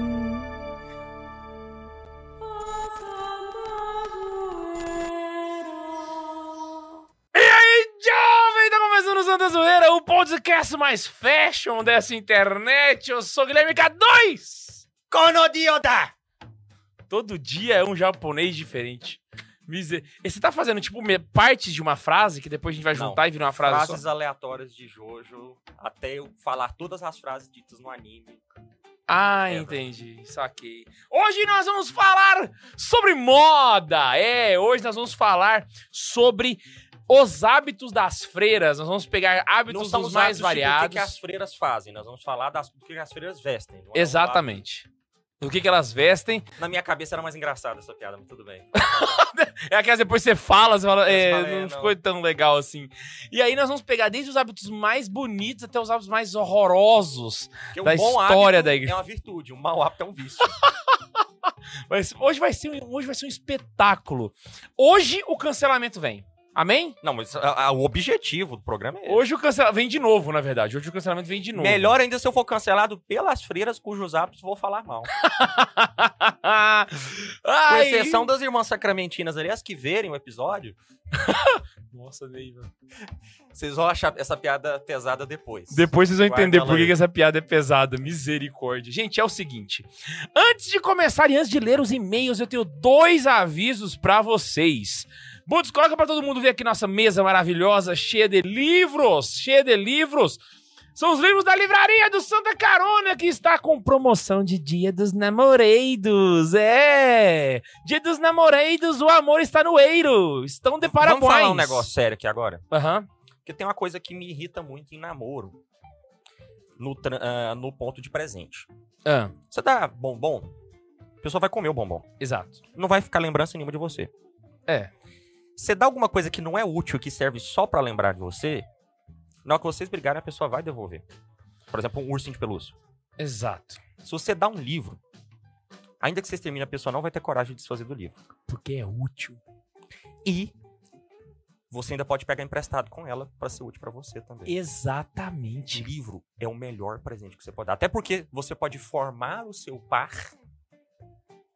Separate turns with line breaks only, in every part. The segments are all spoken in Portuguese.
Digidin.
Jovem, tá começando o Santa Zoeira, o podcast mais fashion dessa internet. Eu sou Guilherme K2. Konodiota. Todo dia é um japonês diferente. Miser... E Você tá fazendo, tipo, me- partes de uma frase que depois a gente vai
Não.
juntar e virar uma frase só?
frases aleatórias de Jojo, até eu falar todas as frases ditas no anime.
Ah,
É,
entendi. Saquei. Hoje nós vamos falar sobre moda. É, hoje nós vamos falar sobre os hábitos das freiras. Nós vamos pegar
Não
hábitos
são
dos
os
mais
mais variados. O
variados.
que, que as freiras fazem? Nós vamos falar das, do que as freiras vestem. não é? Vamos
Exatamente. Do que, que elas vestem.
falar- Na minha cabeça era mais engraçada essa piada, mas tudo bem.
É aquelas depois você fala, você fala,
Eles
é,
falam, é,
não
não.
ficou tão legal assim. E aí nós vamos pegar desde os hábitos mais bonitos até os hábitos mais horrorosos.
Porque
Da
um bom
história
hábito
da igreja.
É uma virtude, um mau hábito é um vício.
Mas hoje vai ser, um- hoje vai ser um espetáculo. Hoje o cancelamento vem. Amém?
não, mas a- a- o objetivo do programa é esse.
Hoje o cancelamento vem de novo, na verdade. Hoje o cancelamento vem de novo.
Melhor ainda se eu for cancelado pelas freiras cujos hábitos vou falar mal. Com
Ai.
exceção das irmãs sacramentinas ali, as que verem o episódio,
Nossa, Neiva.
vocês vão achar essa piada pesada depois.
Depois vocês vão
Guarda
entender
ela
por que
aí.
que essa piada é pesada. Misericórdia. Gente, é o seguinte. Antes de começar e antes de ler os e-mails, eu tenho dois avisos pra vocês. Butz, coloca pra todo mundo ver aqui nossa mesa maravilhosa, cheia de livros, cheia de livros. São os livros da livraria do Santa Carona, que está com promoção de Dia dos Namoreidos. É! Dia dos Namoreidos, o amor está no eiro. Estão de parabéns.
Vamos falar um negócio sério aqui agora?
Aham.
Porque tem uma coisa que me irrita muito em namoro. No, tra- ah, no ponto de presente.
Ah,
Você dá bombom, a pessoa vai comer o bombom.
exato.
Não vai ficar lembrança nenhuma de você.
É.
Você dá alguma coisa que não é útil, que serve só pra lembrar de você, na hora que vocês brigarem, a pessoa vai devolver. Por exemplo, um ursinho de pelúcia.
Exato.
Se você dá um livro, ainda que vocês terminem, a pessoa não vai ter coragem de se fazer do livro.
Porque é útil.
E você ainda pode pegar emprestado com ela pra ser útil pra você também.
Exatamente.
livro é o melhor presente que você pode dar. Até porque você pode formar o seu par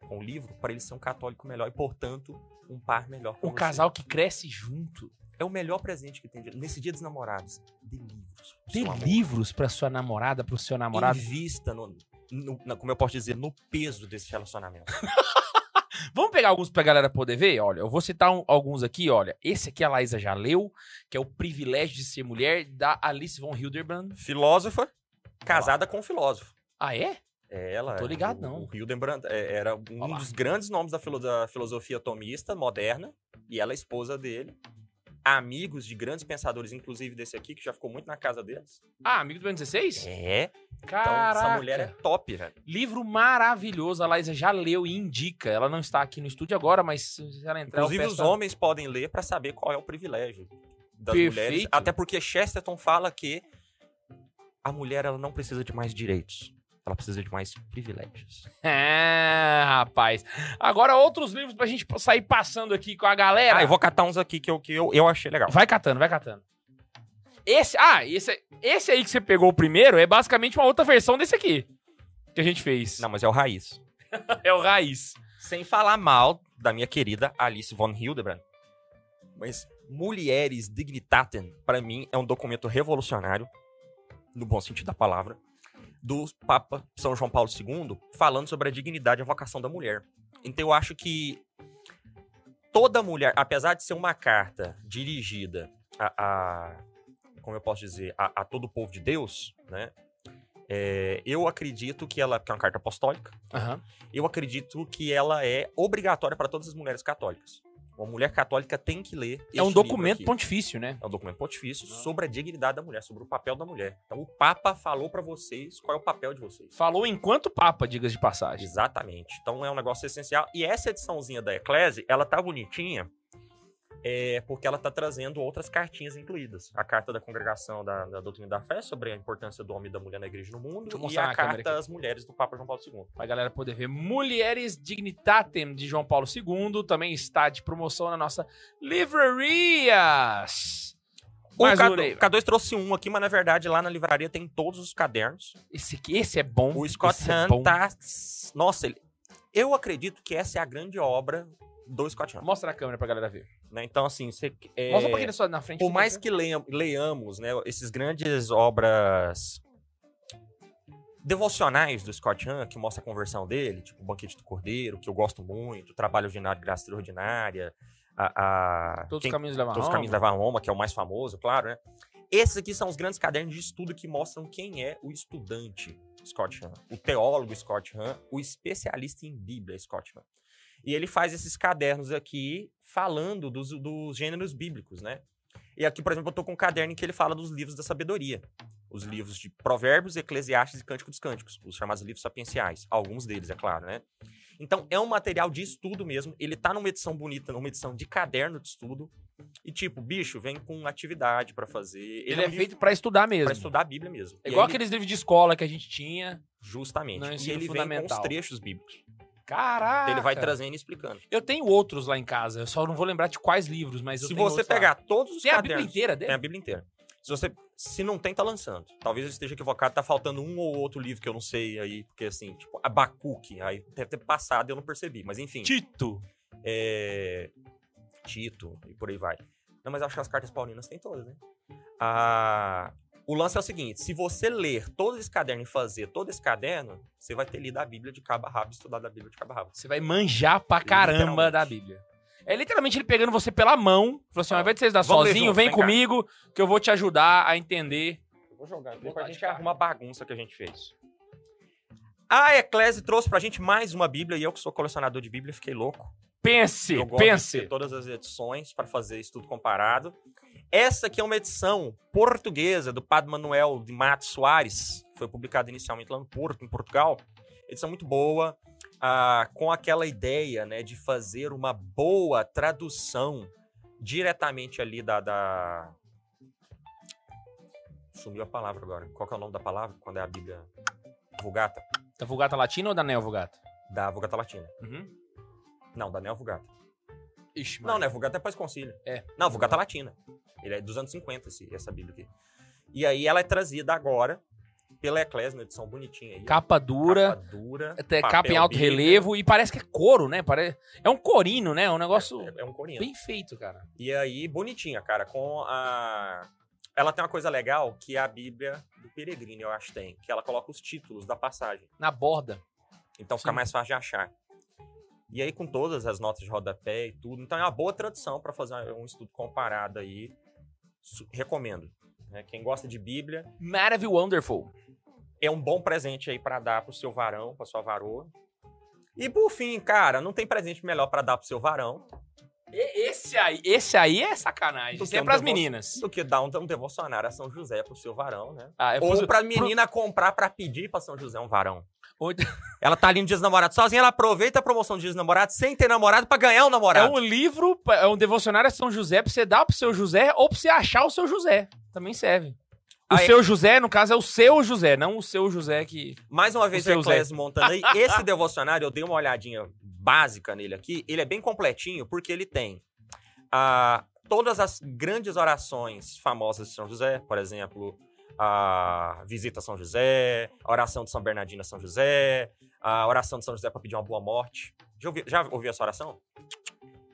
com o livro para ele ser um católico melhor e, portanto, um par melhor. com
Um
você.
casal que cresce junto.
É o melhor presente que tem. Nesse dia dos namorados, dê livros. pro
Dê
seu é um amor.
livros pra sua namorada, pro seu namorado.
Invista no, no- na- como eu posso dizer, no peso desse relacionamento.
Vamos pegar alguns pra galera poder ver? Olha, eu vou citar um- alguns aqui. Olha, esse aqui a Laísa já leu, que é o Privilégio de Ser Mulher, da Alice von Hildebrand.
Filósofa, casada com um filósofo.
Ah, é?
É Ela,
Tô ligado,
o-
não.
O Hildenbrand é, era um
Ó lá.
dos grandes nomes da, filo- da filosofia tomista moderna, e ela é esposa dele. Amigos de grandes pensadores, inclusive desse aqui, que já ficou muito na casa deles.
Ah, Amigo do ano 16?
É, então
Caraca.
essa mulher é top, velho.
Livro maravilhoso. A Laísa já leu e indica. Ela não está aqui no estúdio agora, mas se ela entrar... eu
Inclusive,
peço
os
pra-
homens podem ler pra saber qual é o privilégio das mulheres.
Perfeito.
Até porque Chesterton fala que a mulher ela não precisa de mais direitos, ela precisa de mais privilégios.
É, rapaz. Agora, outros livros pra gente sair passando aqui com a galera.
Ah, eu vou catar uns aqui que eu, que eu, eu achei legal.
Vai catando, vai catando. Esse, ah, esse, esse aí que você pegou o primeiro é basicamente uma outra versão desse aqui. Que a gente fez.
Não, mas é o raiz.
É o Raiz.
Sem falar mal da minha querida Alice von Hildebrand. Mas Mulheres Dignitatem, pra mim, é um documento revolucionário, no bom sentido da palavra, do Papa São João Paulo II, falando sobre a dignidade e a vocação da mulher. Então eu acho que toda mulher, apesar de ser uma carta dirigida a, a- como eu posso dizer, a, a todo o povo de Deus, né? é, eu acredito que ela que é uma carta apostólica,
Aham.
eu acredito que ela é obrigatória para todas as mulheres católicas. Uma mulher católica tem que ler.
É um
este livro
documento
aqui.
pontifício, né?
É um documento pontifício sobre a dignidade da mulher, sobre o papel da mulher. Então o Papa falou para vocês qual é o papel de vocês.
Falou enquanto Papa, digas de passagem.
Exatamente. Então é um negócio essencial. E essa ediçãozinha da Eclese, ela tá bonitinha, é, porque ela tá trazendo outras cartinhas incluídas. A carta da congregação da, da doutrina da fé sobre a importância do homem e da mulher na igreja e no
Deixa eu
mundo e
mostrar
a
na câmera
carta
aqui.
às mulheres do Papa João Paulo II.
Pra galera poder ver. Mulheres Dignitatem, de João Paulo II, também está de promoção na nossa livrarias.
O
Mas o
K2,
Ray-
K2 trouxe um aqui, mas na verdade lá na livraria tem todos os cadernos.
Esse, aqui- esse é bom.
O Scott
esse é
Hahn
bom.
tá. Nossa, ele... eu acredito que essa é a grande obra do Scott Hahn.
Mostra na câmera pra galera ver.
né? Então, assim, você. é,
Mostra um pouquinho da sua na frente.
Por
pra
mais
galera
que leia- leiamos né, esses grandes obras devocionais do Scott Hahn, que mostra a conversão dele, tipo o Banquete do Cordeiro, que eu gosto muito, Trabalho Ordinário, Graça Extraordinária, a, a-
ver. Todos
quem-
os caminhos levam a
Todos os
Roma.
Caminhos levam a Roma, que é o mais famoso, claro, né? Esses aqui são os grandes cadernos de estudo que mostram quem é o estudante Scott Hahn, o teólogo Scott Hahn, o especialista em Bíblia Scott Hahn. E ele faz esses cadernos aqui falando dos, dos gêneros bíblicos, né? E aqui, por exemplo, eu tô com um caderno em que ele fala dos livros da sabedoria. Os livros de Provérbios, Eclesiastes e Cântico dos Cânticos, os chamados livros sapienciais. Alguns deles, é claro, né? Então, é um material de estudo mesmo. Ele tá numa edição bonita, numa edição de caderno de estudo. E tipo, bicho, vem com atividade pra fazer. Ele,
Ele
um
é
livro
feito pra estudar mesmo.
pra estudar a Bíblia mesmo.
É Igual
E aí ele-
aqueles livros de escola que a gente tinha.
Justamente.
No
E
ensino
ele vem com os
fundamental.
trechos bíblicos.
Caraca!
Então, ele vai trazendo e explicando.
Eu tenho outros lá em casa, eu só não vou lembrar de quais livros, mas eu
Se
tenho
você
outros lá.
pegar todos os
Tem a Bíblia
cadernos...
inteira
Tem
dele?
a Bíblia inteira. Se você se não tem, tá lançando. Talvez eu esteja equivocado, tá faltando um ou outro livro que eu não sei aí, porque assim, tipo, Abacuque, aí deve ter passado e eu não percebi, mas enfim.
Tito.
é, Tito e por aí vai. Não, mas acho que as cartas paulinas tem todas, né? Ah, o lance é o seguinte: se você ler todo esse caderno e fazer todo esse caderno, você vai ter lido a Bíblia de cabo a rabo, estudado a Bíblia de cabo a rabo.
Você vai manjar pra caramba
Literalmente.
da Bíblia. É literalmente ele pegando você pela mão, falou assim: ao invés de você dar
Vamos ler
sozinho,
junto,
vem
vem cá.
comigo, que eu vou te ajudar a entender.
Eu vou jogar.
Depois a
Depois a
gente
gente arruma a bagunça que a gente fez. A Eclese trouxe pra gente mais uma Bíblia e eu que sou colecionador de Bíblia fiquei louco.
Pense,
eu gosto de ter
pense.
todas as edições para fazer estudo comparado. Essa aqui é uma edição portuguesa do Padre Manuel de Matos Soares, que foi publicada inicialmente lá no Porto, em Portugal. Edição muito boa, ah, com aquela ideia né, de fazer uma boa tradução diretamente ali da, da- Sumiu a palavra agora. Qual que é o nome da palavra quando é a Bíblia Vulgata?
Da Tá Vulgata Latina ou da Neo Vulgata?
Da Vulgata Latina.
Uhum.
Não, da Neo Vulgata.
Ixi,
Não,
mano.
né? Vulgata é pós-concílio.
É.
Não, Vulgata Latina. Ele é dos anos 50, esse- essa Bíblia aqui. E aí ela é trazida agora pela Eclésia, na edição bonitinha aí.
Capa dura,
né? Capa dura.
até
papel
É, capa em alto
bíblico.
relevo e parece que é couro, né? Pare... É um corino, né? É um negócio
É, é um corinto.
bem feito, cara.
E aí, bonitinha, cara, com a... Ela tem uma coisa legal que é a Bíblia do Peregrino, eu acho, tem. Que ela coloca os títulos da passagem.
Na borda.
Então fica
Sim.
mais fácil de achar. E aí, com todas as notas de rodapé e tudo. Então é uma boa tradução para fazer um estudo comparado aí. Su- Recomendo. né? Quem gosta de Bíblia,
Maravilhoso, wonderful.
é um bom presente aí pra dar pro seu varão, pra sua varoa. E por fim, cara, não tem presente melhor pra dar pro seu varão
E- Esse aí, esse aí é sacanagem.
Do
Isso
que
é
um
pras
devoto-
meninas.
do que dar um, um devocionário a São José pro seu varão, né?
Ah, é
Ou
pro-
pra menina comprar pra pedir pra São José um varão.
Ou-
Ela tá ali no Dias Namorados sozinha, ela aproveita a promoção de Dias Namorados sem ter namorado pra ganhar um
É
namorado.
um livro, é um devocionário a São José pra você dar pro seu José ou pra você achar o seu José. Também serve. O
Ah, é.
seu José, no caso, é o seu José, não o seu José que.
Mais uma vez,
O seu
o Eclésio montando aí. Esse devocionário, eu dei uma olhadinha básica nele aqui. Ele é bem completinho, porque ele tem ah, todas as grandes orações famosas de São José, por exemplo, a visita a São José, a oração de São Bernardino a São José, a oração de São José para pedir uma boa morte. Já ouvi, já ouvi essa oração?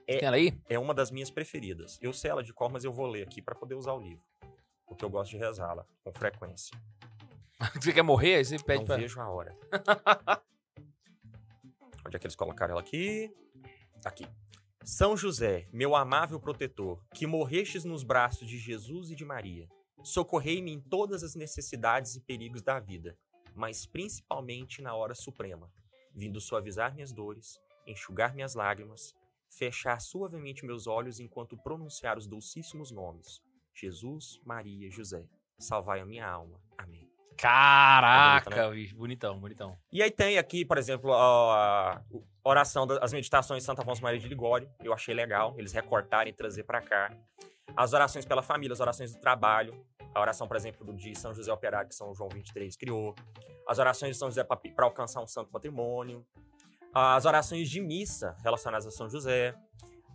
É.
Tem ela aí?
É uma das minhas preferidas. Eu sei ela de cor, mas eu vou ler aqui para poder usar o livro. Porque eu gosto de rezá-la com frequência.
Que você quer morrer? Aí você pede
não
pra.
vejo a hora. Onde é que eles colocaram ela aqui? Aqui. São José, meu amável protetor, que morrestes nos braços de Jesus e de Maria, socorrei-me em todas as necessidades e perigos da vida, mas principalmente na hora suprema, vindo suavizar minhas dores, enxugar minhas lágrimas, fechar suavemente meus olhos enquanto pronunciar os dulcíssimos nomes: Jesus, Maria, José. Salvai a minha alma. Amém.
Caraca,
Tá bonito,
bicho. Bonitão, bonitão.
E aí tem aqui, por exemplo, a oração das as meditações de Santo Afonso Maria de Ligório. Eu achei legal eles recortarem e trazer pra cá. As orações pela família, as orações do trabalho. A oração, por exemplo, do de São José Operário, que São João 23 criou. As orações de São José para alcançar um santo patrimônio. As orações de missa relacionadas a São José.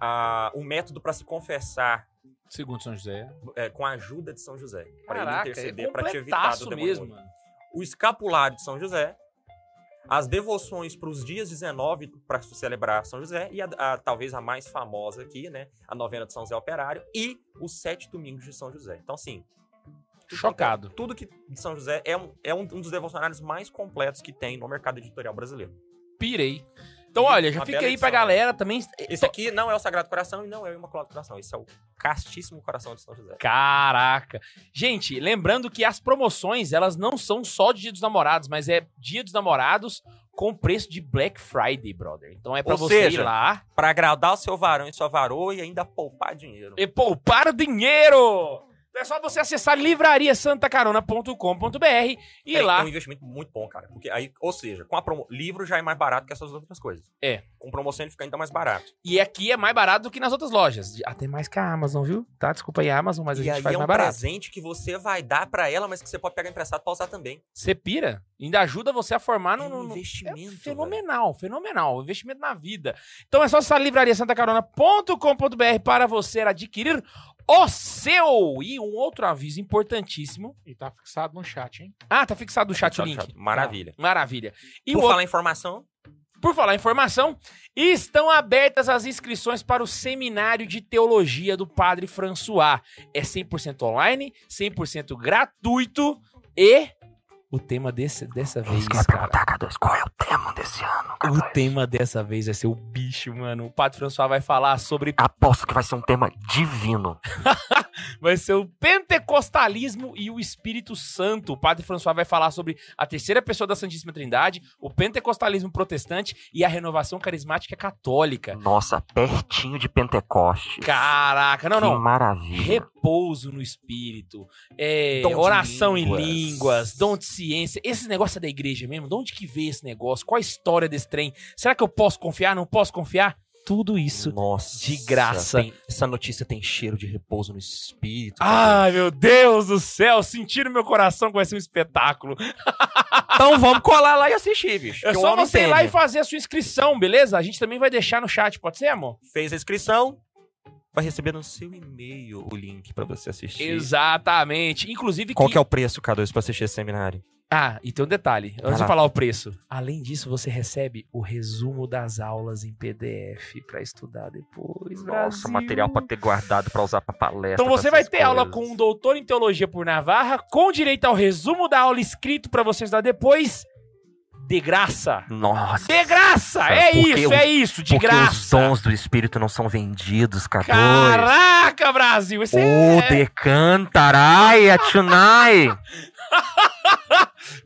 Ah, o método para se confessar
Segundo São José.
é, com a ajuda de São José. Para ele
Caraca,
interceder,
é
para te evitar do
completaço
demônio.
mesmo, mano.
O escapulário de São José, as devoções para os dias 19 para celebrar São José, e a, a- talvez a mais famosa aqui, né? A novena de São José Operário e os sete domingos de São José. Então, assim. tudo
Chocado.
completo. Tudo que de São José é um, é um um dos devocionários mais completos que tem no mercado editorial brasileiro.
Pirei. Então,
Uma
olha, já
bela
fica aí pra
edição, né?
galera também. Então,
Esse aqui não é o Sagrado Coração e não é o Imaculado Coração. Esse é o Castíssimo Coração de São José.
Caraca. Gente, lembrando que as promoções, elas não são só de Dia dos Namorados, mas é Dia dos Namorados com preço de Black Friday, brother. Então é pra
Ou
você ir
seja,
lá
Para agradar o seu varão e sua varoa e ainda poupar dinheiro.
e poupar dinheiro. É só você acessar livrariasantacarona.com.br e ir
É,
lá.
É um investimento muito bom, cara. Porque aí, ou seja, com a promo... livro já é mais barato que essas outras coisas.
É.
Com promoção ele fica ainda mais barato.
E aqui é mais barato do que nas outras lojas. Até mais que a Amazon, viu? Tá, desculpa aí a Amazon, mas a
e
gente
aí
faz
é um
mais barato.
presente que você vai dar pra ela, mas que você pode pegar emprestado pra usar também.
Você pira. Ainda ajuda você a formar
é
no,
um
no- no-
investimento.
É fenomenal, fenomenal. um Investimento na vida. Então é só acessar livrariasantacarona.com.br para você adquirir o seu. E um outro aviso importantíssimo.
E tá fixado no chat, hein?
Ah, tá fixado no
velho.
chat o
Chato,
link. Tá.
chato. Maravilha.
Maravilha. E
Por
o outro-
falar em informação,
por falar em formação, estão abertas as inscrições para o Seminário de Teologia do Padre François. É 100% online, 100% gratuito e o tema desse, dessa vez, cara,
K2, qual é o tema desse ano?
o tema dessa vez vai ser o bicho, mano. O Padre François vai falar sobre
Aposto que vai ser um tema divino.
Vai ser o pentecostalismo e o Espírito Santo. O Padre François vai falar sobre a terceira pessoa da Santíssima Trindade, o pentecostalismo protestante e a renovação carismática católica.
Nossa, pertinho de Pentecoste.
Caraca, não, não.
maravilha.
Repouso no espírito, é,
Dom de
oração
línguas.
em línguas, dom de ciência. Esse negócio é da igreja mesmo? De onde que veio esse negócio? Qual a história desse trem? Será que eu posso confiar? Não posso confiar? Tudo isso.
Nossa.
de graça.
tem- essa notícia tem cheiro de repouso no espírito.
Ai, meu Deus do céu! Sentir no meu coração que vai ser um espetáculo.
Então vamos colar lá e assistir, bicho.
É
que o
só
homem
você ir lá e
entende.
fazer a sua inscrição, beleza? A gente também vai deixar no chat, pode ser, amor?
Fez a inscrição, vai receber no seu e-mail o link pra você assistir.
Exatamente. Inclusive
Qual que é o preço, K2, pra assistir esse seminário?
Ah, e tem um detalhe.
Vai
Antes de
lá.
falar o preço. Além disso, você recebe o resumo das aulas em PDF pra estudar depois, Brasil.
ter guardado pra usar pra palestra.
Então você vai ter aula com um doutor em teologia por Navarra, com direito ao resumo da aula escrito pra você estudar depois, de graça.
Nossa.
De graça! É
Porque
isso,
os-
é isso, de graça.
do espírito não são vendidos, K2.
Caraca, Brasil! Esse é...
decantarai, atunai.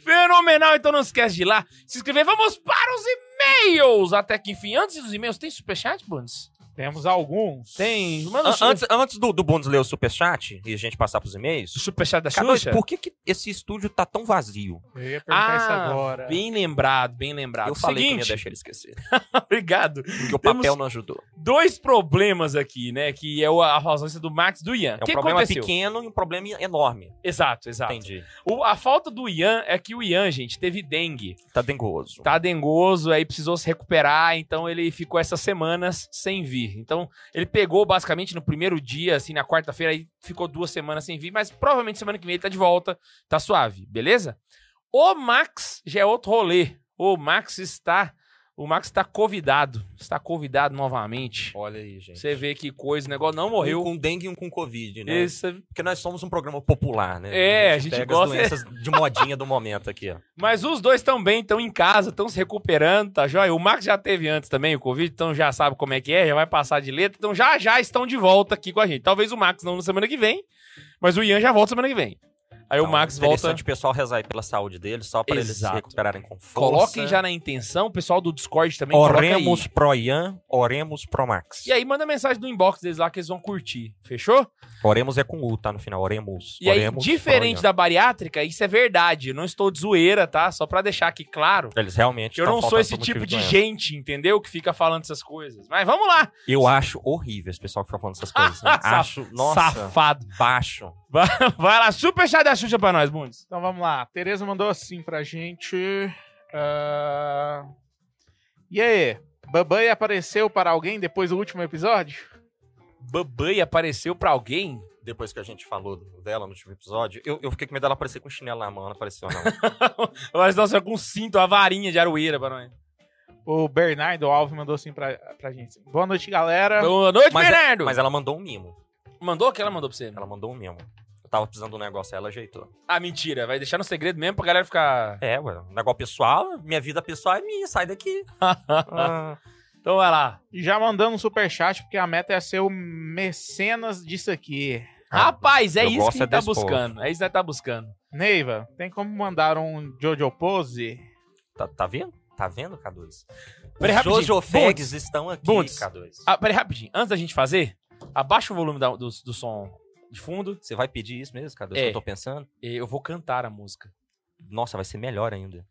Fenomenal, então não esquece de ir lá se inscrever. Vamos para os e-mails! Até que enfim, antes dos e-mails, tem superchat, Bundes?
Temos alguns.
Tem. Manda o
An-
su-
antes, antes do, do Bundes ler o superchat e a gente passar pros e-mails,
o superchat da
K2,
Xuxa?
por que, que esse estúdio tá tão vazio?
Eu ia perguntar isso
Ah,
agora.
bem lembrado, bem lembrado.
Eu falei que eu não ia
Seguinte,
deixar ele esquecer.
obrigado.
Porque o
Temos-
papel não ajudou.
Dois problemas aqui, né? Que é o- a ausência do Max e do Ian.
É um
o que
problema
aconteceu? Tá.
pequeno e um problema enorme.
Exato, exato.
Entendi.
O- a falta do Ian é que o Ian, gente, teve dengue.
Tá dengoso.
tá dengoso, aí precisou se recuperar, então ele ficou essas semanas sem vir. Então, ele pegou basicamente no primeiro dia, assim, na quarta-feira, aí ficou duas semanas sem vir, mas provavelmente semana que vem ele tá de volta, tá suave, beleza? O Max já é outro rolê. O Max está. O Max está convidado. Está convidado novamente.
Olha aí, gente.
Você vê que coisa, o negócio não
Um
morreu.
com dengue e um com covid, né?
Esse-
Porque nós somos um programa popular, né?
É, a gente
pega
gosta-
as doenças de modinha do momento aqui, ó.
Mas os dois também estão em casa, estão se recuperando, tá joia? O Max já teve antes também o Covid, então já sabe como é que é, já vai passar de letra. Então já já estão de volta aqui com a gente. Talvez o Max não na semana que vem, mas o Ian já volta semana que vem. Aí o
Então,
Max volta.
Interessante o pessoal rezar aí pela saúde deles, só pra eles se
Exato.
recuperarem com força.
Coloquem já na intenção, o pessoal do Discord também coloca
Oremos
aí.
pro Ian, oremos pro Max.
E aí manda mensagem no inbox deles lá que eles vão curtir, fechou?
Oremos é com U, tá? No final, oremos.
E aí,
Oremos pro
diferente
Ian.
da bariátrica, isso é verdade, eu não estou de zoeira, tá? Só pra deixar aqui claro.
Eles realmente
que Eu
tão
não sou
tá faltando
esse
por motivo
tipo de
doença.
gente, entendeu? Que fica falando essas coisas. Mas vamos lá.
Eu acho horrível esse pessoal que fica falando essas coisas. Né?
Saf-
acho, nossa,
Safado.
baixo.
Vai lá, super chá da Xuxa pra nós, Bundes.
Então vamos lá. A Tereza mandou assim pra gente. ah, E aí? Babai apareceu para alguém depois do último episódio?
Babai apareceu pra alguém?
Depois que a gente falou dela no último episódio, eu, eu fiquei com medo dela aparecer com um chinelo na mão, ela apareceu não.
Mas nós com um cinto, uma varinha de aroeira pra nós.
O Bernardo Alves mandou assim pra, pra gente. Boa noite, galera.
Boa noite,
Mas é-
Bernardo!
Mas ela mandou um mimo.
é. Mandou o que ela mandou pra você?
Ela mandou um mimo. Eu tava precisando de um negócio, aí ela ajeitou.
Ah, mentira. Vai deixar no segredo mesmo pra galera ficar...
É, ué, um negócio pessoal, minha vida pessoal é minha, sai daqui. Ah,
então vai lá.
E já mandando um superchat, porque a meta é ser o mecenas disso aqui.
Rapaz, é
Eu
isso
gosto
que a gente
é
tá
desse povo.
buscando. É isso que a gente tá buscando.
Neiva, tem como mandar um Jojo Pose?
tá, tá vendo? Tá vendo, K2?
Peraí,
Os
rapidinho.
Jojo
Bundes.
Fags estão aqui,
Bundes.
K2.
Ah, peraí, rapidinho. Antes da gente fazer, abaixa o volume da- do, do som de fundo.
Você vai pedir isso mesmo, K2?
É.
que Eu tô pensando.
e Eu vou cantar a música.
Nossa, vai ser melhor ainda.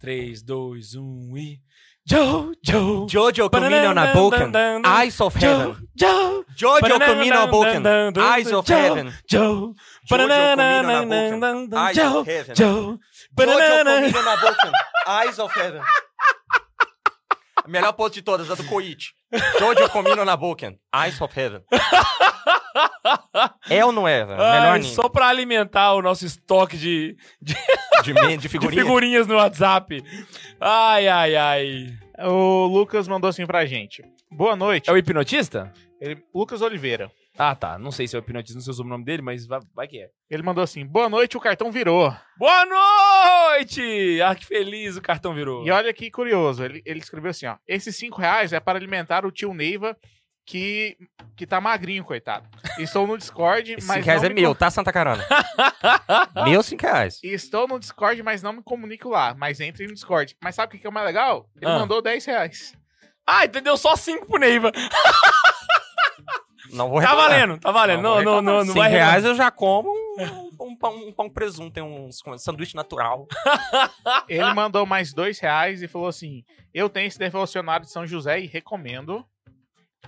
3, 2, 1 e... Jojo! um
Jojo Camino na Boken. Eyes of Heaven.
Jojo! um
Jojo Camino na Boken. Eyes of Heaven.
Joe,
Jojo Camino na Boken. Eyes
Joe,
of Heaven.
Joe,
Jojo
banana.
Camino na Boken. Eyes of Heaven. A melhor ponto de todas, a do Koichi. Jojo Camino na Boken. Eyes of Heaven. É ou não é, velho? Melhor
Ai,
anime.
só pra alimentar o nosso estoque de, de,
de, men- de
de
figurinha.
figurinhas no WhatsApp. Ai, ai, ai.
O Lucas mandou assim pra gente. Boa noite.
É o hipnotista?
Ele- Lucas Oliveira.
Ah, tá. Não sei se é o hipnotista, não sei o sobrenome dele, mas vai, vai que é.
Ele mandou assim: Boa noite, o cartão virou.
Boa noite! Ah, que feliz o cartão virou.
E olha que curioso, ele, ele escreveu assim, ó. Esses cinco reais é para alimentar o tio Neiva, que, que tá magrinho, coitado. Estou no Discord,
Esse
mas
5 reais
não
é
me
meu, tá, Santa Carona? meu 5 reais.
com- Estou no Discord, mas não me comunico lá. Mas entre no Discord. Mas sabe o que que é o mais legal? Ele
Ah.
mandou 10 reais.
Ah, entendeu? Só cinco pro Neiva.
Não vou
Tá
reclamar.
valendo, tá valendo. Não, não, não, não
100
vai
reais eu já como um, um pão, um pão presunto, tem uns um sanduíche natural.
Ele mandou mais 2 reais e falou assim: Eu tenho esse devocionário de São José e recomendo.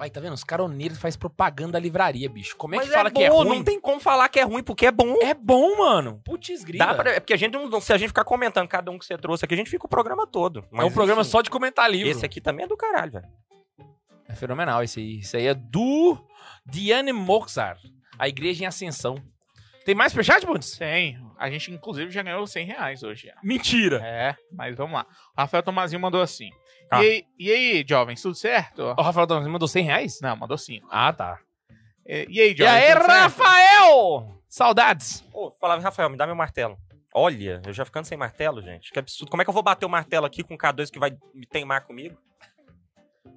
Ai, tá vendo? Os caroneiros fazem propaganda da livraria, bicho. Como é
Mas
que fala que é
bom,
ruim?
Não tem como falar que é ruim, porque é bom.
É bom, mano. Putz, grila.
Dá pra, é porque a gente não, se a gente ficar comentando cada um que você trouxe aqui, a gente fica o programa todo.
É um programa
enfim,
só de comentar livro.
Esse aqui também é do caralho, velho.
É fenomenal esse aí. Esse aí é do Diane Moxar, A Igreja em Ascensão. Tem mais superchat, Bundes?
Tem. A gente, inclusive, já ganhou 100 reais hoje.
Mentira.
É, mas vamos lá. Rafael Tomazinho mandou assim.
Ah.
E, aí, e aí, jovens, tudo certo?
O Rafael Tomás mandou 100 reais?
Não, mandou 5.
Ah, tá.
E, É, e aí,
E
jovens?
aí,
tudo certo?
Rafael! Saudades.
Ô, falava, Rafael, me dá meu martelo. Olha, eu já ficando sem martelo, gente. Que absurdo. Como é que eu vou bater o martelo aqui com o K2 que vai me teimar comigo?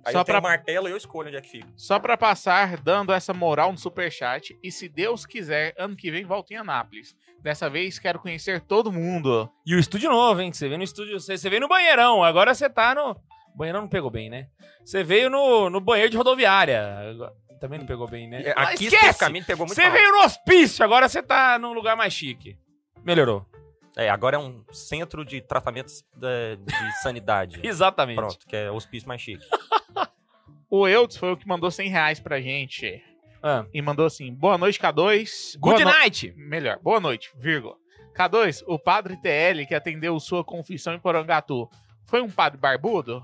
Aí
Só
eu tenho
pra-
o martelo e eu escolho onde é que fica.
Só pra passar, dando essa moral no superchat. E se Deus quiser, ano que vem volto em Anápolis. Dessa vez quero conhecer todo mundo.
E o estúdio novo, hein? Você veio no estúdio. Você, você veio no banheirão. Agora você tá no. Banheirão não pegou bem, né? Você veio no, no banheiro de rodoviária. Agora- Também não pegou bem, né?
É,
Ah,
Aqui
esquece!
especificamente pegou muito
Você
mal.
veio no hospício, agora você tá num lugar mais chique. Melhorou.
É, agora é um centro de tratamentos é, de sanidade.
Exatamente.
Pronto, que é o hospício mais chique.
O Eudes foi o que mandou 100 reais pra gente.
Ah.
E mandou assim: boa noite, K2. Boa
Good
no-
night!
Melhor, boa noite, vírgula. K2, o padre TL que atendeu sua confissão em Porangatu foi um padre barbudo?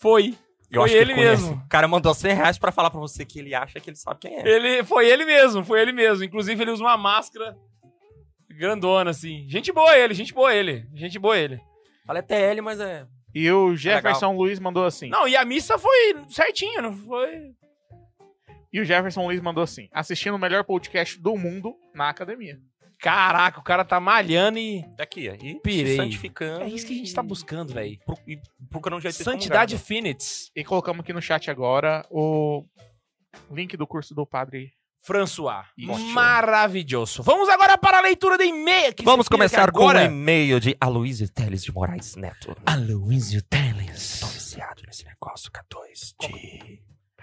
Foi. Foi ele
conhece.
mesmo.
O cara mandou 100 reais pra falar pra você que ele acha que ele sabe quem é.
Ele, foi ele mesmo, foi ele mesmo. Inclusive, ele usa uma máscara grandona, assim. Gente boa ele, gente boa ele. Gente boa ele.
Fala é TL, mas é...
E o Jefferson Luiz mandou assim.
Não, e a missa foi certinho, não foi?
E o Jefferson Luiz mandou assim: assistindo o melhor podcast do mundo na academia.
Caraca, o cara tá malhando e.
é Aqui, ó. E
Pirei.
se santificando.
É isso que a gente tá
e-
buscando, velho.
pro- E procurando um jeito de
Santidade
excomungar,
Finitz.
E colocamos aqui no chat agora o link do curso do padre.
François.
Isso.
Maravilhoso. Vamos agora para a leitura de e-mail. que
né? Vamos
você fez
começar com o
agora.
e-mail de Aloysio Teles de Moraes Neto.
Aloysio
Tô
Teles.
viciado nesse negócio, K2. De...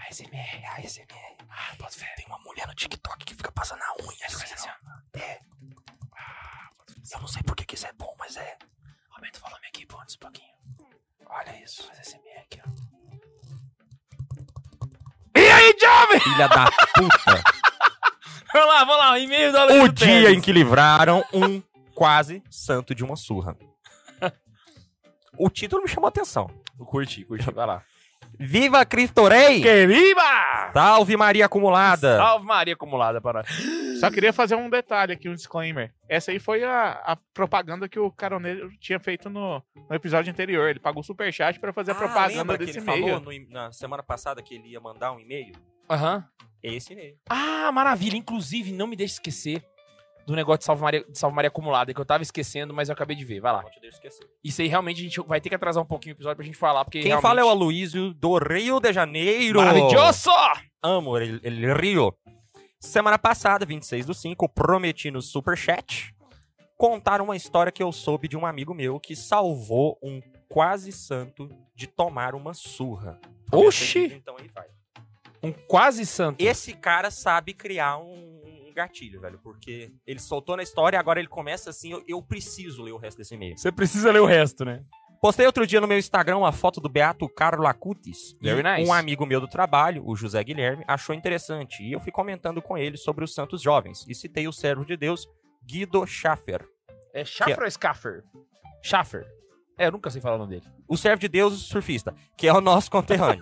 ASMR, ASMR. Ah, pode ver. Tem uma mulher no TikTok que fica passando a unha. Assim, ó. É. Eu não sei por que isso é bom, mas é. Aumenta o volume aqui, Bundes, um pouquinho. Olha isso. Faz ASMR aqui, ó.
E aí, jovem?
Filha da puta.
Vamos lá, vamos lá. E-mail do Aloysio
o dia
Teles.
em que livraram um quase santo de uma surra. O título me chamou a atenção.
Curti, curti. Vai lá.
Viva Cristo Rei!
Que viva!
Salve Maria acumulada!
Salve Maria acumulada para nós.
Só queria fazer um detalhe aqui, um disclaimer. Essa aí foi a, a propaganda que o caroneiro tinha feito no, no episódio anterior. Ele pagou superchat pra fazer a
Ah,
é propaganda
lembra que
desse
ele
meio.
falou no e- na semana passada que ele ia mandar um e-mail? É
Aham.
Esse e-mail.
Ah, maravilha. Inclusive, não me deixe esquecer do negócio de Salve Maria, de Salve Maria acumulada, que eu tava esquecendo, mas eu acabei de ver. Vai lá.
Ontem eu esqueci.
Isso aí realmente a gente vai ter que atrasar um pouquinho o episódio pra gente falar, porque.
Quem
realmente...
fala é o Aloysio do Rio de Janeiro.
Maravilhoso!
Amo ele, ele Rio. Semana passada, 26 do 5, prometi no Superchat contar uma história que eu soube de um amigo meu que salvou um quase santo de tomar uma surra.
Oxi!
Então aí vai.
Um quase santo.
Esse cara sabe criar um, um gatilho, velho, porque ele soltou na história e agora ele começa assim, eu, eu preciso ler o resto desse e-mail.
Você precisa ler o resto, né?
Postei outro dia no meu Instagram uma foto do Beato Carlo Acutis. E
Very nice.
Um amigo meu do trabalho, o José Guilherme, achou interessante. E eu fui comentando com ele sobre os santos jovens. E citei o servo de Deus, Guido Schaffer.
É Schaffer ou Scaffer? Schaffer. É, eu nunca sei falar o nome dele.
O servo de Deus surfista, que é o nosso conterrâneo.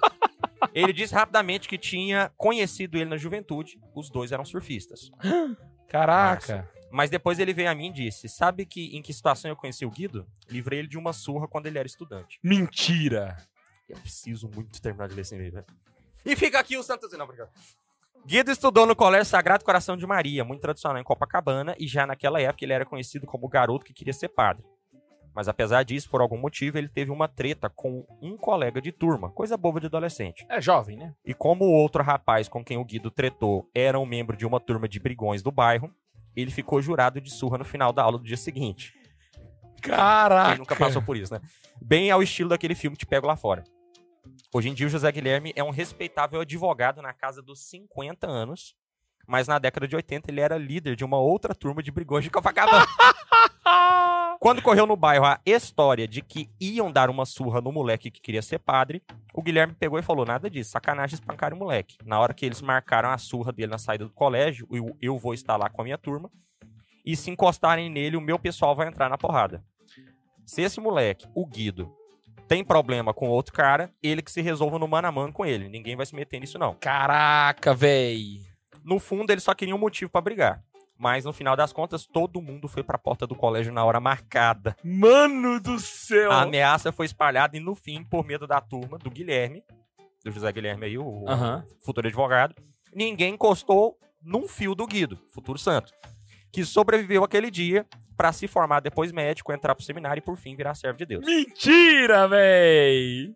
ele disse rapidamente que tinha conhecido ele na juventude. Os dois eram surfistas.
Caraca.
Mas depois ele veio a mim e disse, sabe que em que situação eu conheci o Guido? Livrei ele de uma surra quando ele era estudante.
Mentira.
Eu preciso muito terminar de ler esse e-mail, velho. E fica aqui o Santos. Não, obrigado. Guido estudou no Colégio Sagrado Coração de Maria, muito tradicional em Copacabana, e já naquela época ele era conhecido como o garoto que queria ser padre. Mas apesar disso, por algum motivo, ele teve uma treta com um colega de turma, coisa boba de adolescente.
É jovem, né?
E como o outro rapaz com quem o Guido tretou era um membro de uma turma de brigões do bairro, ele ficou jurado de surra no final da aula do dia seguinte.
Caraca.
Quem nunca passou por isso, né? Bem ao estilo daquele filme Te Pego Lá Fora. Hoje em dia, o José Guilherme é um respeitável advogado na casa dos 50 anos, mas na década de 80 ele era líder de uma outra turma de brigões de Copacabana.
Ah!
Quando correu no bairro a história de que iam dar uma surra no moleque que queria ser padre, o Guilherme pegou e falou: nada disso, sacanagem espancar o moleque. Na hora que eles marcaram a surra dele na saída do colégio, eu, eu vou estar lá com a minha turma, e se encostarem nele, o meu pessoal vai entrar na porrada. Se esse moleque, o Guido, tem problema com outro cara, ele que se resolva no mano a mano com ele. Ninguém vai se meter nisso, não.
Caraca, véi.
No fundo, eles só queriam um motivo pra brigar. Mas no final das contas, todo mundo foi pra porta do colégio na hora marcada.
Mano do céu.
A ameaça foi espalhada e, no fim, por medo da turma, do Guilherme, do José Guilherme aí, o
Aham.
futuro advogado, ninguém encostou num fio do Guido, futuro santo, que sobreviveu aquele dia pra se formar depois médico, entrar pro seminário e, por fim, virar servo de Deus.
Mentira, véi.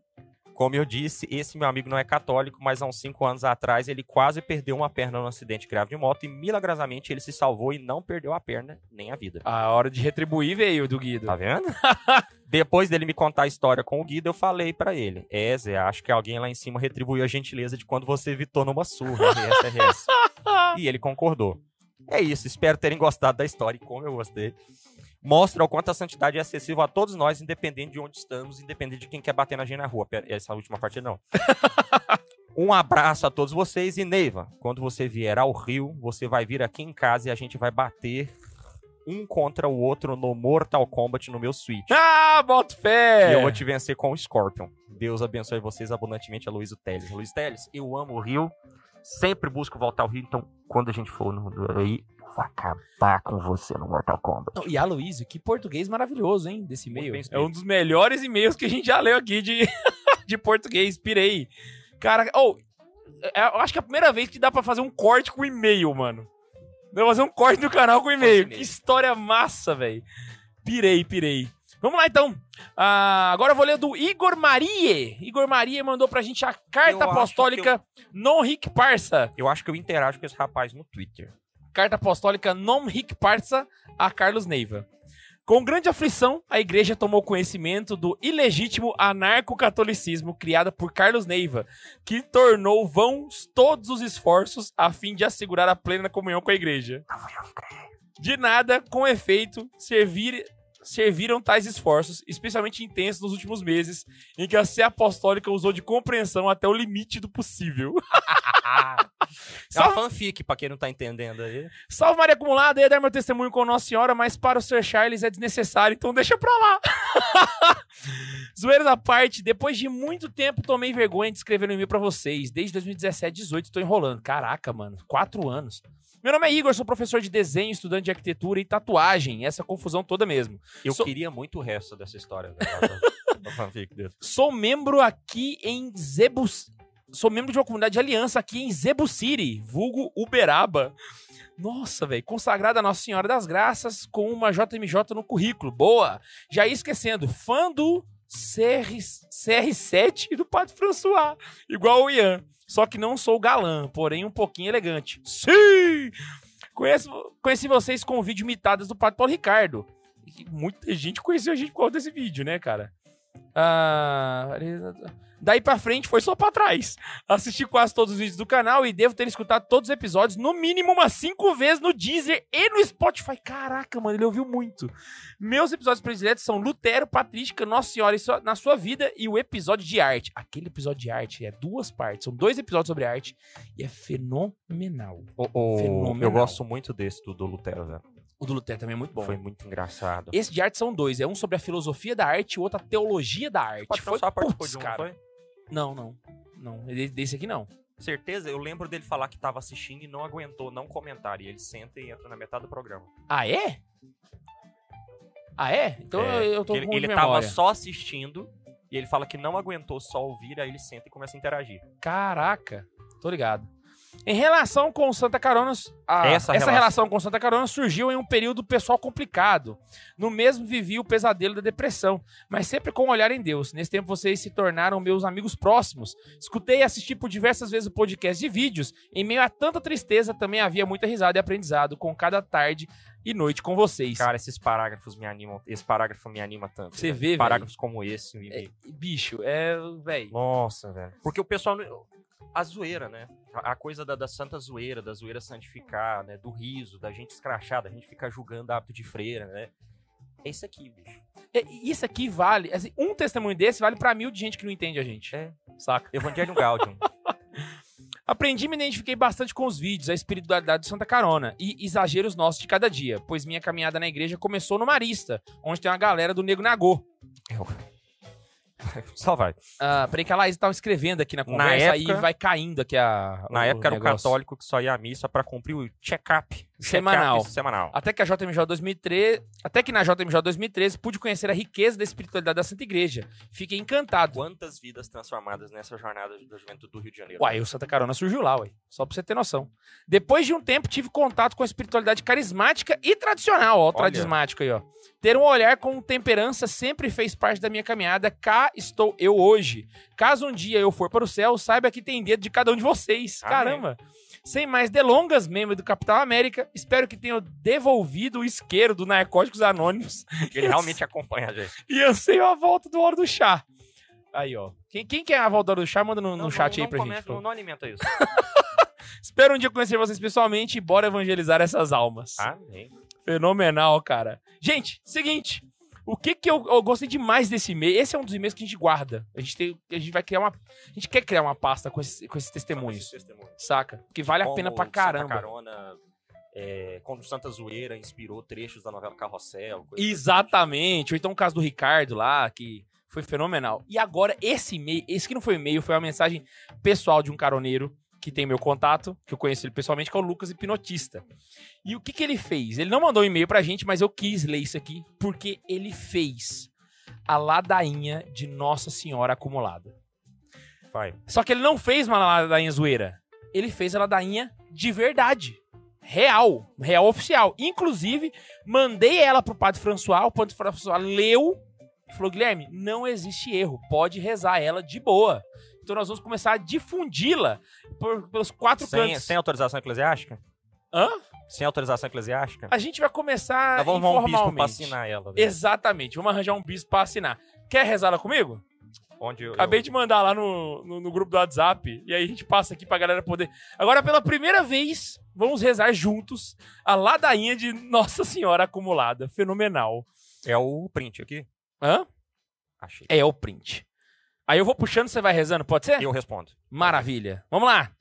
Como eu disse, esse meu amigo não é católico, mas há uns 5 anos atrás ele quase perdeu uma perna num acidente grave de moto e milagrosamente ele se salvou e não perdeu a perna nem a vida.
A hora de retribuir veio do Guido.
Tá vendo? Depois dele me contar a história com o Guido, eu falei pra ele: É, Zé, acho que alguém lá em cima retribuiu a gentileza de quando você evitou numa surra. né? RSRS. e ele concordou. É isso, espero terem gostado da história e como eu gostei. Mostra o quanto a santidade é acessível a todos nós, independente de onde estamos, independente de quem quer bater na gente na rua. Pera, essa última parte não. um abraço a todos vocês e Neiva, quando você vier ao Rio, você vai vir aqui em casa e a gente vai bater um contra o outro no Mortal Kombat no meu Switch.
Ah, boto
E
fé.
eu vou te vencer com o Scorpion. Deus abençoe vocês abundantemente, Aloysio Teles. Luiz Teles, eu amo o Rio. Sempre busco voltar ao Rio, então quando a gente for no, aí, eu vou acabar com você no Mortal Kombat.
Não, e Aloysio, que português maravilhoso, hein, desse
Muito
e-mail.
bem
É
escrito.
um dos melhores e-mails que a gente já leu aqui de, de português, pirei. Cara, ou eu acho que é a primeira vez que dá pra fazer um corte com e-mail, mano. Dá pra fazer um corte no canal com e-mail.
e-mail.
Que história massa, velho. Pirei, pirei. Vamos lá, então. Ah, agora eu vou ler do Igor Marie. Igor Marie mandou pra gente a
Eu
carta
acho
apostólica non hic parsa
Eu acho que eu interajo com esse rapaz no Twitter.
carta apostólica non hic parsa a Carlos Neiva. Com grande aflição, a igreja tomou conhecimento do ilegítimo anarcocatolicismo criado por Carlos Neiva, que tornou vãos todos os esforços a fim de assegurar a plena comunhão com a igreja. De nada, com efeito, servir serviram tais esforços, especialmente intensos nos últimos meses, em que a Sé Apostólica usou de compreensão até o limite do possível.
É uma
salve,
fanfic, pra quem não tá entendendo aí.
salve Maria Acumulada, ia dar meu testemunho com Nossa Senhora, mas para o Sir Charles é desnecessário, então deixa pra lá. Zoeiras à parte, depois de muito tempo tomei vergonha de escrever um e-mail pra vocês. Desde 2017, 18 tô enrolando. Caraca, mano, quatro anos. Meu nome é Igor, sou professor de desenho, estudante de arquitetura e tatuagem. Essa confusão toda mesmo.
Eu
Sou-
queria muito o resto dessa história. da- da fanfic dele.
Sou membro aqui em Zebus. Sou membro de uma comunidade de aliança aqui em Zebu City, vulgo Uberaba. Nossa, velho. Consagrada a Nossa Senhora das Graças com uma JMJ no currículo. Boa. Já ia esquecendo. Fã do CR, CR7 e do Padre François. Igual o Ian. Só que não sou galã, porém um pouquinho elegante. Sim! Conheço, conheci vocês com o vídeo Mitadas do Padre Paulo Ricardo. E muita gente conheceu a gente por causa desse vídeo, né, cara? Ah, daí pra frente foi só pra trás. Assisti quase todos os vídeos do canal e devo ter escutado todos os episódios, no mínimo umas cinco vezes no Deezer e no Spotify. Caraca, mano, ele ouviu muito. Meus episódios prediletos são Lutero, Patrística, Nossa Senhora e Sua- na Sua Vida e o episódio de arte. Aquele episódio de arte é duas partes, são dois episódios sobre arte e é fenomenal.
O- o-
Fenomenal.
eu gosto muito desse do, do Lutero, velho.
O do Lutero também é muito bom.
Foi muito engraçado.
Esse de arte são dois, é um sobre a filosofia da arte e o outro a teologia da arte.
Pode
foi,
foi, só participou
putz,
de um,
cara.
foi?
Não, não. Não, de- desse aqui não.
Certeza, eu lembro dele falar que tava assistindo e não aguentou não comentar. E ele senta e entra na metade do programa.
Ah, é? Ah, é? Então
É,
eu eu tô
que ele,
com
ele
memória.
tava só assistindo e ele fala que não aguentou só ouvir, aí ele senta e começa a interagir.
Caraca, tô ligado. Em relação com o Santa Carona, a- essa,
Essa
relação.
relação.
com o Santa Carona surgiu em um período pessoal complicado. No mesmo vivi o pesadelo da depressão, mas sempre com um olhar em Deus. Nesse tempo vocês se tornaram meus amigos próximos. Escutei e assisti por diversas vezes o podcast de vídeos. Em meio a tanta tristeza, também havia muita risada e aprendizado com cada tarde e noite com vocês.
Cara, esses parágrafos me animam. Esse parágrafo me anima tanto.
Você
velho.
vê, velho.
Parágrafos como esse. me-
É, bicho, é, velho.
Nossa, velho. Porque o pessoal. não- A zoeira, né? A a coisa da, da santa zoeira, da zoeira santificar, né? Do riso, da gente escrachar, da gente ficar julgando hábito de freira, né? É isso aqui, bicho.
É, e Isso aqui vale. assim, um testemunho desse vale pra mil de gente que não entende a gente.
É.
Saca?
Evangelho Gaudium.
Aprendi e me identifiquei bastante com os vídeos, a espiritualidade do Santa Carona e exageros nossos de cada dia, pois minha caminhada na igreja começou no Marista, onde tem uma galera do Nego Nagô.
Só vai.
Ah, peraí que a Laís tava escrevendo aqui na
Na
conversa
época-
aí vai caindo aqui a.
Na
o
época era um
negócio.
católico que só ia à missa pra cumprir o check-up. Check-up
Semanal.
semanal.
Até que a JMJ 2013, até que na JMJ 2013 pude conhecer a riqueza da espiritualidade da Santa Igreja. Fiquei encantado.
Quantas vidas transformadas nessa jornada da juventude do Rio de Janeiro?
Uai, o Santa Carona surgiu lá, uai. Só pra você ter noção. Depois de um tempo, tive contato com a espiritualidade carismática e tradicional, ó, tradismático aí, ó. Ter um olhar com temperança sempre fez parte da minha caminhada. Cá estou eu hoje. Caso um dia eu for para o céu, saiba que tem dedo de cada um de vocês.
Amém.
Caramba! Sem mais delongas, membro do Capital América, espero que tenham devolvido o isqueiro do Narcóticos Anônimos
Ele realmente acompanha a gente.
e anseio a volta do Hora do Chá. Aí, ó. Quem, quem quer a volta do Hora do Chá, manda no, no chat aí pra gente. por favor.
Não, alimenta isso.
Espero um dia conhecer vocês pessoalmente e bora evangelizar essas almas.
Amém.
Fenomenal, cara. Gente, seguinte. O que que eu, eu gostei demais desse e-mail? Esse é um dos e-mails que a gente guarda. A gente, tem, a gente vai criar uma... A gente quer criar uma pasta com esses, com esses testemunhos, saca? Que vale a pena pra caramba.
Santa Carona, é, quando Santa Zoeira inspirou trechos da novela Carrossel. coisa- assim.
Exatamente. Ou então o caso do Ricardo lá, que foi fenomenal. E agora, esse e-mail, esse que não foi e-mail, foi uma mensagem pessoal de um caroneiro que tem meu contato, que eu conheço ele pessoalmente, que é o Lucas Hipnotista. E o que, que ele fez? Ele não mandou um e-mail pra gente, mas eu quis ler isso aqui, porque ele fez a ladainha de Nossa Senhora acumulada.
assim. Vai.
Só que ele não fez uma ladainha zoeira. Ele fez a ladainha de verdade. Real. Real oficial. Inclusive, mandei ela pro Padre François. O Padre François leu e falou: Guilherme, não existe erro. Pode rezar ela de boa. Então nós vamos começar a difundi-la por- pelos quatro
Sem,
cantos.
sem autorização eclesiástica?
Hã?
Sem autorização eclesiástica?
A gente vai começar
Nós vamos arrumar um bispo pra
Ah, informalmente.
assinar ela. né?
Exatamente. Vamos arranjar um bispo pra assinar. Quer rezar ela comigo?
Onde eu,
Acabei
eu-
de mandar lá no, no, no grupo do WhatsApp. E aí a gente passa aqui pra galera poder. Agora, pela primeira vez, vamos rezar juntos a ladainha de Nossa Senhora acumulada. Fenomenal.
É o print aqui.
Hã?
Achei.
É, é o print. Aí eu vou puxando, você vai rezando, pode ser?
Eu respondo.
Maravilha. Vamos lá.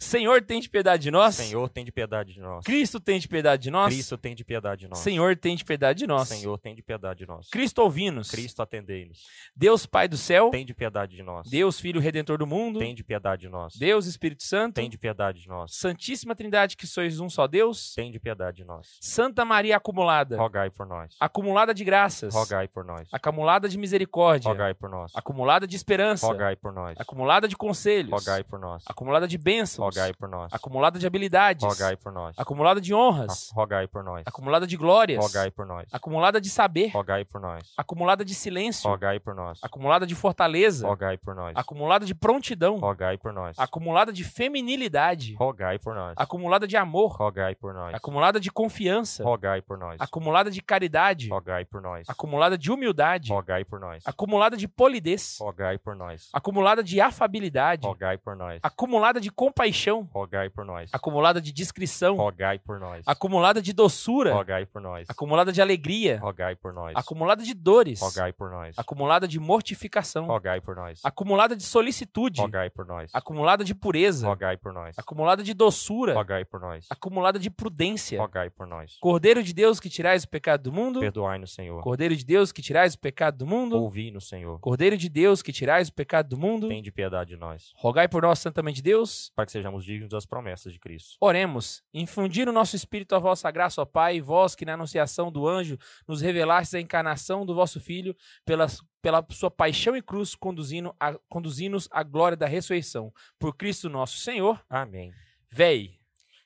Senhor, tem de piedade de nós.
Senhor, tem de piedade de nós.
Cristo tem de piedade de nós.
Cristo, tem de piedade de nós.
Senhor, tem de piedade de nós.
Senhor, tem de piedade de nós.
Cristo ouvindo-nos.
Cristo, atendei-nos.
Deus Pai do céu.
Tem de piedade de nós.
Deus Filho Redentor do mundo.
Tem de piedade de nós.
Deus Espírito Santo.
Tem de piedade de nós.
Santíssima Trindade que sois um só Deus.
Tem de piedade de nós.
Santa Maria acumulada.
Rogai por nós.
Acumulada de graças.
Rogai por nós.
Acumulada de misericórdia.
Rogai por nós.
Acumulada de esperança.
Rogai por nós.
Acumulada de conselhos.
Rogai por nós.
Acumulada de bênçãos.
Rogai por nós.
Acumulada de habilidades.
Rogai por nós.
Acumulada de honras.
A- Rogai por nós.
Acumulada de glórias.
Rogai por nós.
Acumulada de saber.
Rogai por nós.
Acumulada de silêncio.
Rogai por nós.
Acumulada de fortaleza.
Rogai por nós.
Acumulada de prontidão.
Rogai por nós.
Acumulada de feminilidade.
Rogai por nós.
Acumulada de amor.
Rogai por nós.
Acumulada de confiança.
Rogai por nós.
Acumulada de caridade.
Rogai por nós.
Acumulada de humildade.
Rogai por nós.
Acumulada de polidez.
Rogai por nós.
Acumulada de afabilidade.
Rogai por nós.
Acumulada de compaixão.
Rogai por nós.
Acumulada de discrição.
Rogai por nós.
Acumulada de doçura.
Rogai por nós.
Acumulada de alegria.
Rogai por nós.
Acumulada de dores.
Rogai por nós.
Acumulada de mortificação.
Rogai por nós.
Acumulada de solicitude.
Rogai por nós.
Acumulada de pureza.
Rogai por nós.
Acumulada de doçura.
Rogai por nós.
Acumulada de prudência.
Rogai por nós.
Cordeiro de Deus que tirais o pecado do mundo.
Perdoai-nos, Senhor.
Cordeiro de Deus que tirais o pecado do mundo.
Ouvi-nos, Senhor.
Cordeiro de Deus que tirais o pecado do mundo.
Tem de piedade de nós,
Rogai por nós, Santa Mãe de Deus.
para que sejamos dignos das promessas de Cristo.
Oremos, infundir no nosso espírito a vossa graça, ó Pai, vós que na anunciação do anjo nos revelastes a encarnação do vosso Filho, pela, pela sua paixão e cruz, conduzindo a- conduzindo-nos à glória da ressurreição. Por Cristo nosso Senhor.
Amém.
Véi,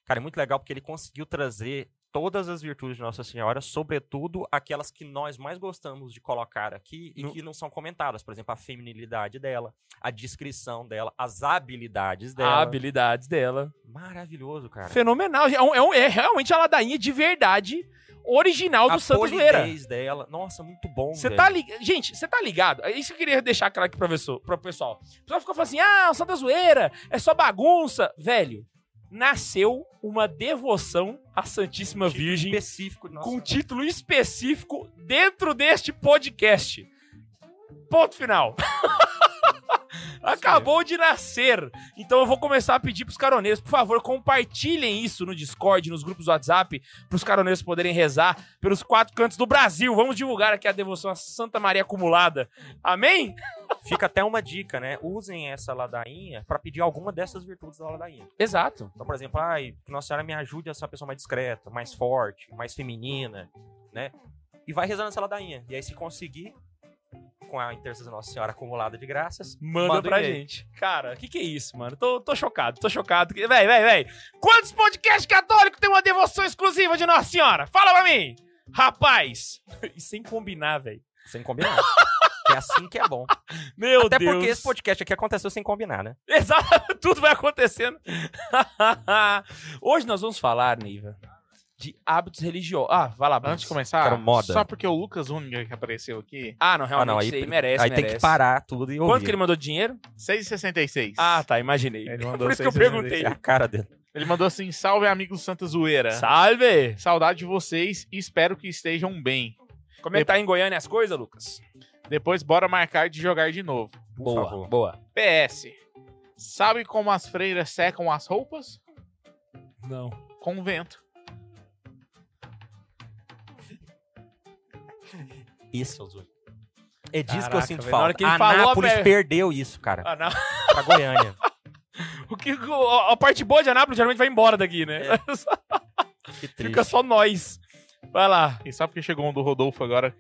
Cara, é muito legal porque ele conseguiu trazer todas as virtudes de Nossa Senhora, sobretudo aquelas que nós mais gostamos de colocar aqui e
No-
que não são comentadas. Por exemplo, a feminilidade dela, a discrição dela, as habilidades
a
dela.
habilidade dela.
Maravilhoso, cara.
Fenomenal. É, um- é um- é realmente a ladainha de verdade original do
a
Santa Zoeira.
polidez dela. Nossa, muito bom,
Você
velho.
tá ligado. Gente, você tá ligado? É Isso que eu queria deixar claro aqui pro, professor, pro pessoal. O pessoal ficou falando assim: ah, o Santa Zoeira, é só bagunça. Velho, nasceu uma devoção à Santíssima
Título
Virgem
específico de Nossa
com um título específico dentro deste podcast. Ponto final. Acabou de nascer. Então eu vou começar a pedir pros caroneiros, por favor, compartilhem isso no Discord, nos grupos do WhatsApp, pros caroneiros poderem rezar pelos quatro cantos do Brasil. Vamos divulgar aqui a devoção à Santa Maria acumulada. Amém?
Fica até uma dica, né? Usem essa ladainha pra pedir alguma dessas virtudes da ladainha.
Exato.
Então, por exemplo, ai, que Nossa Senhora me ajude a ser uma pessoa mais discreta, mais forte, mais feminina, né? E vai rezando essa ladainha. E aí, se conseguir, com a intercessão da Nossa Senhora acumulada de graças,
Manda,
Manda um
pra
e-mail.
gente. Cara, o que, que é isso, mano? Tô, tô chocado, tô chocado. Véi, véi, véi. Quantos podcasts católicos têm uma devoção exclusiva de Nossa Senhora? Fala pra mim! Rapaz! E sem combinar, velho.
sem combinar. é assim que é bom.
Meu
Até
Deus.
porque esse podcast aqui aconteceu sem combinar, né?
Exato, tudo vai acontecendo. Hoje nós vamos falar, Neiva, de hábitos religiosos. Ah, vai lá, Bruno.
Antes de começar,
Cara, moda.
só porque o Lucas Unger que apareceu aqui,
Ah, não, realmente,
ah, não, aí,
isso aí merece,
aí tem
merece.
que parar tudo e ouvir.
Quanto que ele mandou de dinheiro?
6,66.
Ah, tá, imaginei.
Ele mandou
Por isso que eu
6,66.
perguntei.
É a cara dele.
Ele mandou assim: salve, amigos do Santa Zoeira.
Salve!
Saudade de vocês e espero que estejam bem.
Como é que tá em Goiânia as coisas, Lucas?
Depois, bora marcar de jogar de novo.
Por
boa,
favor.
boa.
PS. Sabe como as freiras secam as roupas?
Não.
Com o vento.
Isso, é o Zui. É disso que eu
Caraca,
sinto
velho, na
falta.
hora que ele
a
falou,
Anápolis
velho.
perdeu isso, cara,
Ah, não.
pra Goiânia.
O que, o- a parte boa de Anápolis geralmente vai embora daqui, né?
É, Que triste.
Fica só nós. Vai lá.
E sabe que chegou um do Rodolfo agora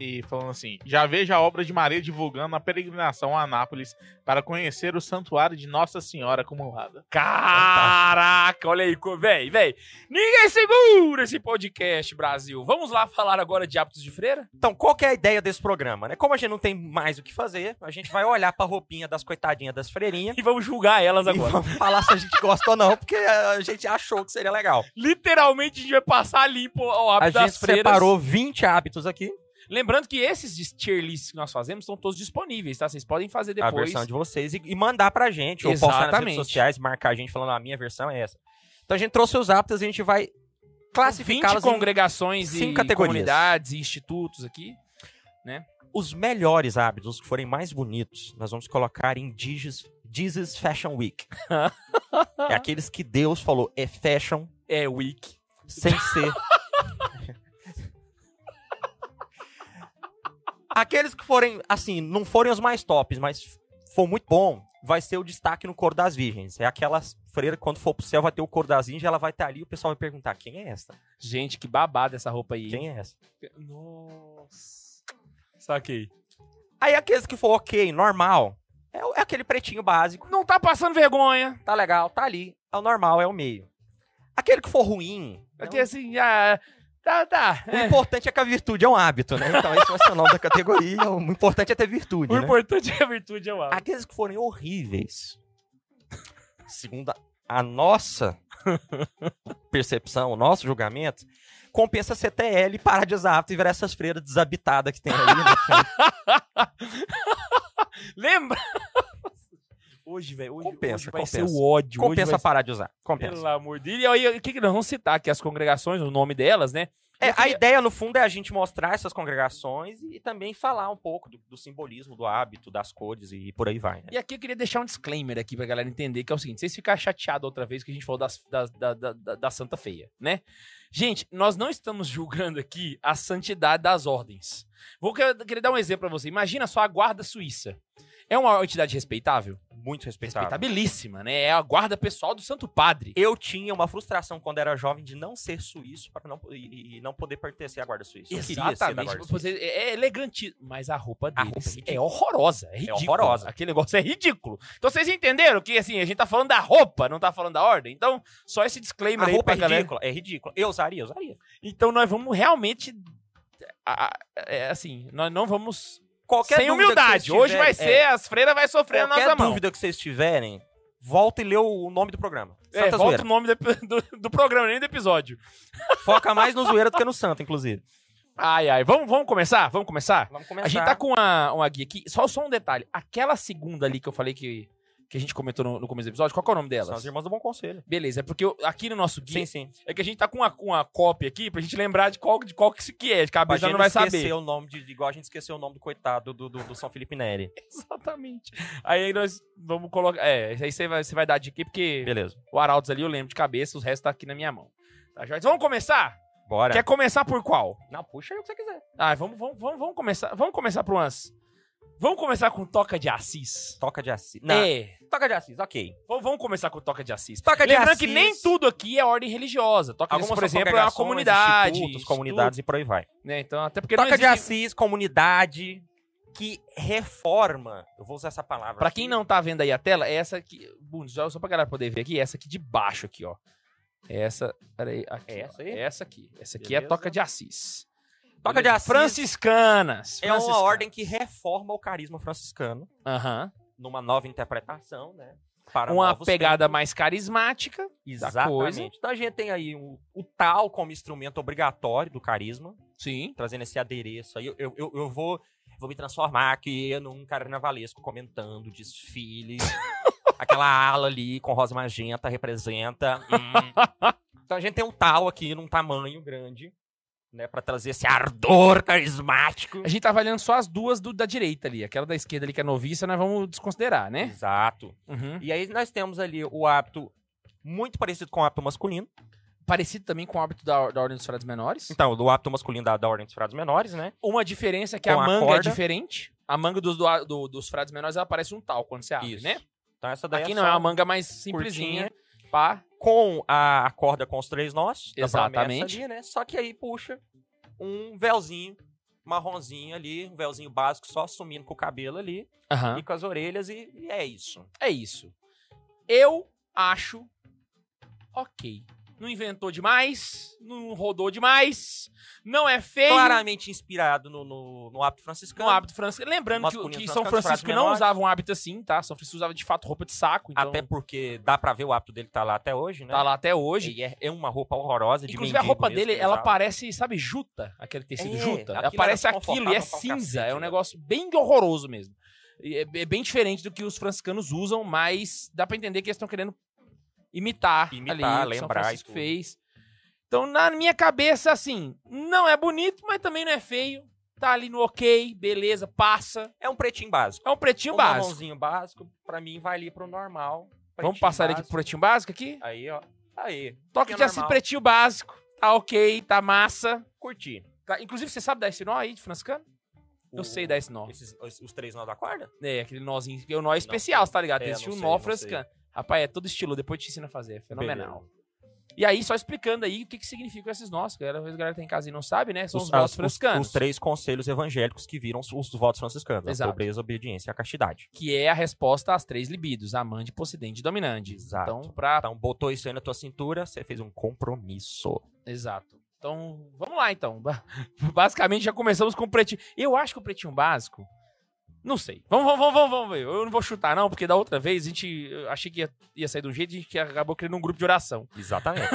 e falando assim: já vejo a obra de Maria divulgando a peregrinação a Anápolis para conhecer o santuário de Nossa Senhora acumulada.
Caraca, olha aí, co- véi, véi. Ninguém segura esse podcast, Brasil. Vamos lá falar agora de hábitos de freira?
Então, qual que é a ideia desse programa, né? Como a gente não tem mais o que fazer, a gente vai olhar pra roupinha das coitadinhas das freirinhas
E vamos julgar elas
e
agora.
vamos falar se a gente gosta ou não, porque a gente achou que seria legal.
Literalmente a gente vai passar limpo o
A
hábito
gente
das freiras.
separou 20 hábitos aqui.
Lembrando que esses de tier lists que nós fazemos estão todos disponíveis, tá? Vocês podem fazer
A
depois.
versão de vocês e, e mandar pra gente, ou postar nas
Exatamente.
redes sociais, marcar a gente falando, "Ah, a minha versão é essa. Então a gente trouxe os hábitos e a gente vai
20
classificá-las em
congregações e
cinco categorias.
comunidades e institutos aqui.
os melhores hábitos, os que forem mais bonitos, nós vamos colocar em Jesus, Jesus Fashion Week. é aqueles que Deus falou, é fashion
É, week.
sem ser. Aqueles que forem, assim, não forem os mais tops, mas for muito bom, vai ser o destaque no Coro das Virgens. É aquela freira que quando for pro céu vai ter o Coro das Virgens, ela vai estar ali e o pessoal vai perguntar, quem é essa?
Gente, que babada essa roupa aí.
Quem é essa?
Nossa. Saquei.
Aí aqueles que for ok, normal, é, o- é aquele pretinho básico,
Não tá passando vergonha.
tá legal, tá ali, é o normal, é o meio. Aquele que for ruim,
É
não-
que assim, ah, tá, tá.
o
é.
importante é que a virtude é um hábito, né? Então esse vai ser o nome da categoria, o importante é ter virtude,
O
né?
importante é a virtude, eu acho.
Aqueles que forem horríveis, segundo a- a nossa percepção, o nosso julgamento, compensa ser TL e parar de usar hábito e virar essas freiras desabitadas que tem aí. Né?
Lembra? Hoje, velho, hoje,
Compensa,
hoje vai
compensa.
ser o ódio. hoje
compensa
vai ser-
parar de usar. Compensa.
Pelo amor de Deus. E aí, o que, que nós vamos citar aqui? As congregações, o nome delas, né?
É,
Eu
a
queria-
ideia, no fundo, é a gente mostrar essas congregações e também falar um pouco do, do simbolismo, do hábito, das cores e por aí vai. Né?
E aqui eu queria deixar um disclaimer aqui pra galera entender, que é o seguinte: vocês ficaram chateados outra vez que a gente falou das- da, da, da, da- da Santa Feia, né? Gente, nós não estamos julgando aqui a santidade das ordens. Vou que- querer dar um exemplo pra você. Imagina só a Guarda Suíça. É uma entidade respeitável?
Muito respeitável.
Respeitabilíssima, né? É a guarda pessoal do Santo Padre.
Eu tinha uma frustração quando era jovem de não ser suíço pra não, e, e não poder pertencer à Guarda Suíça. Eu queria ser da
Exatamente.
Guarda Suíça.
Você- é é elegante, mas a roupa
A roupa é
deles é,
ridícula.
horrorosa. É, ridícula.
horrorosa.
Aquele negócio é ridículo. Então vocês entenderam que assim, a gente tá falando da roupa, não tá falando da ordem? Então, só esse disclaimer
A
aí
roupa
pra
é
galera.
ridícula, é ridícula. Eu usaria, eu usaria.
Então nós vamos realmente a- a- é, assim, nós não vamos
Qualquer
sem
dúvida que
humildade.
vocês
Hoje vai ser
tiverem- é,
as freiras vai sofrer a
qualquer
nossa mão.
dúvida que vocês tiverem, volta e lê o o nome do programa.
É,
Santa
volta
tá Zoeira.
o nome do, do- do programa, nem do episódio.
Foca mais no Zoeira do que no Santa, inclusive.
Ai, ai. Vamos, vamos começar? Vamos começar?
Vamos começar.
A gente tá com uma, uma guia aqui. Só, só um detalhe. Aquela segunda ali que eu falei que, que a gente comentou no, no começo do episódio, qual que é o nome
São
delas?
as irmãs do Bom Conselho.
Beleza, é porque eu- aqui no nosso guia
Sim, sim.
é que a gente tá com uma, uma cópia aqui pra gente lembrar de qual, de qual que, se- que é. De
Pra
cabeça
gente
não vai
esquecer
saber.
o nome de. Igual a gente esqueceu o nome do coitado do, do, do São Felipe Neri.
Exatamente. Aí nós vamos colocar. É, isso aí você vai, você vai dar dica aqui, porque
Beleza.
o Arautos ali eu lembro de cabeça, os restos tá aqui na minha mão. Tá, joia? Então Vamos começar?
Bora.
Quer começar por qual?
Não, puxa aí o que você quiser.
Ah, vamos, vamos, vamos, vamos começar. Vamos começar por umas. Vamos começar com Toca de Assis.
Toca de Assis. Não.
É.
Toca de Assis, ok.
Vamos vamos começar com Toca de Assis.
Toca de
Lembrando
Assis.
que nem tudo aqui é ordem religiosa. Toca de Assis,
Algumas
por
são
exemplo, é uma
congregações,
comunidade.
institutos,
instituto,
comunidades e por aí vai.
né? Então, até porque não
Toca de
existe...
Assis, comunidade que reforma. Eu vou usar essa palavra.
Pra
aqui.
quem não tá vendo aí a tela, é essa aqui... Bom, só só pra galera poder ver aqui, é essa aqui de baixo aqui, ó. É Essa... Peraí, aqui,
É
ó.
essa aí?
É Essa aqui. Essa aqui é
Beleza.
a Toca de Assis.
Toca de
Beleza?
Assis
Franciscanas.
é uma
franciscanas.
ordem que reforma o carisma franciscano
Aham.
numa nova interpretação, né? Para
Uma
novos
pegada mais carismática.
tempos.
da
Exatamente.
coisa.
Então a gente tem aí o, o tal como instrumento obrigatório do carisma,
Sim.
trazendo esse adereço aí. Eu, eu, eu- eu vou, vou me transformar aqui num carnavalesco comentando desfile. Aquela ala ali com rosa magenta representa. hum. Então a gente tem um tal aqui num tamanho grande, né? Pra trazer esse ardor carismático.
A gente tá avaliando só as duas do- da direita ali. Aquela da esquerda ali que é noviça, nós vamos desconsiderar, né?
Exato.
Uhum.
E aí nós temos ali o hábito muito parecido com o hábito masculino.
Parecido também com o hábito da, da Ordem dos Frades Menores.
Então, do hábito masculino da, da ordem dos frades menores, né?
Uma diferença é que
Com
a
a
manga é
corda.
diferente. A manga dos, do- do- dos frades menores, ela parece um tal quando você abre, né?
Então essa daí
Aqui
é
não,
só
é uma manga mais simplesinha.
curtinha.
Pá.
com a, a corda com os três nós. da promessa
Exatamente.
ali, né? Só que aí puxa um véuzinho marronzinho ali, um véuzinho básico só sumindo com o cabelo ali
Aham.
e com as orelhas e, e é isso.
É isso. Eu acho ok. Não inventou demais, não rodou demais, não é feio.
Claramente inspirado no, no, no hábito franciscano.
Um hábito francisco. Lembrando que,
Masculino
que São
franciscano,
Francisco
frades
não
menores.
usava um hábito assim, tá? São Francisco usava de fato roupa de saco, então
Até porque dá pra ver o hábito dele tá lá até hoje, né?
tá lá até hoje.
E é, é uma roupa horrorosa de
Inclusive, a
mendigo
roupa
mesmo
dele,
que
ela
usava.
parece, sabe, juta, aquele tecido
É,
juta. Ela
aquilo
parece
era
aquilo e é
desconfortável pra um
cinza.
cacete,
É um
né?
negócio bem horroroso mesmo. E É é bem diferente do que os franciscanos usam, mas dá pra entender que eles estão querendo imitar,
Imitar,
ali, o que São
lembrar e
Francisco
tudo.
fez. Então, na minha cabeça, assim, não é bonito, mas também não é feio. Tá ali no ok, beleza, passa.
É um pretinho básico.
É um pretinho
um
básico.
marronzinho básico, pra mim, vai ali pro normal.
Vamos
Pretinho
passar aqui pro
básico.
pretinho básico aqui?
Aí, ó. Aí.
Toque de
é normal.
assis pretinho básico. Tá ok, tá massa.
Curti.
Tá- Inclusive, você sabe dar esse nó aí de franciscano? Eu
O-
sei dar esse nó.
Esses, os, os três nós da corda?
É, aquele nózinho, que é o nó especial, tá ligado?
é,
Tem
não
esse
sei,
nó
não
franciscano. Rapaz, é todo estilo, depois eu te ensino a fazer, é fenomenal.
Beleza.
E aí, só explicando aí o que, que significam esses nós, que às vezes a galera tá em casa e não sabe, né? São os,
Os, as-
nós
os-
franciscanos,
os três conselhos evangélicos que viram os, os votos franciscanos.
Exato.
A pobreza, a obediência e a castidade.
que é a resposta às três libidos, amante, possidente e dominante.
Exato.
Então, pra...
Então, botou isso aí na tua cintura, você fez um compromisso.
Exato. Então, vamos lá, então. Ba- Basicamente, já começamos com o pretinho. Eu acho que o pretinho básico... Não sei. Vamos, vamos, vamos, vamos, vamos ver. Eu não vou chutar, não, porque da outra vez a gente... Eu achei que ia, ia sair de um jeito e a gente acabou criando um grupo de oração.
Exatamente.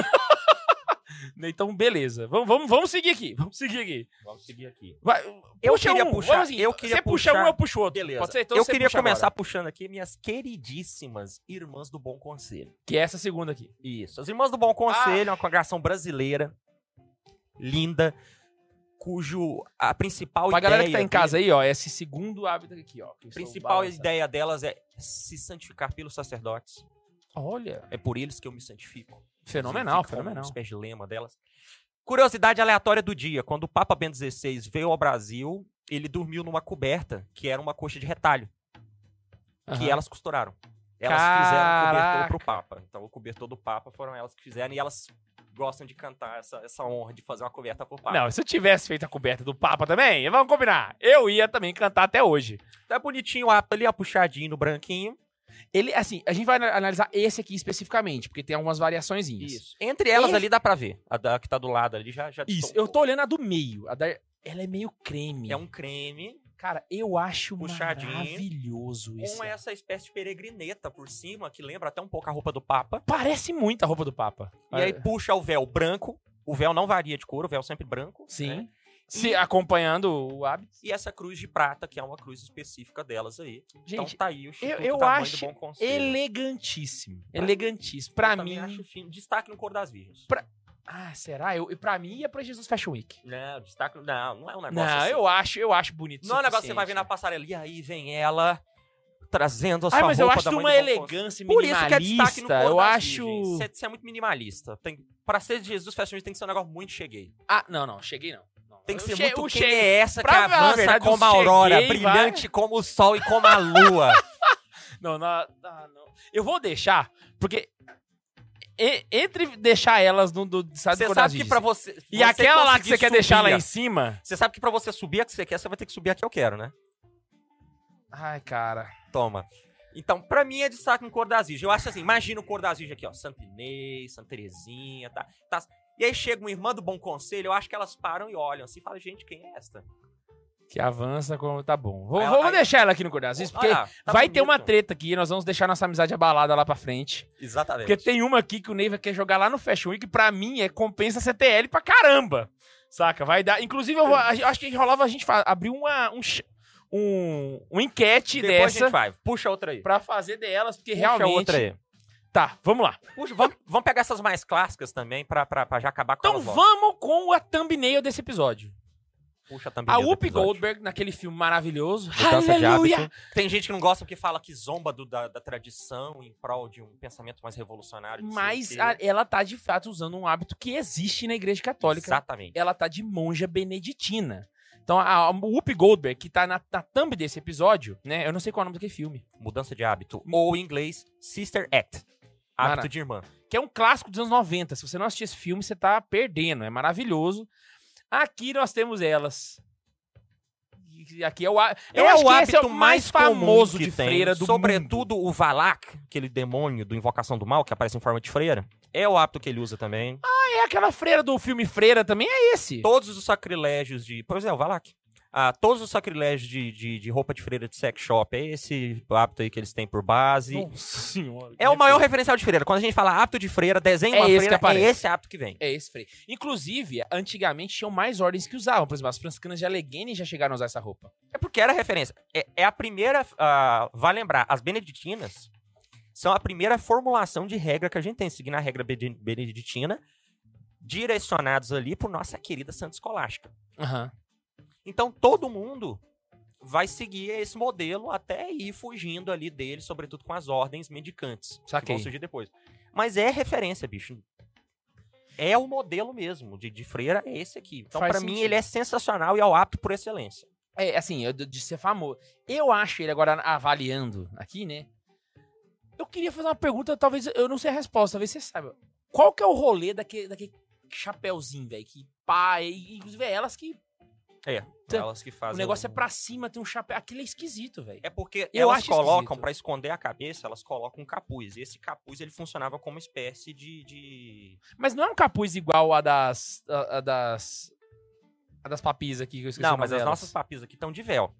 Né, Então, beleza. Vamos, vamos, vamos seguir aqui. Vamos seguir aqui.
Vamos seguir aqui.
Vai,
Eu
puxa
queria
um,
puxar-
vamos
eu queria
você puxa
puxar-
um, eu puxo outro.
Beleza.
Pode ser? Então
eu
você
queria
puxa
começar
agora.
puxando aqui minhas queridíssimas irmãs do Bom Conselho.
Que é essa segunda aqui.
Isso. As irmãs do Bom
Ah!
Conselho, é uma congregação brasileira, linda, cujo a principal
Pra
ideia.
galera que tá em
de-
casa aí, tá? ó, esse segundo hábito aqui, ó. que eu
A
sou
principal
balança.
ideia delas é se santificar pelos sacerdotes.
Olha,
É por eles que eu me santifico.
fenomenal,
Fica como uma
fenomenal.
espécie de lema delas. Curiosidade aleatória do dia. Quando o Papa Bento XVI veio ao Brasil, ele dormiu numa coberta que era uma coxa de retalho. que
Aham.
elas costuraram. Elas fizeram o cobertor pro Papa. Então, o cobertor do Papa foram elas que fizeram e elas gostam de cantar essa, essa honra de fazer uma coberta pro Papa.
Não, se eu tivesse feito a coberta do Papa também, vamos combinar. Eu ia também cantar até hoje.
Tá bonitinho o ato ali, ó, puxadinho no branquinho.
Ele, assim, a gente vai ana- analisar esse aqui especificamente, porque tem algumas variaçõezinhas.
Entre elas
Esse-
ali dá pra ver. A da, que tá do lado ali já, já
Isso,
destou um
eu tô olhando a do meio. A da, ela é meio creme.
pouco. É um creme
Cara, eu acho
Puxadinho.
maravilhoso isso.
com é essa espécie de peregrineta por cima, que lembra até um pouco a roupa do Papa.
Parece muito a roupa do Papa. É,
E aí puxa o véu branco. O véu não varia de cor, o véu sempre branco.
Sim.
né?
Se acompanhando o hábito.
E essa cruz de prata, que é uma cruz específica delas aí. então
Gente,
tá aí o Instituto
eu
Tamanho
acho
do Bom Conselho.
elegantíssimo. Elegantíssimo. Pra
Eu
mim.
também acho fino. Destaque no Cor das Virgens.
Ah, será? Eu, pra mim ia pra Jesus Fashion Week.
Não, Né? destaque. Não, não é um negócio.
Não,
assim.
eu acho, eu acho bonito. o
Não é um negócio que você
suficiente.
vai ver na passarela. E aí vem ela trazendo a sua
Ah, mas eu
roupa
acho
da
de
mãe
uma
do Bom Conselho.
elegância
Por isso que é destaque no
minimalista.
Cor
Eu
das
acho.
Virgens. Você- Você é muito minimalista. Tem... Pra ser de Jesus Fashion Week tem que ser um negócio muito cheguei.
Ah, não, não, cheguei não. Não,
Tem que
eu
ser
che- eu
muito quem
cheguei.
é essa
Pra
que
falar a
avança
verdade, eu
como a aurora,
cheguei,
brilhante como o sol e como a lua.
Não, não, não, não. Eu vou deixar, porque e- entre deixar elas no do sabe,
você
quando
sabe
as
que
dizem.
pra você.
E aquela lá que
conseguir
você quer
subir
deixar lá
a-
em cima?
Você sabe que pra você subir a que você quer, você vai ter que subir a que eu quero, né?
Ai, cara.
Toma. Então, pra mim é destaque no Cor das Virgens. Eu acho assim, imagina o Cor das Virgens aqui, ó. Santo Inês, Santa Terezinha, tá, tá. E aí chega uma irmã do Bom Conselho, eu acho que elas param e olham assim e falam, gente, quem é esta?
Que avança como tá bom. Vou,
Aí,
vou- vou
aí-
deixar ela aqui no Cordazis, porque
Olha lá, tá
vai
bonito.
ter uma treta aqui, nós vamos deixar nossa amizade abalada lá pra frente.
Exatamente.
Porque tem uma aqui que o Neiva quer jogar lá no Fashion Week, pra mim é compensa CTL pra caramba. Saca? Vai dar. Inclusive, eu vou- a gente- acho que rolava a gente fa- abrir uma, um, ch- um, uma enquete
Depois a
dessa
gente vai. Puxa outra aí.
pra fazer delas, porque
Puxa
realmente.
outra aí.
Tá, vamos lá.
Puxa, vamos, vamos pegar essas mais clássicas também pra, pra, pra já acabar com
Então
elas logo.
vamos com a thumbnail desse episódio.
Puxa também.
A
do
Whoopi
episódio.
Goldberg naquele filme maravilhoso.
Mudança de
Hallelujah!
hábito. Tem gente que não gosta porque fala que zomba do- da, da tradição em prol de um pensamento mais revolucionário. não sei o
Mas
quê.
a- ela tá de fato usando um hábito que existe na Igreja Católica.
Exatamente.
Ela tá de monja beneditina. Então a, a Whoopi Goldberg, que tá na, na thumb desse episódio, né? Eu não sei qual é o nome daquele filme.
Mudança de hábito. Ou em inglês, Sister Act. Hábito
Mara.
de irmã.
Que é um clássico dos anos 90. Se você não assistir esse filme, você tá perdendo. É maravilhoso. Aqui nós temos elas. E Aqui é o, há- eu acho que esse é o mais famoso de freira do mundo.
Sobretudo o Valak, aquele demônio do Invocação do Mal, que aparece em forma de freira. É o hábito que ele usa também.
É aquela freira do filme Freira também, é esse.
Todos os sacrilégios de... Pois é, o Valak. Ah, todos os sacrilégios de, de, de roupa de freira de sex shop. É esse hábito aí que eles têm por base.
Nossa senhora.
É o maior referencial de freira. Quando a gente fala hábito de freira, desenho
É
uma
esse que
freira, é
aparece.
esse hábito que vem.
É esse freio. Inclusive, antigamente tinham mais ordens que usavam. Por exemplo, as franciscanas de Allegheny já chegaram a usar essa roupa.
É porque era referência. É, é a primeira. ah, vai lembrar, as beneditinas são a primeira formulação de regra que a gente tem. Seguindo a regra bede- beneditina, direcionados ali por nossa querida Santa Escolástica.
Aham.
Então todo mundo vai seguir esse modelo até ir fugindo ali dele, sobretudo com as ordens mendicantes que
Saquei.
vão surgir depois. Mas é referência, bicho. É o modelo mesmo de, de freira, é esse aqui. Então,
Faz
pra mim,
sentido.
ele é sensacional e é o apto por excelência.
É, assim, eu- de, de ser famoso. Eu acho ele agora avaliando aqui, né? Eu queria fazer uma pergunta, talvez eu não sei a resposta, talvez você saiba. Qual que é o rolê daquele, daquele chapéuzinho, velho? Que pá, e, inclusive é elas que
É,
Então,
elas que
o
fazem.
negócio é pra cima, tem um chapéu. Aquilo é esquisito, velho.
É porque
Eu
elas
acho
colocam,
esquisito.
pra esconder a cabeça, elas colocam um capuz. E esse capuz, ele funcionava como espécie de. de-
Mas não é um capuz igual a das. A, a das. A das papis aqui que eu esqueci.
Não,
o nome
mas as
delas.
nossas papis aqui estão de véu.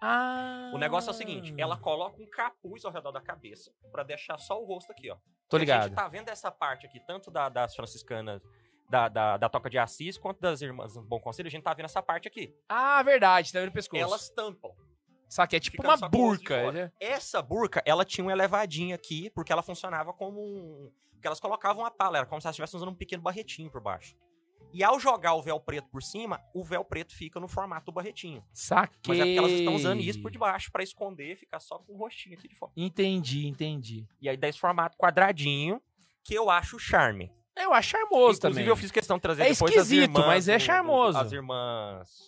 Ah.
O negócio é o seguinte: ela coloca um capuz ao redor da cabeça pra deixar só o rosto aqui, ó.
Tô
A
ligado.
gente tá vendo essa parte aqui, tanto da- das franciscanas. Da, da, da Toca de Assis, quanto das Irmãs do Bom Conselho, a gente tá vendo essa parte aqui.
Ah, verdade, tá vendo o pescoço.
Elas tampam.
Saca, é tipo
ficando
uma
só com o rosto de
burca.
fora.
né?
Essa burca, ela tinha um elevadinho aqui, porque ela funcionava como um. Porque elas colocavam a pala, era como se elas estivessem usando um pequeno barretinho por baixo. E ao jogar o véu preto por cima, o véu preto fica no formato do barretinho.
Saquei.
Mas é porque elas estão usando isso por debaixo pra esconder, ficar só com o rostinho aqui de fora.
Entendi, entendi.
E aí dá esse formato quadradinho, que eu acho charme.
Eu acho charmoso
Inclusive,
também.
eu fiz questão de trazer
É
depois
esquisito,
as irmãs
mas é
do- do-
charmoso.
As irmãs.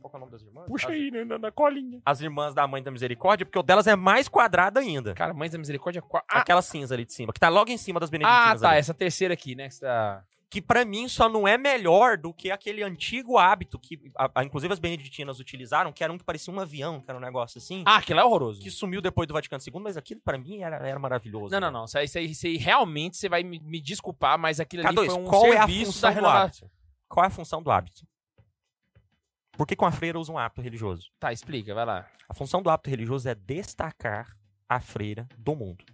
Qual que é o nome das irmãs? as,
né, na, colinha.
As irmãs da Mãe da Misericórdia, porque o delas é mais quadrada ainda.
Cara, Mães da Misericórdia... qua- Ah,
Aquela cinza ali de cima, que tá logo em cima das
ah,
beneditinas.
tá,
ali.
essa terceira aqui, né? que você tá-
Que pra mim só não é melhor do que aquele antigo hábito que, a- a- inclusive, as beneditinas utilizaram, que era um que parecia um avião, que era um negócio assim,
Ah, aquilo é horroroso.
que sumiu depois do Vaticano II, mas aquilo pra mim era, era maravilhoso.
Não, não,
né?
não. Isso aí, isso aí- isso aí realmente você vai me, me desculpar, mas aquilo ali
K2,
foi um
qual é a
serviço da
função do
renovação.
hábito? Qual é a função do hábito? Por que, que uma freira usa um hábito religioso?
Tá, explica, vai lá.
A função do hábito religioso é destacar a freira do mundo.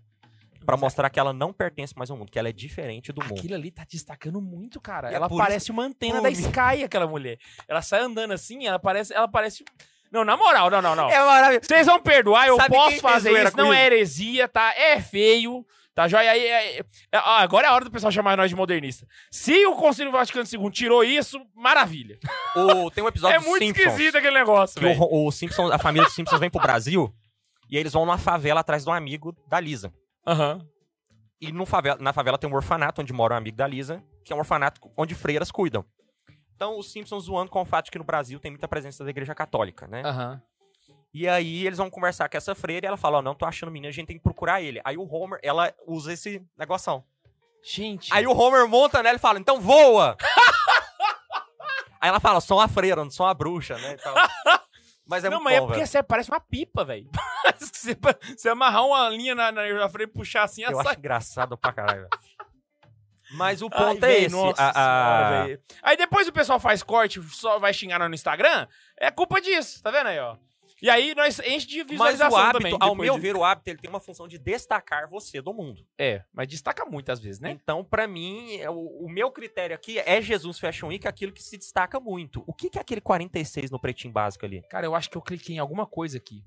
Pra
Mas
mostrar que ela não pertence mais ao mundo, que ela é diferente do mundo.
Aquilo ali tá destacando muito, cara.
E é
ela
por
parece uma antena
por
da
mim.
Sky, aquela mulher. Ela sai andando assim, ela parece... Ela parece... Não, na moral, não, não, não.
maravilhoso.
Vocês vão perdoar, eu
Sabe quem
posso
fez
fazer
zoeira
isso, não
comigo?
é heresia, tá? É feio, tá joia? Aí, é- é- ah, agora é a hora do pessoal chamar nós de modernista. Se o Conselho Vaticano II tirou isso, maravilha.
tem um episódio
É
dos
muito
Simpsons,
esquisito aquele negócio,
que o,
velho.
Ro- o Simpsons, a família dos Simpsons vem pro Brasil e eles vão numa favela atrás de um amigo da Lisa.
Aham.
E no favela- na favela tem um orfanato onde mora um amigo da Lisa, que é um orfanato onde freiras cuidam. Então os Simpsons zoando com o fato de que no Brasil tem muita presença da igreja católica, né?
Aham.
E aí eles vão conversar com essa freira e ela fala: Ó, não tô achando o menino, a gente tem que procurar ele. Aí o Homer, ela usa esse negoção.
Gente.
Aí o Homer monta nela e fala: então voa! aí ela fala: sou uma freira, não sou uma bruxa, né? e tal. Mas é
não,
muito
mas é
bom,
porque
velho.
você parece uma pipa, velho. Parece que você, você amarrar uma linha na, na, na frente e puxar assim,
Eu
essa-
acho engraçado pra caralho, velho. Mas o
Ai,
ponto é
véi,
esse.
nossa
a- a-
senhora, véi. Aí depois o pessoal faz corte, só vai xingar nós no Instagram. É culpa disso, tá vendo aí, ó? E aí nós enche de
Mas
visualização
o hábito,
também.
ao
depois
meu
de-
ver, o hábito ele tem uma função de destacar você do mundo.
É, mas destaca muito às vezes, né?
Então, pra mim, é o, o meu critério aqui é Jesus Fashion Week, aquilo que se destaca muito. O que, que é aquele 46 no pretinho básico ali?
Cara, eu acho que eu cliquei em alguma coisa aqui.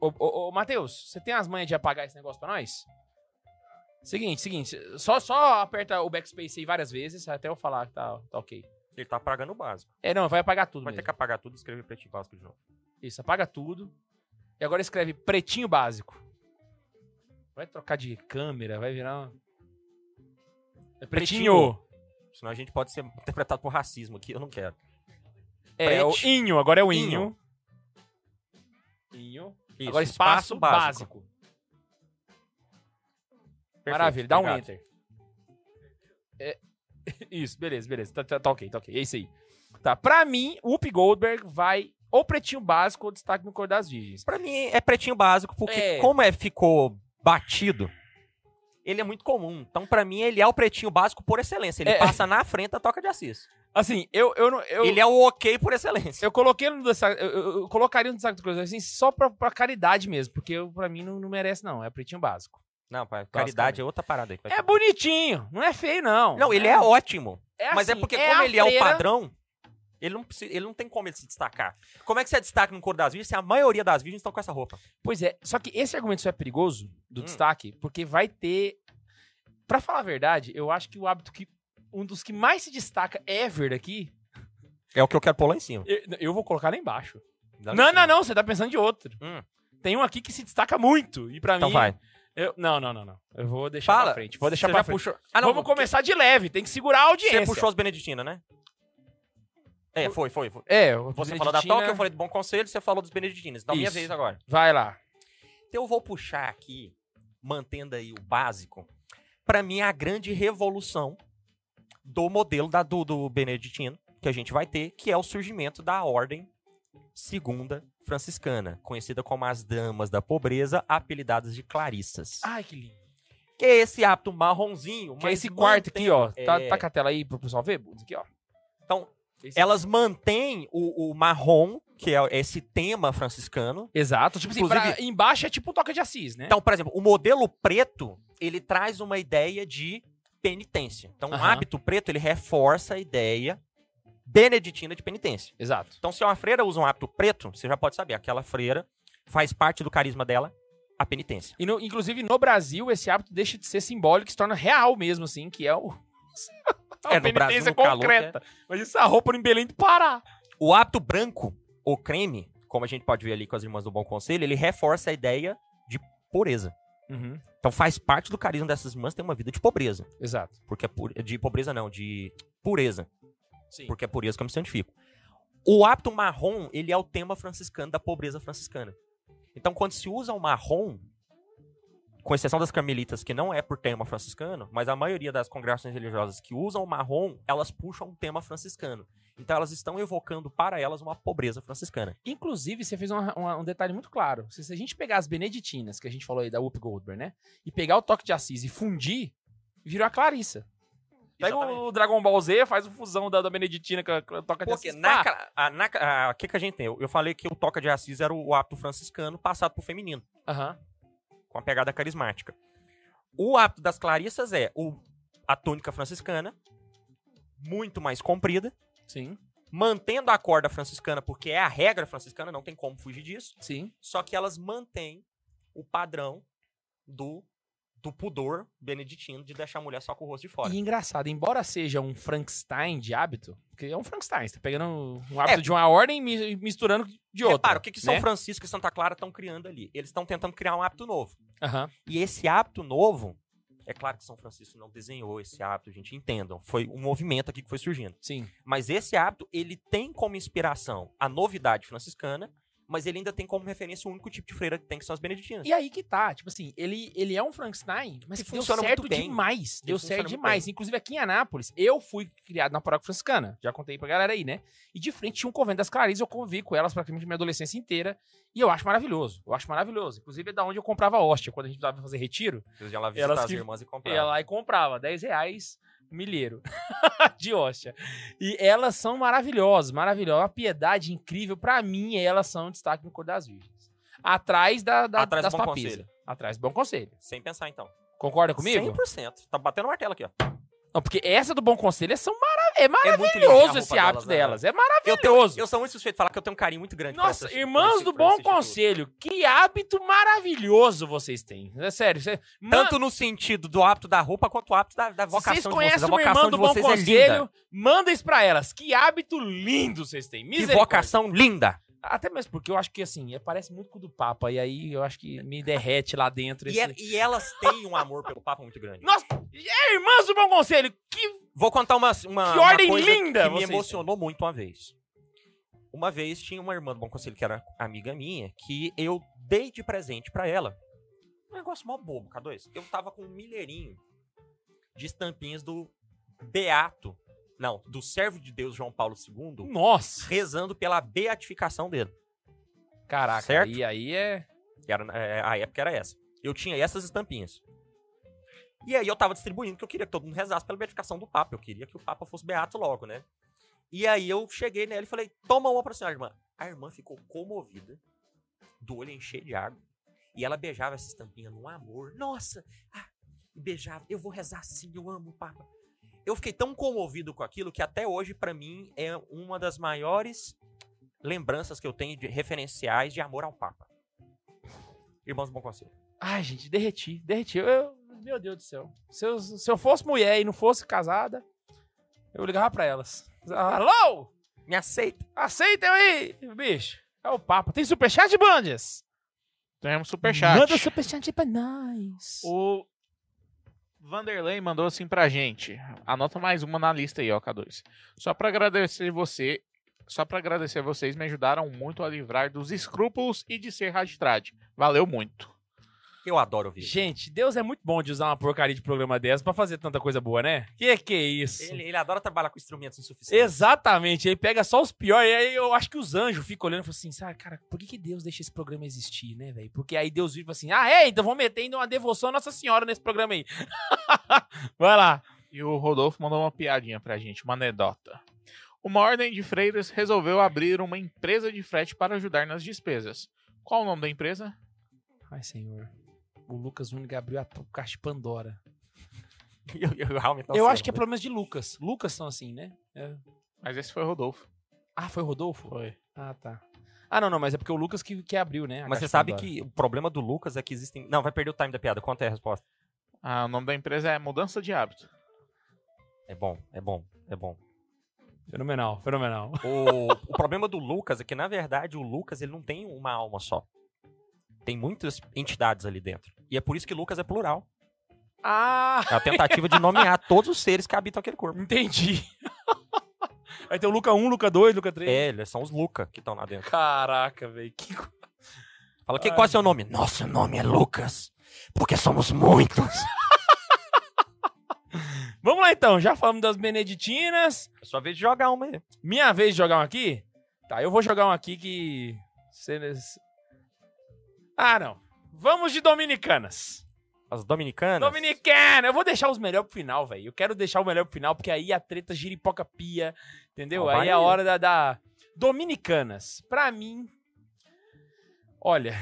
Ô, ô, ô Matheus, você tem as manhas de apagar esse negócio pra nós? Seguinte, seguinte. Só, só aperta o backspace aí várias vezes até eu falar que tá, tá ok.
Ele tá apagando o básico.
É, não, vai apagar tudo
Vai
mesmo.
ter que apagar tudo e escrever pretinho básico de novo.
Isso, apaga tudo. E agora escreve pretinho básico. Vai trocar de câmera, vai virar. um- É pretinho.
Senão a gente pode ser interpretado por racismo aqui, eu não quero.
É, é o
Preti-
inho, agora é o inho.
Inho.
Inho.
Isso,
agora espaço, básico.
Perfeito,
Maravilha, dá um
obrigado.
enter. É, isso, beleza, beleza. Tá, tá- tá ok, tá ok. É isso aí. Tá, pra mim, o Up Goldberg vai ou pretinho básico ou destaque no Cor das Virgens.
Pra mim é pretinho básico, porque
É.
como é ficou batido, ele é muito comum. Então pra mim ele é o pretinho básico por excelência. Ele
É.
passa na frente da toca de Assis.
Assim, eu, eu, não- eu,
Ele é o ok por excelência.
Eu coloquei no destaque, eu, eu- eu colocaria no destaque do Cruzeiro assim, só pra, pra caridade mesmo, porque eu, pra mim não, não merece, não. É pretinho básico.
Não, pai, caridade é outra parada aí.
É bonitinho, não é feio, não.
Não, ele é ótimo. mas é
assim,
porque
a
como ele é o
freira-
padrão, ele não, precisa- ele não tem como ele se destacar. Como é que você destaca no cor das virgens se a maioria das virgens estão com essa roupa?
Pois é, só que esse argumento só é perigoso do
Hum.
destaque, porque vai ter. Pra falar a verdade, eu acho que o hábito que. um dos que mais se destaca ever aqui,
É o que eu quero pôr lá em cima.
eu, eu vou colocar lá embaixo.
Dá lá
não,
em
não,
cima.
não, você tá pensando de outro.
Hum.
Tem um aqui que se destaca muito. E pra
Então
mim.
vai.
eu- não, não, não, não. Eu vou deixar pra
Fala.
frente. Vou deixar
Você
pra
já
frente.
puxou. Ah, não.
Vamos começar de leve, tem que segurar a audiência.
Você puxou as Beneditinas, né? É, foi, foi, foi.
É,
Você falou da Toca, eu falei do Bom Conselho, você falou dos Beneditinas. Então, minha
Isso.
vez agora.
Vai lá.
Então, eu vou puxar aqui, mantendo aí o básico, pra mim, é a grande revolução do modelo da, do, do Beneditino que a gente vai ter, que é o surgimento da Ordem Segunda Franciscana, conhecida como as Damas da Pobreza, apelidadas de Clarissas.
Ai, que lindo.
Que é esse hábito marronzinho,
Que é
mas
esse quarto aqui, ó.
mantém-
Tá,
é.
tá com a tela aí pro pessoal ver? Isso Aqui, ó.
Então,
Esse-
elas mantêm o, o marrom, que é esse tema franciscano.
Exato. Tipo assim,
Inclusive-
pra- embaixo é tipo um toca de assis, né?
Então, por exemplo, o modelo preto, ele traz uma ideia de penitência. Então, o
Aham.
hábito preto, ele reforça a ideia beneditina de penitência.
Exato.
Então, se uma freira usa um hábito preto, você já pode saber, aquela freira faz parte do carisma dela a penitência.
E no- inclusive no Brasil, esse hábito deixa de ser simbólico e se torna real mesmo, assim, que é o.
É, no Brasil,
penitência
no calor,
Mas essa roupa em Belém do Pará.
O hábito branco, ou creme, como a gente pode ver ali com as irmãs do Bom Conselho, ele reforça a ideia de pureza.
Uhum.
Então, faz parte do carisma dessas irmãs ter uma vida de pobreza.
Exato.
Porque é pu- de pobreza não, de pureza.
Sim.
Porque é pureza que eu me santifico. O hábito marrom, ele é o tema franciscano da pobreza franciscana. Então, quando se usa o marrom, com exceção das carmelitas, que não é por tema franciscano, mas a maioria das congregações religiosas que usam o marrom, elas puxam um tema franciscano. Então, elas estão evocando para elas uma pobreza franciscana.
Inclusive, você fez uma- uma- um detalhe muito claro. Se, se a gente pegar as beneditinas, que a gente falou aí da Whoop Goldberg, né? E pegar o toque de assis e fundir, virou a Clarissa. Pega
Exatamente.
o Dragon Ball Z, faz o fusão da, da beneditina com a, com a toca de
Porque
assis.
na,
pá.
ca- a, na ca- a- o que, que a gente tem? Eu, eu falei que o toca de Assis era o hábito franciscano passado pro feminino.
Aham.
com a pegada carismática. O hábito das Clarissas é o, a túnica franciscana, muito mais comprida,
Sim,
mantendo a corda franciscana, porque é a regra franciscana, não tem como fugir disso,
sim.
só que elas mantêm o padrão do, do pudor beneditino de deixar a mulher só com o rosto de fora.
E engraçado, embora seja um Frankenstein de hábito, porque é um Frankenstein, você tá pegando um hábito de uma ordem e mi- misturando de outra.
É, Repara, o que, que São
né?
Francisco e Santa Clara estão criando ali? Eles estão tentando criar um hábito novo.
Aham.
E esse hábito novo, é claro que São Francisco não desenhou esse hábito, gente, entendam. Foi um movimento aqui que foi surgindo.
Sim.
Mas esse hábito, ele tem como inspiração a novidade franciscana, mas ele ainda tem como referência o único tipo de freira que tem, que são as beneditinas.
E aí que tá, tipo assim, ele, ele é um Frankenstein, mas
E
deu
funciona
certo
muito bem.
demais. Deu
funciona
certo
muito
demais.
bem.
Inclusive aqui em Anápolis, eu fui criado na paróquia franciscana, já contei pra galera aí, né? E de frente tinha um convento das Clarisas, eu convivi com elas praticamente minha adolescência inteira, e eu acho maravilhoso, eu acho maravilhoso. Inclusive é da onde eu comprava a hóstia, quando a gente precisava fazer retiro,
Eles iam lá
visitar Elas as que-
irmãs e
ia lá e comprava 10 reais milheiro de hóstia. E elas são maravilhosas, maravilhosas. É Uma piedade incrível. Pra mim, elas são destaque no Cor das Virgens. Atrás, da, da-
Atrás do
das
Bom
papisas.
Conselho.
Atrás do bom conselho.
Sem pensar, então.
Concorda comigo?
100%. Tá batendo o martelo aqui, ó.
Não, porque essa do bom conselho são mara- é
É muito
maravilhoso esse hábito delas. É
né? Eu, tenho,
maravilhoso.
eu sou muito suspeito de falar que eu tenho um carinho muito grande pra
Nossa,
essas- pra
irmãos
esse-
do
pra
bom
esse tipo. instituto.
conselho, que hábito maravilhoso vocês têm. É sério, você- Man-
Tanto no sentido do hábito da roupa quanto o hábito da, da
Se
vocação
vocês
de vocês.
conhecem
A
uma
vocação
irmã
de
do Bom
vocês é
Conselho,
linda.
manda isso pra elas. Que hábito lindo vocês têm.
Que
Misericórdia.
vocação linda.
Até mesmo porque eu acho que, assim, é- parece muito com o do Papa. E aí eu acho que me derrete lá dentro.
E,
esse-
el- e elas têm um amor pelo Papa muito grande.
Nossa, é, irmãs do Bom Conselho, que...
Vou contar uma, uma,
Que
uma
ordem
coisa
linda
que me
vocês
emocionou muito uma vez. Uma vez tinha uma irmã do Bom Conselho que era amiga minha, que eu dei de presente pra ela. Um negócio mó bobo, K2. Eu tava com um milheirinho de estampinhas do Beato, não, do servo de Deus João Paulo II,
Nossa.
rezando pela beatificação dele.
Caraca,
Certo?
e aí é...
Que era, é, a época era essa. Eu tinha essas estampinhas. E aí eu tava distribuindo, que eu queria que todo mundo rezasse pela beatificação do Papa. Eu queria que o Papa fosse beato logo, né? E aí eu cheguei nela e falei, toma uma pra senhora, irmã. A irmã ficou comovida, do olho encher de água. E ela beijava essa estampinha num amor. Nossa! Ah, e beijava. Eu vou rezar sim, eu amo o Papa. Eu fiquei tão comovido com aquilo que até hoje, pra mim, é uma das maiores lembranças que eu tenho de referenciais de amor ao Papa. Irmãos do Bom Conselho.
Ai, gente, derreti, derreti. Eu- eu- Meu Deus do céu. Se eu, se eu fosse mulher e não fosse casada, Eu ligava pra elas. Alô?
Me aceita.
Aceitem aí, bicho. É o papo. Tem superchat, Bandes?
Então, Temos superchat.
Manda superchat pra nós.
O Vanderlei mandou assim pra gente. Anota mais uma na lista aí, ó, K2. Só pra agradecer você. Só pra agradecer vocês, me ajudaram muito a livrar dos escrúpulos e de ser raditrade. Valeu muito.
Eu adoro ouvir.
Gente, Deus é muito bom de usar uma porcaria de programa dessa pra fazer tanta coisa boa, né? Que que é isso?
Ele, ele adora trabalhar com instrumentos insuficientes.
Exatamente, ele pega só os piores, e aí eu acho que os anjos ficam olhando e falam assim, sabe, cara, por que, que Deus deixa esse programa existir, né, velho? Porque aí Deus vive assim, ah, é, então vamos meter ainda uma devoção à Nossa Senhora nesse programa aí. Vai lá.
E o Rodolfo mandou uma piadinha pra gente, uma anedota. Uma ordem de freiras resolveu abrir uma empresa de frete para ajudar nas despesas. Qual o nome da empresa?
Ai, senhor. O Lucas Úniga abriu a p- caixa de Pandora.
Eu, eu realmente não
eu
sei
acho que é
o nome
problema de Lucas. Lucas são assim, né? É.
Mas esse foi o Rodolfo.
Ah, foi o Rodolfo?
Foi.
Ah, tá. Ah, não, não, mas é porque o Lucas que, que abriu, né? a
dele. Mas
caixa
você
de
sabe
Pandora.
que o problema do Lucas é que existem. Não, vai perder o time da piada. Quanto é a resposta?
Ah, o nome da empresa é Mudança de Hábito.
É bom, é bom, é bom.
Fenomenal, fenomenal.
O, o problema do Lucas é que, na verdade, o Lucas ele não tem uma alma só. Tem muitas entidades ali dentro. E é por isso que Lucas é plural.
Ah,
É a tentativa de nomear todos os seres que habitam aquele corpo.
entendi. Vai ter o Luca 1, Luca 2, Luca 3.
É, eles são os Luca que estão lá dentro.
Caraca, velho. Que... co-
Fala, que, qual é seu nome? Nosso nome é Lucas. Porque somos muitos.
Vamos lá então, já falamos das beneditinas.
É sua vez de jogar uma aí.
Minha vez de jogar um aqui? Tá, eu vou jogar um aqui que. cenas- Ah, não. Vamos de dominicanas.
As dominicanas.
Dominicana! Eu vou deixar os melhores pro final, velho. Eu quero deixar o melhor pro final, porque aí a treta gira e poca pia, entendeu?
Então
aí
vai
é a
aí.
hora da, da- Dominicanas. Pra mim. Olha.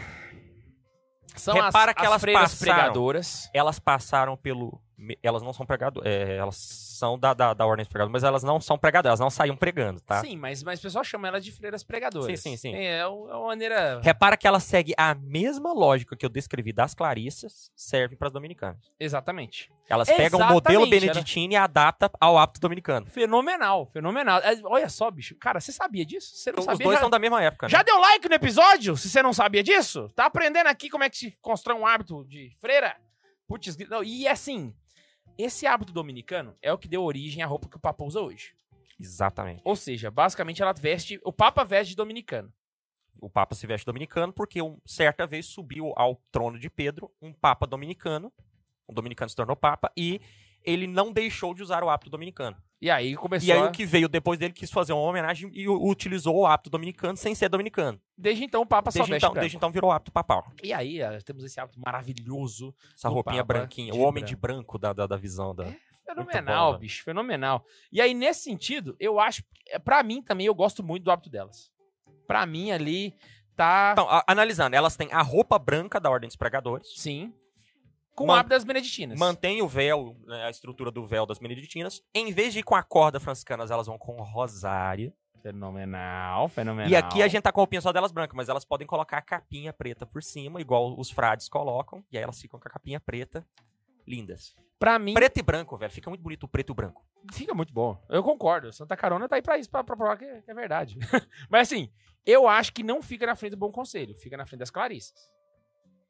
São as-
Repara
as,
que elas
freiras
passaram.
pregadoras.
Elas passaram pelo. me- Elas não são pregadoras. elas são da, da, da ordem de pregador, mas elas não são pregadoras, elas não saíam pregando, tá?
Sim, mas, mas o pessoal chama elas de freiras pregadoras.
Sim, sim, sim.
É, é uma maneira.
Repara que ela segue a mesma lógica que eu descrevi das Clarissas, serve para as dominicanas.
Exatamente.
Elas pegam o modelo
Exatamente, era-
beneditino e adaptam ao hábito dominicano.
Fenomenal, fenomenal. É, Olha só, bicho. Cara, você sabia disso? Você não
Os
sabia?
dois
já,
são da mesma época, né?
já deu like no episódio? Se você não sabia disso? Tá aprendendo aqui como é que se constrói um hábito de freira? Putz, grilo. não, e assim, esse hábito dominicano é o que deu origem à roupa que o Papa usa hoje.
Exatamente.
Ou seja, basicamente ela veste, o Papa veste de dominicano.
O Papa se veste dominicano porque um, certa vez subiu ao trono de Pedro um Papa dominicano. Um dominicano se tornou Papa e ele não deixou de usar o hábito dominicano.
E aí começou.
E aí
a-
o que veio depois dele quis fazer uma homenagem e u- utilizou o hábito dominicano sem ser dominicano.
Desde então o Papa só
Desde
veste
então,
branco.
desde então virou o hábito papal.
E aí ah, temos esse hábito maravilhoso.
Essa
Do
roupinha
Papa
branquinha,
de
o homem
branco. É?
de branco da, da, da visão da.
Fenomenal,
velho.
bicho, fenomenal. E aí, nesse sentido, eu acho. é, Pra mim também, eu gosto muito do hábito delas. Pra mim ali, tá.
Então, a- analisando, elas têm a roupa branca da Ordem dos Pregadores,
sim. Com o
Man-
hábito das Beneditinas.
mantém o véu, né, a estrutura do véu das Beneditinas. Em vez de ir com a corda franciscanas, elas vão com o rosário.
Fenomenal, fenomenal.
E aqui a gente tá com a roupinha só delas branca, mas elas podem colocar a capinha preta por cima, igual os frades colocam, e aí elas ficam com a capinha preta. Lindas.
Pra mim,
Preto e branco, velho. Fica muito bonito o preto e o branco.
fica muito bom. Eu concordo. Santa Carona tá aí pra isso, pra, pra provar que é, que é verdade. Mas assim, eu acho que não fica na frente do Bom Conselho, fica na frente das Clarissas.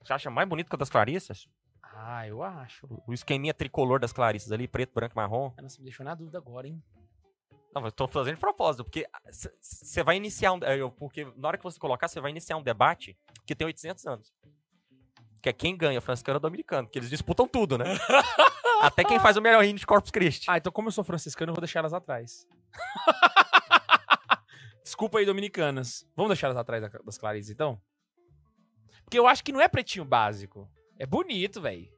Você acha mais bonito que a das Clarissas?
Ah, eu acho.
O- O esqueminha tricolor das Clarissas ali, preto, branco e marrom.
Ah, Nossa, me deixou na dúvida agora, hein?
Não, eu tô fazendo de propósito, porque você vai iniciar um. é, eu- Porque na hora que você colocar, você vai iniciar um debate que tem 800 anos. Que é quem ganha, franciscano ou dominicano, porque eles disputam tudo, né? Até quem faz o melhor hino de Corpus Christi.
Ah, então como eu sou franciscano, eu vou deixar elas atrás. Desculpa aí, dominicanas. Vamos deixar elas atrás da- das Clarins, então? Porque eu acho que não é pretinho básico. É bonito, velho.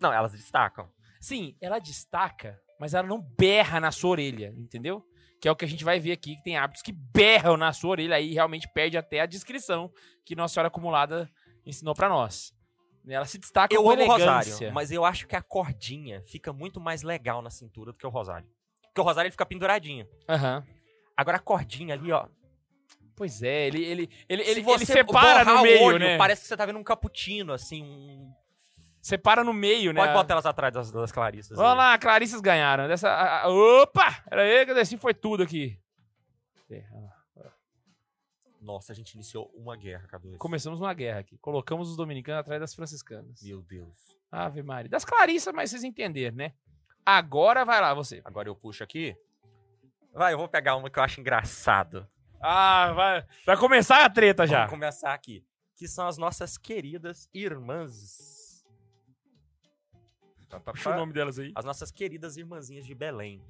Não, elas destacam.
Sim, ela destaca, mas ela não berra na sua orelha, entendeu? Que é o que a gente vai ver aqui, que tem hábitos que berram na sua orelha, aí realmente perde até a descrição que Nossa Senhora Acumulada ensinou pra nós. Ela se destaca
Eu
com
amo o
elegância.
rosário, mas eu acho que a cordinha fica muito mais legal na cintura do que o rosário. Porque o rosário ele fica penduradinho.
Aham.
Agora a cordinha ali, ó.
Pois é, ele, ele, ele,
se
ele, ele
você
separa
borrar
no
o
meio,
olho,
né?
Parece que você tá vendo um cappuccino, assim, um.
Você para no meio, né?
Pode botar elas atrás das, das Clarissas. né?
Vamos
aí.
lá, Clarissas ganharam. Dessa, a- a- opa! Era aí que eu desci, foi tudo aqui. É, olha lá.
Nossa, a gente iniciou uma guerra, Cadu.
Começamos uma guerra aqui. Colocamos os dominicanos atrás das franciscanas.
Meu Deus.
Ave Maria. Das Clarissas, mas vocês entenderam, né? Agora vai lá, você.
Agora eu puxo aqui. Vai, eu vou pegar uma que eu acho engraçado.
Ah, vai. Vai começar a treta Tá já.
Vamos começar aqui. Que são as nossas queridas irmãs. Pá, pá,
Puxa
pá.
o nome delas aí.
As nossas queridas irmãzinhas de Belém,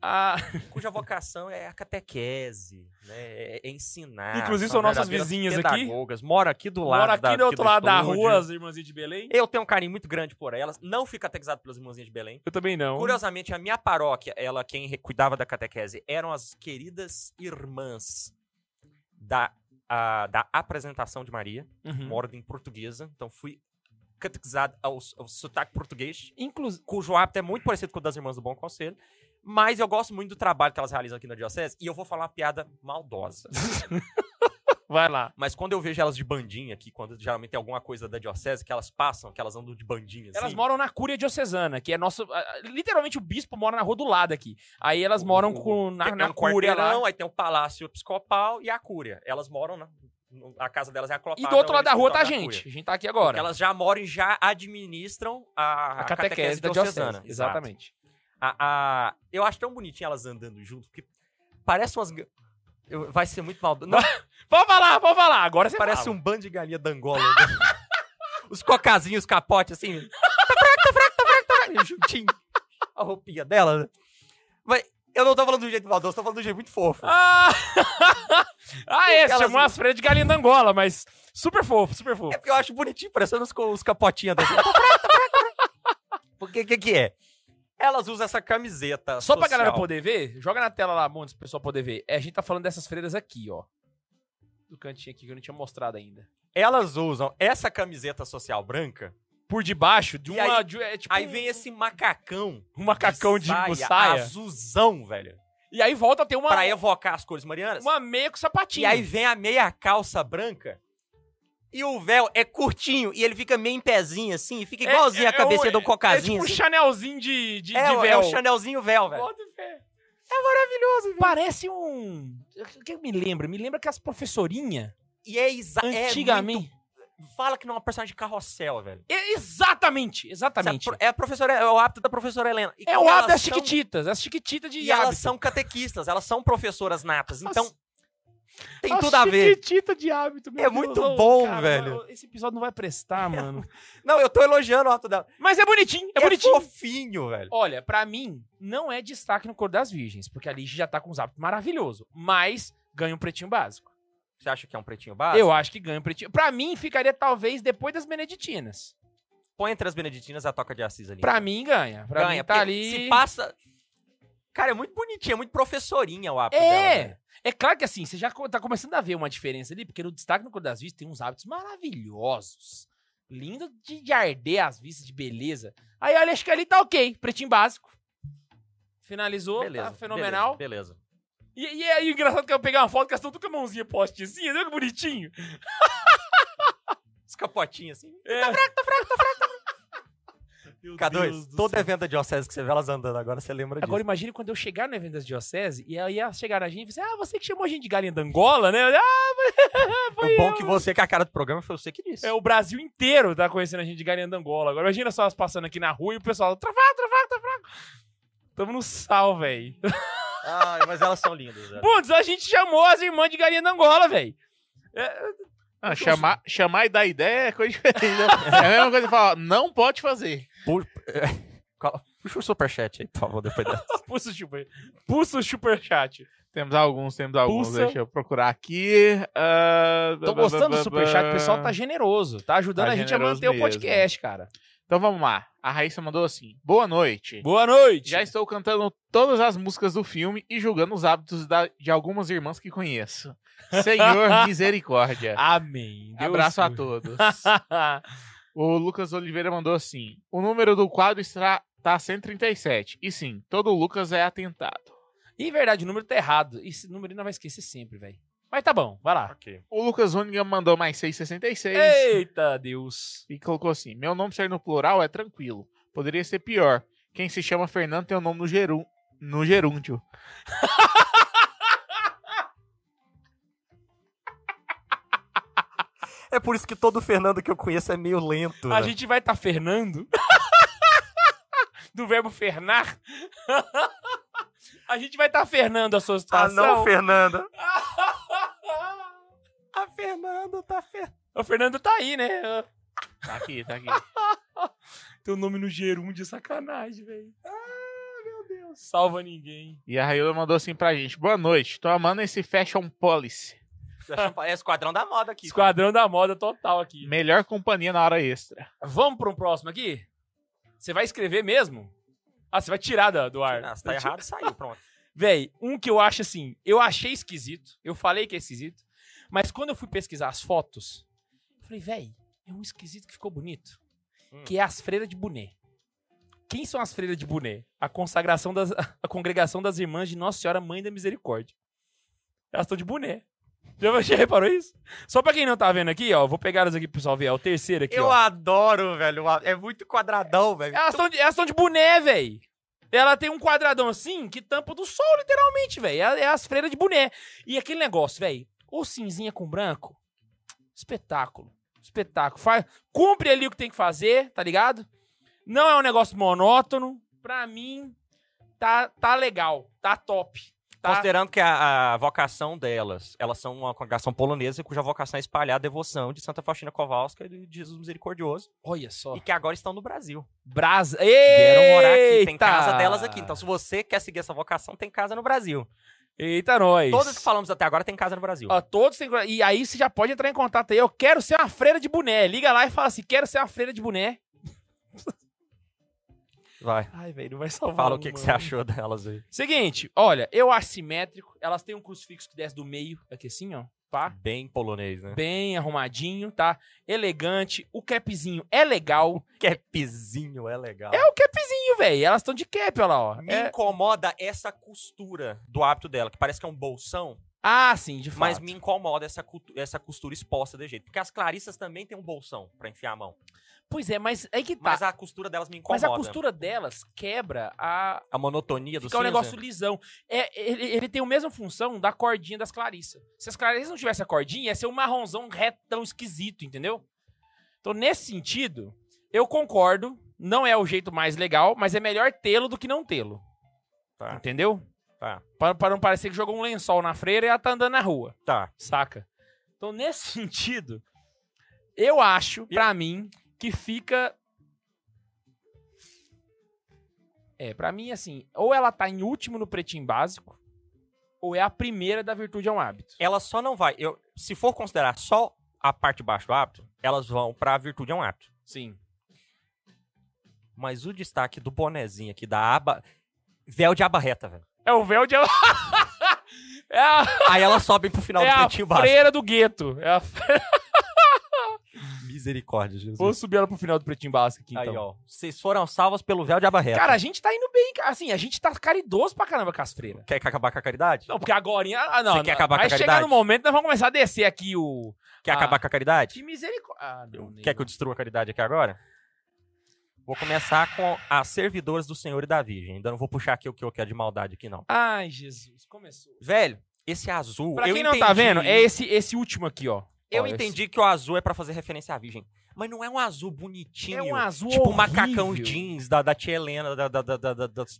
Ah,
cuja vocação é a catequese, né? É é ensinar.
Inclusive, são nossas vizinhas aqui.
pedagogas. Mora aqui do lado.
mora aqui
da-
do outro lado da
estúdio.
rua, as irmãzinhas de Belém.
Eu tenho um carinho muito grande por elas. Não fui catequizado pelas irmãzinhas de Belém.
Eu também não.
Curiosamente, a minha paróquia, ela quem re- cuidava da catequese eram as queridas irmãs da, a- da apresentação de Maria,
Uhum.
uma ordem portuguesa. Então fui catequizado ao, s- ao sotaque português,
Inclusive.
cujo hábito é muito parecido com o das irmãs do Bom Conselho. Mas eu gosto muito do trabalho que elas realizam aqui na diocese e eu vou falar uma piada maldosa.
Vai lá.
Mas quando eu vejo elas de bandinha aqui, quando geralmente tem alguma coisa da diocese que elas passam, que elas andam de bandinha assim.
Elas moram na Cúria Diocesana, que é nosso. ah, ah, Literalmente o bispo mora na rua do lado aqui. Aí elas moram com, na,
Tem-
na
é um
Cúria lá.
quarteirão, aí tem o Palácio Episcopal e a Cúria. Elas moram na... no- A casa delas é aclopada.
E do outro lado da rua tá a
onde fica
gente.
Cúria.
A gente tá aqui
Porque
agora.
elas já moram e já administram a,
A catequese da Diocesana.
Exatamente.
Exatamente.
A, a- eu acho tão bonitinho elas andando junto, porque parece umas... ga- eu- vai ser muito maldoso. Não,
Vamos falar, vamos falar. Agora você
parece
fala.
um bando de galinha da Angola. né? Os cocazinhos, capote, assim. Tá fraco, tá fraco, tá fraco, tá fraco. Juntinho. A roupinha dela. né? Mas eu não tô falando do jeito maldoso, tô falando do jeito muito fofo.
Ah, ah é,
Aquelas-
chamou as freiras de galinha da Angola, mas super fofo, super
É
fofo.
porque eu acho bonitinho, parecendo os, co- os capotinhos da Porque o que, que é? Elas usam essa camiseta.
Só pra
É social.
galera poder ver, joga na tela lá, Montes, pro pessoal poder ver. É, a gente tá falando dessas freiras aqui, ó. Do cantinho aqui que eu não tinha mostrado ainda.
Elas usam essa camiseta social branca.
Por debaixo, de
E
uma.
aí-
de- é tipo
Aí
um-
vem esse macacão.
um macacão de saia.
Azulzão, velho.
E aí volta a ter uma,
Pra evocar as cores marianas.
uma meia com sapatinho.
E aí vem um a meia calça branca. E o véu é curtinho e ele fica meio em pezinho assim. e Fica
É-
igualzinho
é-
a cabeça
é,
do cocazinho.
É tipo um
assim. É,
chanelzinho de, de, de
o-
véu.
o Chanelzinho véu, velho.
Bota fé. É maravilhoso, velho. Parece um... O que me lembra? Me lembra que as professorinhas,
E é exa- é
antigamente...
muito- Fala que não é uma personagem de carrossel, velho.
É, Exatamente, exatamente.
Essa pro- É a professora, é o hábito da professora Helena. E
É
como
o hábito das
elas são-
chiquititas, as chiquititas de
E
hábito.
elas são catequistas, elas são professoras natas.
Nossa.
Então, tem tudo a ver.
Chiquitita de hábito, meu
É
Deus.
muito
Ô,
bom,
cara,
velho. É
Esse episódio não vai prestar, mano.
Não, eu tô elogiando o hábito dela.
Mas é bonitinho, é, bonitinho.
fofinho, velho.
Olha, pra mim, não é destaque no Cor das Virgens, porque a Ligia já tá com uns hábitos maravilhosos, mas ganha um pretinho básico.
Você acha que é um pretinho básico?
Eu acho que ganha um pretinho. Pra mim, ficaria talvez depois das beneditinas.
Põe entre as beneditinas a toca de Assis ali.
Pra mim, ganha. Pra
Ganha,
mim, tá
porque
ali...
Se passa... Cara, é muito bonitinha, é muito professorinha o hábito dela. né?
É!
velho.
é claro que assim, você já co- tá começando a ver uma diferença ali, porque no destaque no Cor das Vistas tem uns hábitos maravilhosos. Lindo de, de arder as vistas de beleza. Aí olha, acho que ali tá ok, pretinho básico. Finalizou, tá fenomenal.
Beleza. beleza.
E, e aí, engraçado é que eu peguei uma foto que elas estão tudo com a mãozinha postezinha, viu que bonitinho?
Os capotinhos assim.
É. Tá fraco, tá fraco, tá fraco.
K2, todo evento da diocese que você vê elas andando agora, você lembra disso.
Agora imagine quando eu chegar no evento das dioceses e aí elas chegaram a gente e falaram assim, ah, você que chamou a gente de galinha da Angola, né? Eu, Ah, foi
o bom que você, que é a cara do programa, foi você que disse.
É, o Brasil inteiro tá conhecendo a gente de Galinha da Angola. Agora imagina só elas passando aqui na rua e o pessoal, travado, travado, travado. Tamo no sal, velho.
Ai, mas elas são lindas, né?
É.
velho.
Putz, a gente chamou as irmãs de Galinha da Angola, velho.
Ah, chamar, chamar e dar ideia é coisa diferente. né? É a mesma coisa que falar, não pode fazer.
Cala- Puxa o superchat aí, por favor, depois dessa.
Pulsa o super. Pulsa o superchat.
Temos alguns, temos alguns.
Pulsa.
Deixa eu procurar aqui. Ah,
Tô
blá,
gostando
blá,
do
blá,
superchat,
blá.
o pessoal tá generoso. Tá ajudando
Tá
a gente a
generoso
manter o
mesmo.
podcast, cara.
Então vamos lá. A Raíssa mandou assim: Boa noite.
Boa noite.
Já estou cantando todas as músicas do filme e julgando os hábitos da- de algumas irmãs que conheço. Senhor, misericórdia.
Amém. Ah, Deus
Abraço a
cura.
todos. O Lucas Oliveira mandou assim: O número do quadro está tá 137. E sim, todo Lucas é atentado.
e verdade, o número tá errado. Esse número ele não vai esquecer sempre, velho. Mas tá bom, vai lá.
Ok.
O Lucas Uniga mandou mais 666
Eita, Deus.
e colocou assim: Meu nome ser no plural é tranquilo. Poderia ser pior. Quem se chama Fernando tem o nome no, geru... no gerúndio.
É por isso que todo Fernando que eu conheço é meio lento.
A
né?
gente vai tá Fernando. Do verbo fernar. A gente vai tá Fernando a sua
Ah,
situação.
não, Fernanda. A Fernanda tá Fernanda.
o Fernando tá aí, né?
Tá aqui, tá aqui.
Teu nome no gerúndio é sacanagem, velho. Ah, meu Deus. Salva ninguém.
e a Raiola mandou assim pra gente: Boa noite, tô amando esse fashion policy.
É esquadrão da moda aqui.
Esquadrão da moda total aqui.
Melhor companhia na hora extra.
Vamos pra um próximo aqui? Você vai escrever mesmo? Ah, você vai tirar da- do ar.
Ah, se tá errado, saiu, pronto.
Véi, um que eu acho assim, eu achei esquisito, eu falei que é esquisito, mas quando eu fui pesquisar as fotos, eu falei, véi, é um esquisito que ficou bonito,
Hum.
que é as freiras de Buné. Quem são as freiras de Buné? A consagração das, a congregação das irmãs de Nossa Senhora Mãe da Misericórdia. Elas estão de Buné. Já, já reparou isso? Só pra quem não tá vendo aqui, ó, eu vou pegar elas aqui pro pessoal ver, ó, o terceiro aqui, ó.
adoro, velho. É muito quadradão, velho.
Elas estão de, elas tão de boné, velho. Ela tem um quadradão assim que tampa do sol, literalmente, velho. É, é as freiras de boné. E aquele negócio, velho. Ou cinzinha com branco. Espetáculo. Espetáculo. Faz, cumpre ali o que tem que fazer, tá ligado? Não é um negócio monótono. Pra mim, tá, tá legal. Tá top. Tá,
Considerando que a, a vocação delas, elas são uma congregação polonesa cuja vocação é espalhar a devoção de Santa Faustina Kowalska e de Jesus Misericordioso,
olha só.
e que agora estão no Brasil.
Brasa.
Vieram morar aqui, tem
Eita!
casa delas aqui. Então, se você quer seguir essa vocação, tem casa no Brasil.
Eita, nós.
Todas que falamos até agora tem casa no Brasil.
Ó, todos têm. que- E aí você já pode entrar em contato aí. Eu quero ser uma freira de boné. Liga lá e fala assim: quero ser uma freira de boné.
Vai.
Ai, velho, não vai salvar. um,
Fala o que, que você achou delas aí.
Seguinte, olha, eu acho simétrico. Elas têm um crucifixo que desce do meio, aqui assim, ó. Pá.
Bem polonês, né?
Bem arrumadinho, tá? Elegante. O capzinho é legal.
Capzinho é legal.
É o capzinho, velho. Elas estão de cap, olha lá, ó.
Me
É...
incomoda essa costura do hábito dela, que parece que é um bolsão,
Ah, sim, de fato.
mas me incomoda essa, cultu- essa costura exposta de jeito. Porque as Clarissas também têm um bolsão pra enfiar a mão.
Pois é, mas aí que tá.
Mas
Mas a,
a costura delas me incomoda.
costura delas quebra a.
A monotonia do
Fica um
cinza.
negócio lisão. É, ele, ele tem a mesma função da cordinha das Clarissa. Se as Clarissas não tivessem a cordinha, ia ser um marronzão retão esquisito, entendeu? Então, nesse sentido, eu concordo. Não é o jeito mais legal, mas é melhor tê-lo do que não tê-lo.
Tá,
Entendeu?
tá,
Para, para não parecer que jogou um lençol na freira e ela tá andando na rua,
tá.
saca? Então, nesse sentido, eu acho, pra mim, que fica. É, pra mim, assim, ou ela tá em último no pretinho básico, ou é a primeira da virtude a um hábito.
Ela só não vai. Eu, se for considerar só a parte de baixo do hábito, elas vão pra virtude é um hábito.
Sim.
Mas o destaque do bonezinho aqui, da aba. Véu de aba reta, velho.
É o véu de. é a,
Aí elas sobem pro final
é
do
a
pretinho básico.
freira do gueto. É a-
Misericórdia, Jesus.
Vou subir ela pro final do pretinho básico aqui, então.
Aí, ó. Vocês foram salvas pelo véu de aba reta.
Cara, a gente tá indo bem, cara. assim, a gente tá caridoso pra caramba com as freiras.
Quer acabar com a caridade?
Não, porque agora. Ah, não.
Você quer acabar com
vai
a
chegar
caridade?
no momento, nós vamos começar a descer aqui o.
Quer
Ah.
acabar com a caridade?
Que misericórdia. Ah, não,
Quer que eu destrua a caridade aqui agora? Vou começar com as servidoras do Senhor e da Virgem. Ainda não vou puxar aqui o que eu quero de maldade aqui, não.
Ai, Jesus, começou.
Velho, esse azul.
Pra
eu
quem não tá
entendi-
vendo, é esse, esse último aqui, ó.
Eu
Ó, esse.
entendi que o azul é pra fazer referência à Virgem. Mas não é um azul bonitinho.
É um azul.
Tipo um
horrível.
macacão jeans da, da tia Helena, da, da, da, da- da- das,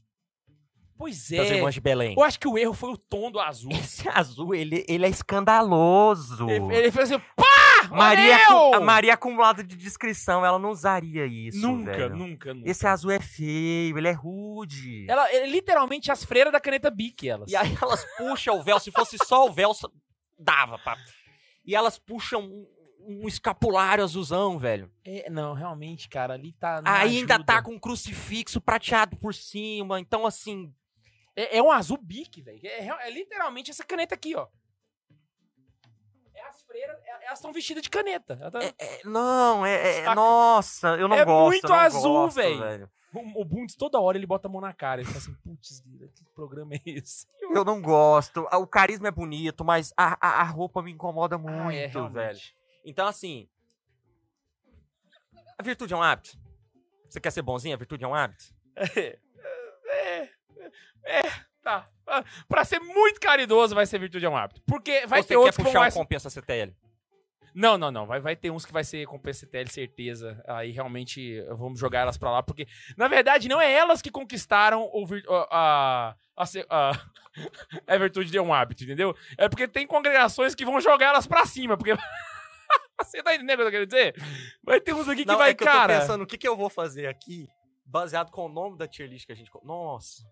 Pois
das
é.
irmãs de Belém.
Eu acho que o erro foi o tom do azul.
Esse azul, ele, ele é escandaloso.
ele, ele fez assim, pá!
Maria,
valeu!
com- a Maria acumulada de descrição, ela não usaria isso.
nunca,
velho.
nunca, nunca.
Esse azul é feio, ele é rude.
Ela, é literalmente as freiras da caneta Bic, elas.
E aí elas puxam o véu, se fosse só o véu, só- dava, pá. E elas puxam um, um escapulário azulzão, velho.
É, não, realmente, cara, ali tá. não
Aí ainda
ajuda.
tá com um crucifixo prateado por cima. Então, assim,
É, é um azul bique, velho. É, real- é literalmente essa caneta aqui, ó. É as freiras, é- elas estão vestidas de caneta. Ela tá-
é- não, é. é-
Saca?
nossa, eu não
É
gosto.
muito
eu não
azul,
gosto,
velho. O, o Bundes, toda hora, ele bota a mão na cara. Ele fala assim, putz, Guilherme, que programa é esse?
Eu não gosto. O carisma é bonito, mas a, a, a roupa me incomoda muito,
Ah, é,
velho.
realmente.
Então, assim. A virtude é um hábito. Você quer ser bonzinho? A virtude é um hábito?
É, é, tá. Ah, Pra ser muito caridoso, vai ser virtude é um hábito. Porque vai
Ou
ter
você quer
outros que vão
puxar um
mais...
compensa CTL?
Não, não, não. Vai, vai ter uns que vai ser com PCTL, certeza. Aí realmente vamos jogar elas pra lá, porque na verdade não é elas que conquistaram o vir- a, a, a, se- a, a virtude de um hábito, entendeu? É porque tem congregações que vão jogar elas pra cima, porque você tá entendendo o que eu quero dizer? Vai ter uns aqui que
não,
vai,
é que
cara.
eu tô pensando o que, que eu vou fazer aqui, baseado com o nome da tier list que a gente... co- Nossa.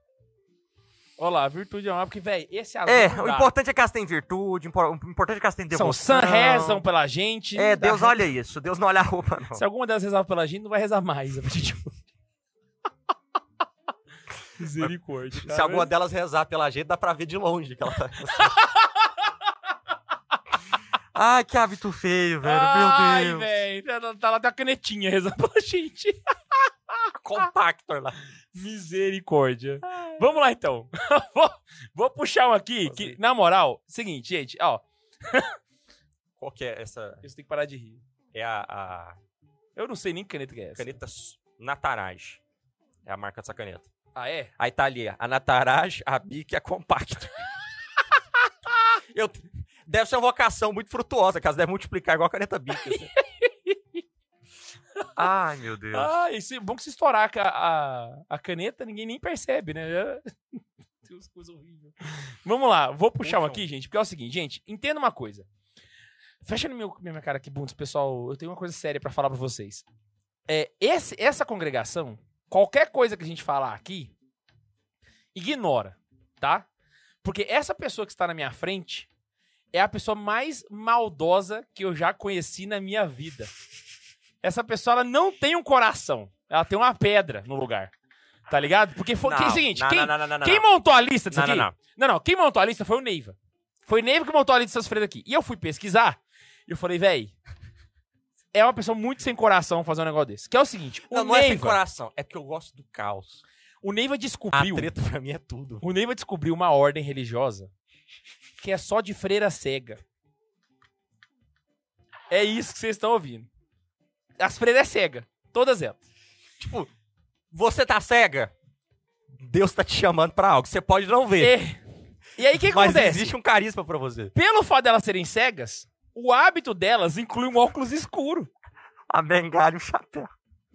Olha lá, virtude é um hábito, porque, velho, esse azul
É,
não
o
dá.
importante é que elas têm virtude, o impor- o importante é que elas têm
São
devoção.
sã, rezam pela gente.
É,
dá
Deus olha isso. Deus não olha a roupa, não.
Se alguma delas rezava pela gente, não vai rezar mais. né? Tipo, a partir de hoje. Misericórdia.
Se alguma delas rezar pela gente, dá pra ver de longe que ela tá. Ai, que hábito feio, velho.
Ai,
Meu Deus.
velho. Tá, tá lá, tem uma canetinha rezando pela gente.
Compactor lá.
Misericórdia. Vamos lá, então. vou, vou puxar um aqui, que, na moral, seguinte, gente, ó.
Qual que é essa?
Isso tem que parar de rir.
É a, a
Eu não sei nem que caneta que é essa.
caneta S- Nataraj. É a marca dessa caneta.
Ah, é?
Aí tá ali a Nataraj, a Bic e a Compactor. Eu- deve ser uma vocação muito frutuosa, que elas devem multiplicar igual a caneta Bic. assim. Ai, meu Deus.
Ah, esse, bom que se estourar a, a, a caneta, ninguém nem percebe, né? Já- Deus, coisa horrível. Vamos lá, vou puxar um
Puxa um.
aqui, gente, porque é o seguinte, gente, entenda uma coisa. Fecha no meu, na minha cara aqui, bundes, pessoal, eu tenho uma coisa séria pra falar pra vocês. É, esse- essa congregação, qualquer coisa que a gente falar aqui, ignora, tá? Porque essa pessoa que está na minha frente é a pessoa mais maldosa que eu já conheci na minha vida. Essa pessoa, ela não tem um coração. Ela tem uma pedra no lugar. Tá ligado? Porque foi que é o seguinte,
não,
quem,
não, não, não, não,
quem
não.
montou a lista disso
Não,
aqui?
não, não.
Não, não, Quem montou a lista foi o Neiva. Foi o Neiva que montou a lista dessas freiras aqui. E eu fui pesquisar e eu falei, véi, é uma pessoa muito sem coração fazer um negócio desse. Que é o seguinte, o,
Não, não é sem
Neiva,
coração. É porque eu gosto do caos.
o Neiva
A
descobriu,
treta pra mim é tudo.
o Neiva descobriu uma ordem religiosa que é só de freira cega. É isso que vocês estão ouvindo. As freiras é cega, todas elas.
Tipo, você tá cega? Deus tá te chamando pra algo. Você pode não ver.
E, e aí É, o que
É. mas
acontece?
existe um carisma pra você.
Pelo fato delas serem cegas, o hábito delas inclui um óculos escuro.
A bengala e o chapéu.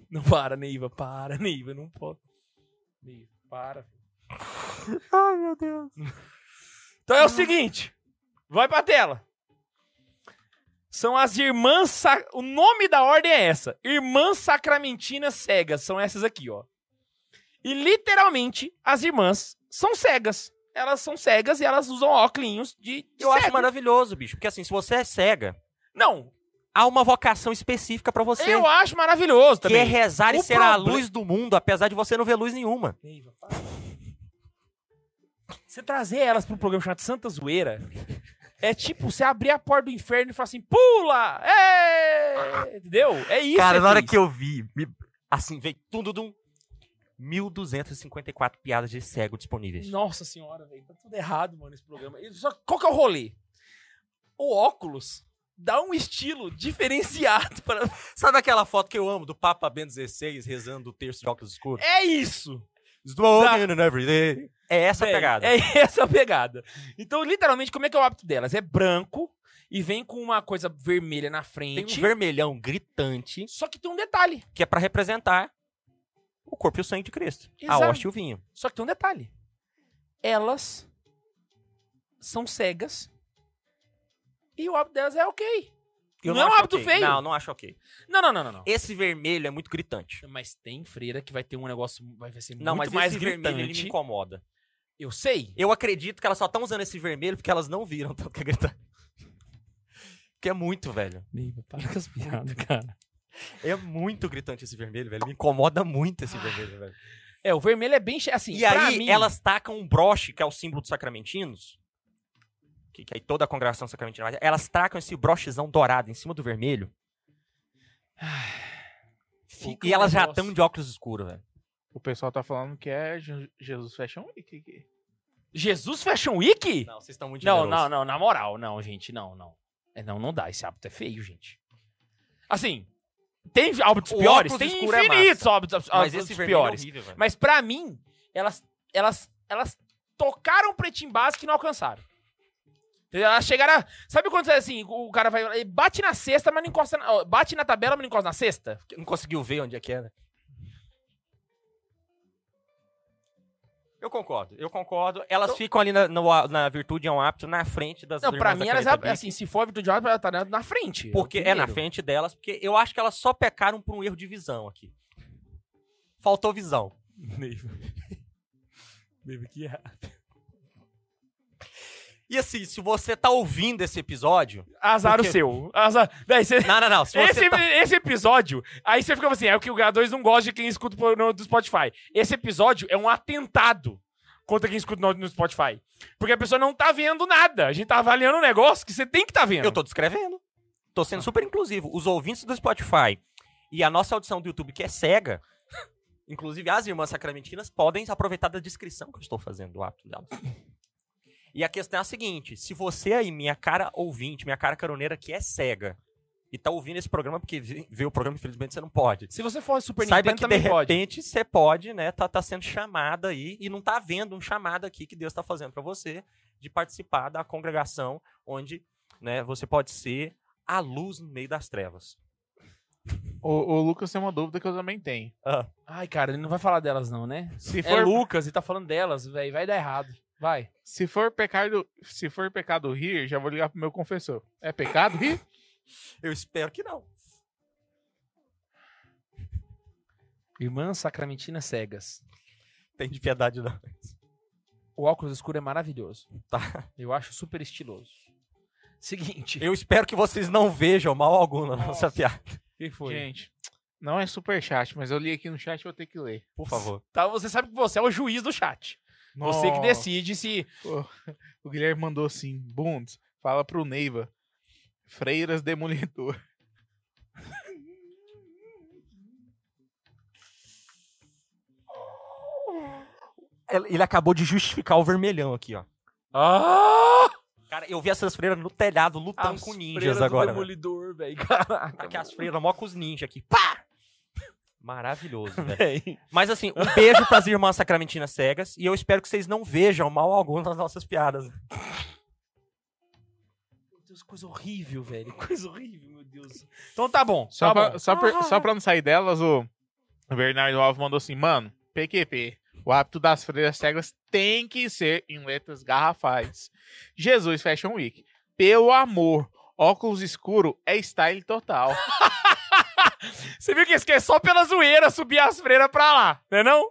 Não para, Neiva, para, Neiva, não pode. Neiva, para.
Ai, meu Deus.
Então é o seguinte, vai pra tela. São as irmãs. Sa- O nome da ordem é essa: Irmãs Sacramentinas Cegas. São essas aqui, ó. E literalmente, as irmãs são cegas. Elas são cegas e elas usam óculos de, de
Eu acho
cego.
maravilhoso, bicho. Porque assim, se você é cega,
Não,
há uma vocação específica pra você.
eu acho maravilhoso
que é
também.
rezar
O
e ser a
proble-
luz do mundo, apesar de você não ver luz nenhuma.
Neiva, para. Você trazer elas pra um programa chamado Santa Zoeira é tipo você abrir a porta do inferno e falar assim: pula! É! Entendeu? É isso.
Cara,
é
na hora
feliz.
que eu vi, me- assim, veio tudo de um... 1.254 piadas de cego disponíveis.
Nossa senhora, velho. Tá tudo errado, mano, esse programa. E Só, qual que é o rolê? O óculos dá um estilo diferenciado para.
Sabe aquela foto que eu amo do Papa Ben XVI rezando o terço de óculos escuros?
É isso!
Smoking and everything. É essa a
Velho,
pegada.
É essa a pegada. Então, literalmente, como é que é o hábito delas? É branco e vem com uma coisa vermelha na
Tem
frente.
um vermelhão gritante
Só que tem um detalhe.
que é pra representar o corpo e o sangue de Cristo.
Exato.
A hóstia e o vinho.
Só que tem um detalhe. Elas são cegas e o hábito delas é ok.
Eu
Não é um
acho
hábito
ok.
feio.
Não, não acho ok.
Não, não, não, não, não.
Esse vermelho é muito gritante.
Mas tem freira que vai ter um negócio, vai vai ser
Não,
muito
mas
mais
esse vermelho ele me
gritante.
incomoda.
Eu sei.
Eu acredito que elas só estão usando esse vermelho porque elas não viram tanto que é gritante. Porque é muito, velho.
Neiva, para com as piadas, cara.
É muito gritante esse vermelho, velho. Me incomoda muito esse vermelho, velho.
É, o vermelho é bem... che- Assim,
E
pra
aí
mim,
elas tacam um broche, que é o símbolo dos sacramentinos. Que, que aí toda a congregação sacramentina. vai- Elas tacam esse brochezão dourado em cima do vermelho.
fica
e
um
elas já
negócio- um
estão de óculos escuros, velho.
O pessoal tá falando que é Je- Jesus Fashion Week. que-
Jesus Fashion Week?
Não, vocês estão muito
Não,
generosos.
não, não, na moral, não, gente, não, não. É, não, não dá, esse hábito é feio, gente. Assim, tem hábitos
O
piores,
óculos
tem
escuro é
infinitos hábitos,
Mas
hábitos
esse vermelho é
piores.
horrível, velho.
Mas pra mim, elas, elas, elas tocaram preto em base que não alcançaram. Entendeu? Elas chegaram. a- Sabe quando você, assim, o o cara vai. ele Bate na cesta, mas não encosta. na- ó, Bate na tabela, mas não encosta na cesta?
Não conseguiu ver onde é que era. Eu concordo, eu concordo. Elas
Então-
ficam ali na, no a- na virtude é um hábito na frente das
Não, pra
irmãs da
mim, elas.
caneta Bic,
Assim, se for a virtude óbvia, ela tá na- na frente.
porque é na
primeiro.
frente delas, porque eu acho que elas só pecaram por um erro de visão aqui. Faltou visão. é. E assim, se você tá ouvindo esse episódio,
Azar
Porque-
o seu. Azar. Véi, cê-
não, não, não, se você
Esse,
tá-
esse episódio, aí você fica assim, é o que o H2 não gosta de quem escuta por- no, do Spotify. Esse episódio é um atentado contra quem escuta no, no Spotify. Porque a pessoa não tá vendo nada. A gente tá avaliando um negócio que você tem que tá vendo.
eu tô descrevendo. Tô sendo super inclusivo. Os ouvintes do Spotify e a nossa audição do YouTube que é cega, inclusive as irmãs sacramentinas podem aproveitar da descrição que eu estou fazendo do hábito delas. E a questão é a seguinte: se você aí, minha cara ouvinte, minha cara caroneira que é cega, e tá ouvindo esse programa porque vi- vê o programa, infelizmente você não pode.
Se você for Super
Saiba
Nintendo,
que de
também pode.
repente você pode, né? Tá, tá sendo chamada aí e não tá vendo um chamado aqui que Deus tá fazendo pra você de participar da congregação onde, né, você pode ser a luz no meio das trevas.
O, o Lucas tem uma dúvida que eu também tenho.
Ah,
Ai, cara, ele não vai falar delas não, né?
Se
É
for,
Lucas e tá falando delas, velho. Vai dar errado. Vai.
se for pecado, se for pecado rir, já vou ligar pro meu confessor. É pecado rir?
Eu espero que não.
Irmãs Sacramentinas Cegas.
Tem de piedade não.
O óculos escuro é maravilhoso.
Tá.
Eu acho super estiloso. Seguinte.
Eu espero que vocês não vejam mal algum na
Nossa.
nossa piada,
O que foi?
Gente, não é super chat, mas eu li aqui no chat e vou ter que ler.
por favor.
Tá, você sabe que você é o juiz do chat. Você que
Nossa.
decide se.
Pô, O Guilherme mandou assim: Bundes, fala pro Neiva. Freiras Demolidor.
Ele ele acabou de justificar o vermelhão aqui, ó.
Ah!
Cara, eu vi essas freiras no telhado lutando com ninjas agora. velho.
Demolidor, velho.
Aqui
Caraca.
as freiras mó com os ninjas aqui. Pá! Maravilhoso, velho.
velho.
Mas assim, um beijo pras irmãs sacramentinas cegas e eu espero que vocês não vejam mal algum nas nossas piadas.
Meu Deus, coisa horrível, velho. Coisa horrível, meu Deus. Então tá bom.
Só,
tá
pra,
bom.
só, pra, só pra não sair delas, o Bernardo Alves mandou assim: Mano, PQP, o hábito das freiras cegas tem que ser em letras garrafais. Jesus Fashion Week. Pelo amor, óculos escuro é style total.
Você viu que isso aqui é só pela zoeira subir as freiras pra lá, né não?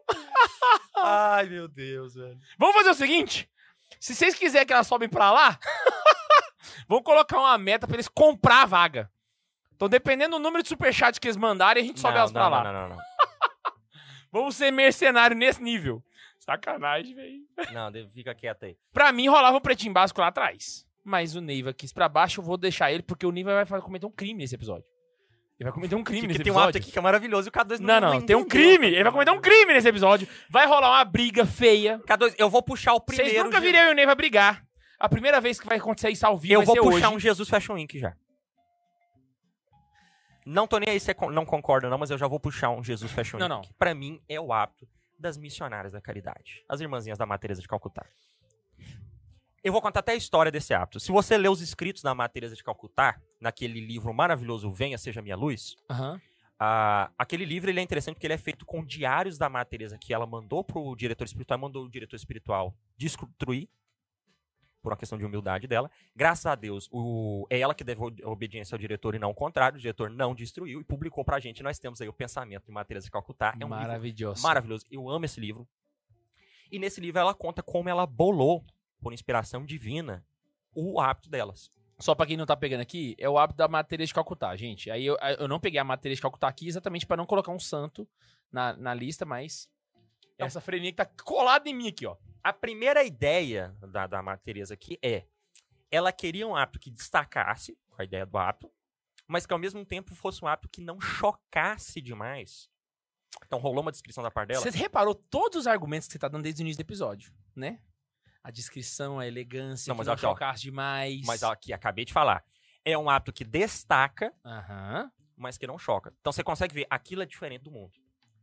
Ah.
Ai, meu Deus, velho.
Vamos fazer o seguinte. Se vocês quiserem que elas sobem pra lá, vamos colocar uma meta pra eles comprar a vaga. Então, dependendo do número de superchat que eles mandarem, a gente sobe elas pra lá.
Não, não, não. Não,
Vamos ser mercenário nesse nível. Sacanagem, velho.
não de- fica quieto aí.
Pra mim, rolava um pretinho básico lá atrás. Mas o Neiva quis pra baixo, eu vou deixar ele, porque o Neiva vai fa- cometer um crime nesse episódio. Ele vai cometer um crime
Porque
nesse
tem um hábito
episódio.
aqui que é maravilhoso e o K2
Não, não, tem um crime. Ele vai cometer um crime nesse episódio. Vai rolar uma briga feia.
K2, eu vou puxar o primeiro.
Vocês nunca
Je-
viram eu e o Neiva brigar. A primeira vez que vai acontecer isso ao vivo
Eu
vai
vou
ser
puxar
é hoje.
um Jesus Fashion Week já. Não tô nem aí se você con- não concorda, não, mas eu já vou puxar um Jesus Fashion
Não,
Week.
não.
que Pra mim é o hábito das missionárias da caridade. As irmãzinhas da Matereza de Calcutá. Eu vou contar até a história desse hábito. Se você lê os escritos da Matereza de Calcutá, naquele livro maravilhoso Venha Seja Minha Luz,
Aham.
ah, aquele livro ele é interessante porque ele é feito com diários da Mãe Teresa que ela mandou pro diretor espiritual, mandou o diretor espiritual destruir por uma questão de humildade dela. Graças a Deus, o- é ela que deve o- obediência ao diretor e não o contrário. O diretor não destruiu e publicou pra gente. Nós temos aí o pensamento de Mãe Teresa de Calcutá. É um livro
Maravilhoso.
maravilhoso. Eu amo esse livro. E nesse livro ela conta como ela bolou, por inspiração divina, o hábito delas.
Só pra quem não tá pegando aqui, é o hábito da matéria de Calcutá, gente. Aí eu, eu não peguei a matéria de Calcutá aqui exatamente pra não colocar um santo na, na lista, mas. É essa freninha que tá colada em mim aqui, ó.
A primeira ideia da, da Madre Teresa aqui é: ela queria um hábito que destacasse a ideia do hábito, mas que ao mesmo tempo fosse um hábito que não chocasse demais Então rolou uma descrição da parte dela.
Você reparou todos os argumentos que você tá dando desde o início do episódio, né? A descrição, a elegância,
Não,
não, mas
mas
não
aqui, ó.
chocasse demais.
Mas aqui, acabei de falar. É um hábito que destaca,
Aham.
mas que não choca. Então você consegue ver, aquilo é diferente do mundo.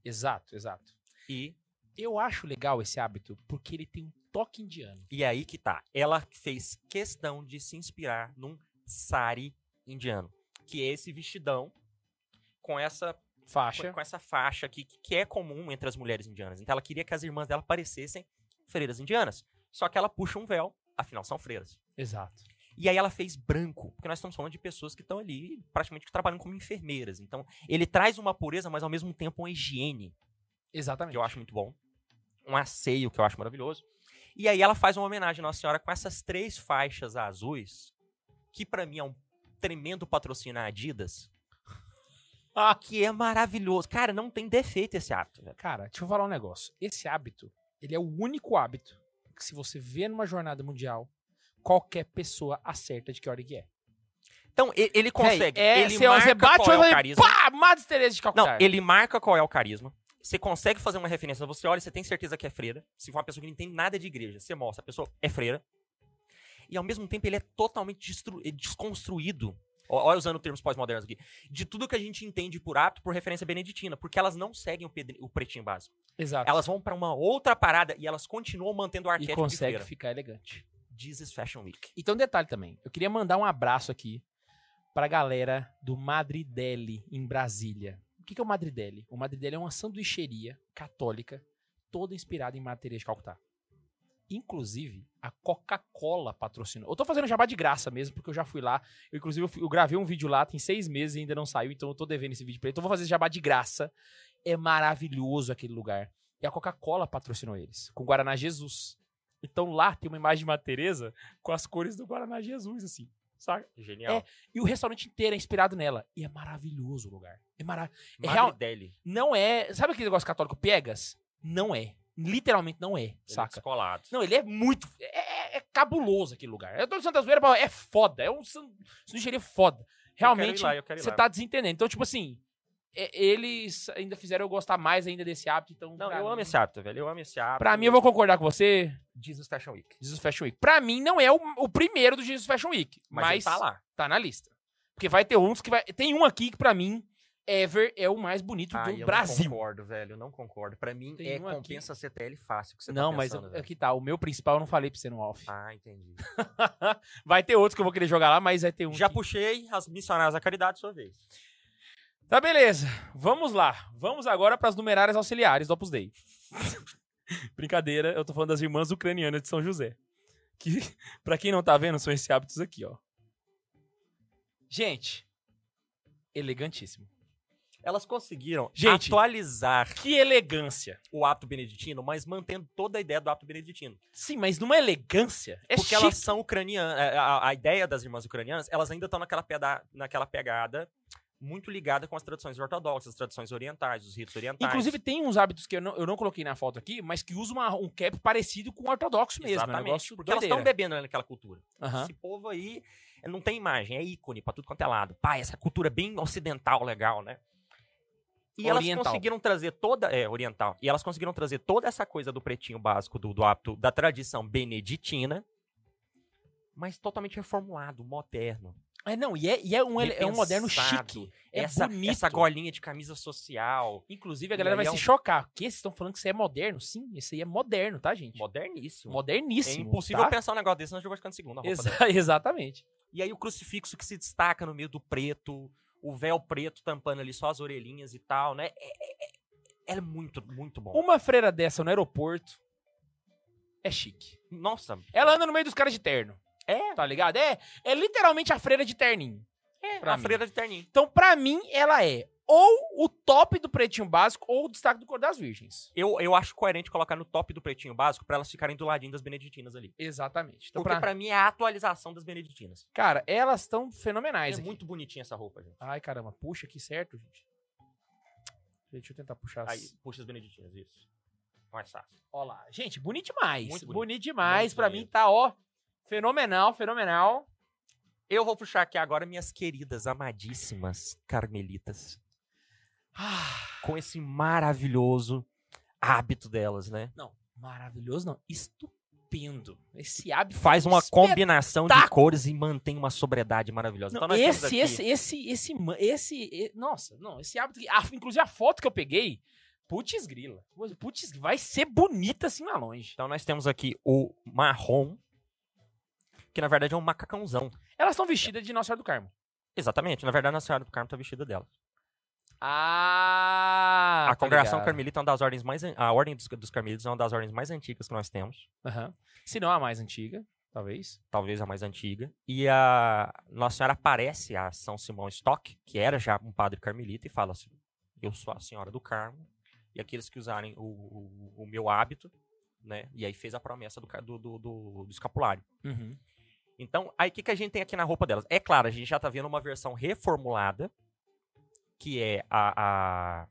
Exato, exato.
E,
Eu acho legal esse hábito porque ele tem um toque indiano.
e aí que tá. Ela fez questão de se inspirar num sari indiano. Que é esse vestidão com essa
Faixa.
com essa faixa aqui, que que é comum entre as mulheres indianas. Então ela queria que as irmãs dela parecessem freiras indianas. Só que ela puxa um véu, afinal são freiras.
Exato.
E aí ela fez branco, porque nós estamos falando de pessoas que estão ali praticamente trabalhando como enfermeiras. Então ele traz uma pureza, mas ao mesmo tempo uma higiene,
Exatamente.
que eu acho muito bom. Um asseio, que eu acho maravilhoso. E aí ela faz uma homenagem à Nossa Senhora com essas três faixas azuis, que pra mim é um tremendo patrocínio à Adidas.
Ah.
Que é maravilhoso. Cara, não tem defeito esse hábito, velho.
Cara, deixa eu falar um negócio. Esse hábito, ele é o único hábito que se você vê numa jornada mundial, qualquer pessoa acerta de que hora que é.
Então, e- ele consegue.
Véi, é,
ele
você,
marca
você bate
qual
o
é o
olho e
carisma.
pá, Madre Teresa de
Não,
Calcutá.
ele marca qual é o carisma. Você consegue fazer uma referência. Você olha, você tem certeza que é freira. Se for uma pessoa que não tem nada de igreja, você mostra, a pessoa é freira. E ao mesmo tempo, ele é totalmente destru- eh, desconstruído. Ó- Olha, usando termos pós-modernos aqui. De tudo que a gente entende por hábito, por referência beneditina. Porque elas não seguem o, pedri- o pretinho básico.
Exato.
Elas vão pra uma outra parada Tá. e elas continuam mantendo o
e
arquétipo de
consegue
freira.
ficar elegante.
Jesus Fashion Week.
Então, detalhe também. Eu queria mandar um abraço aqui pra galera do Madridelli, em Brasília. O que que é o Madridelli? O Madridelli é uma sanduicheria católica, toda inspirada em Madre Teresa de Calcutá. Inclusive, a Coca-Cola patrocinou. Eu tô fazendo jabá de graça mesmo, porque eu já fui lá. Eu, inclusive, eu, fui- eu gravei um vídeo lá, tem seis meses e ainda não saiu, então eu tô devendo esse vídeo pra ele. Então eu vou fazer jabá de graça. É maravilhoso aquele lugar. E a Coca-Cola patrocinou eles, com Guaraná Jesus. Então lá tem uma imagem de Madre Teresa com as cores do Guaraná Jesus, assim, saca?
Genial.
E o restaurante inteiro é inspirado nela. E é maravilhoso o lugar. É mara...
É,
é real-
Deli.
Não é... Sabe aquele negócio católico pegas? Não é. Literalmente não é, saca?
Descolado.
Não, ele é muito... É, é- é cabuloso aquele lugar. Eu tô de Santa Zoeira, mas é foda. É um san- sanduícheiro foda. Realmente,
lá, eu quero ir
você
lá.
tá desentendendo. Então, tipo assim, é- eles ainda fizeram eu gostar mais ainda desse hábito. Então,
Não,
pra
eu
mim-
amo esse hábito, velho. Eu amo esse hábito.
Pra mim, eu vou concordar com você,
Jesus Fashion Week.
Jesus Fashion Week. Pra mim, não é o, o primeiro do Jesus Fashion Week.
Mas, ele
Mas,
tá lá.
tá na lista. Porque vai ter uns que vai. Tem um aqui que, pra mim, Ever é o mais bonito
Ai, eu
do
não
Brasil.
concordo, velho. Eu não concordo. Pra mim,
Tem
é
um aqui.
compensa CTL fácil que você tá
Não, mas
pensando, velho.
aqui tá. O meu principal eu não falei pra você no off.
Ah, entendi.
vai ter outros que eu vou querer jogar lá, mas vai ter um.
Já
aqui.
puxei as missionárias da caridade, sua vez.
Tá, beleza. Vamos lá. Vamos agora pras numerárias auxiliares do Opus Dei. Brincadeira, eu tô falando das irmãs ucranianas de São José. Que, pra quem não tá vendo, são esses hábitos aqui, ó. Gente, elegantíssimo.
Elas conseguiram
Gente.
atualizar
Que elegância.
o hábito beneditino, mas mantendo toda a ideia do hábito beneditino.
Sim, mas numa elegância. É
Porque
chique.
elas são ucranianas. é, A, a ideia das irmãs ucranianas, elas ainda estão naquela, peda- naquela pegada muito ligada com as tradições ortodoxas, as tradições orientais, os ritos orientais.
Inclusive, tem uns hábitos que eu não, eu não coloquei na foto aqui, mas que usa uma- um cap parecido com o ortodoxo mesmo.
Exatamente,
é um negócio
porque elas estão
doideira.
bebendo né, naquela cultura.
Aham.
Esse povo aí não tem imagem, é ícone pra tudo quanto é lado. Pá, essa cultura bem ocidental, legal, né? E
Oriental.
elas conseguiram trazer toda. É, oriental. E elas conseguiram trazer toda essa coisa do pretinho básico, do, do hábito, da tradição beneditina, mas totalmente reformulado, moderno.
É, não, e é, e é um, ele- é um moderno
repensado.
chique. É
Essa,
bonito.
essa golinha de camisa social.
Inclusive, a
E
galera
aí
vai
é
se
um-
chocar. Que esses estão falando que isso é moderno. Sim, isso aí é moderno, tá, gente?
Moderníssimo. é
Moderníssimo.
impossível
tá?
pensar um negócio desse antes de eu ficar no segundo. a roupa
Exa
dela.
exatamente.
E aí o crucifixo que se destaca no meio do preto, o véu preto tampando ali só as orelhinhas e tal, né? É, é- é- é muito, muito bom.
Uma freira dessa no aeroporto é chique.
Nossa,
Ela anda no meio dos caras de terno.
É.
Tá ligado? É, é literalmente a freira de terninho.
é
pra
a
mim.
freira de terninho.
Então, pra mim, ela é ou o top do pretinho básico ou o destaque do Cor das Virgens.
Eu, eu acho coerente colocar no top do pretinho básico pra elas ficarem do ladinho das beneditinas ali.
Exatamente. Então,
Porque pra...
pra...
mim é a atualização das beneditinas.
Cara, elas estão
É
fenomenais. Ah, aqui.
muito bonitinha essa roupa, gente.
Ai, caramba, puxa aqui certo, gente. Deixa eu tentar puxar as...
Aí, puxa as beneditinas, isso. Mais fácil.
Ó lá. Gente, bonito demais.
Muito
Muito
bonito.
bonito. demais.
Muito
pra
bonito.
mim tá, ó, fenomenal, fenomenal.
Eu vou puxar aqui agora minhas queridas, amadíssimas carmelitas.
Ah,
com esse maravilhoso hábito delas, né?
Não, maravilhoso não. Estupendo. Esse hábito.
Faz uma
Espetáculo.
combinação de cores e mantém uma sobriedade maravilhosa.
Não,
então nós temos
esse,
aqui-
esse, esse, esse, ma- esse, e- Nossa, não, esse hábito. que- a- inclusive a foto que eu peguei, putz grila. Putz, vai ser bonita assim lá longe.
Então nós temos aqui o marrom, que na verdade é um macacãozão.
Elas estão vestidas de Nossa Senhora do Carmo.
Exatamente, na verdade a Nossa Senhora do Carmo tá vestida dela.
Ah!
a congregação carmelita é uma das ordens mais an- a ordem dos, dos carmelitas é uma das ordens mais antigas que nós temos,
Aham. Se não a mais antiga, talvez.
talvez a mais antiga. E a Nossa Senhora aparece a São Simão Stock, que era já um padre carmelita e fala assim: "Eu sou a Senhora do Carmo e aqueles que usarem o, o- o meu hábito, né? E aí fez a promessa do ca- do- do- do- do escapulário. Então, aí o que, que a gente tem aqui na roupa delas? É claro, a gente já tá vendo uma versão reformulada, que é a, a-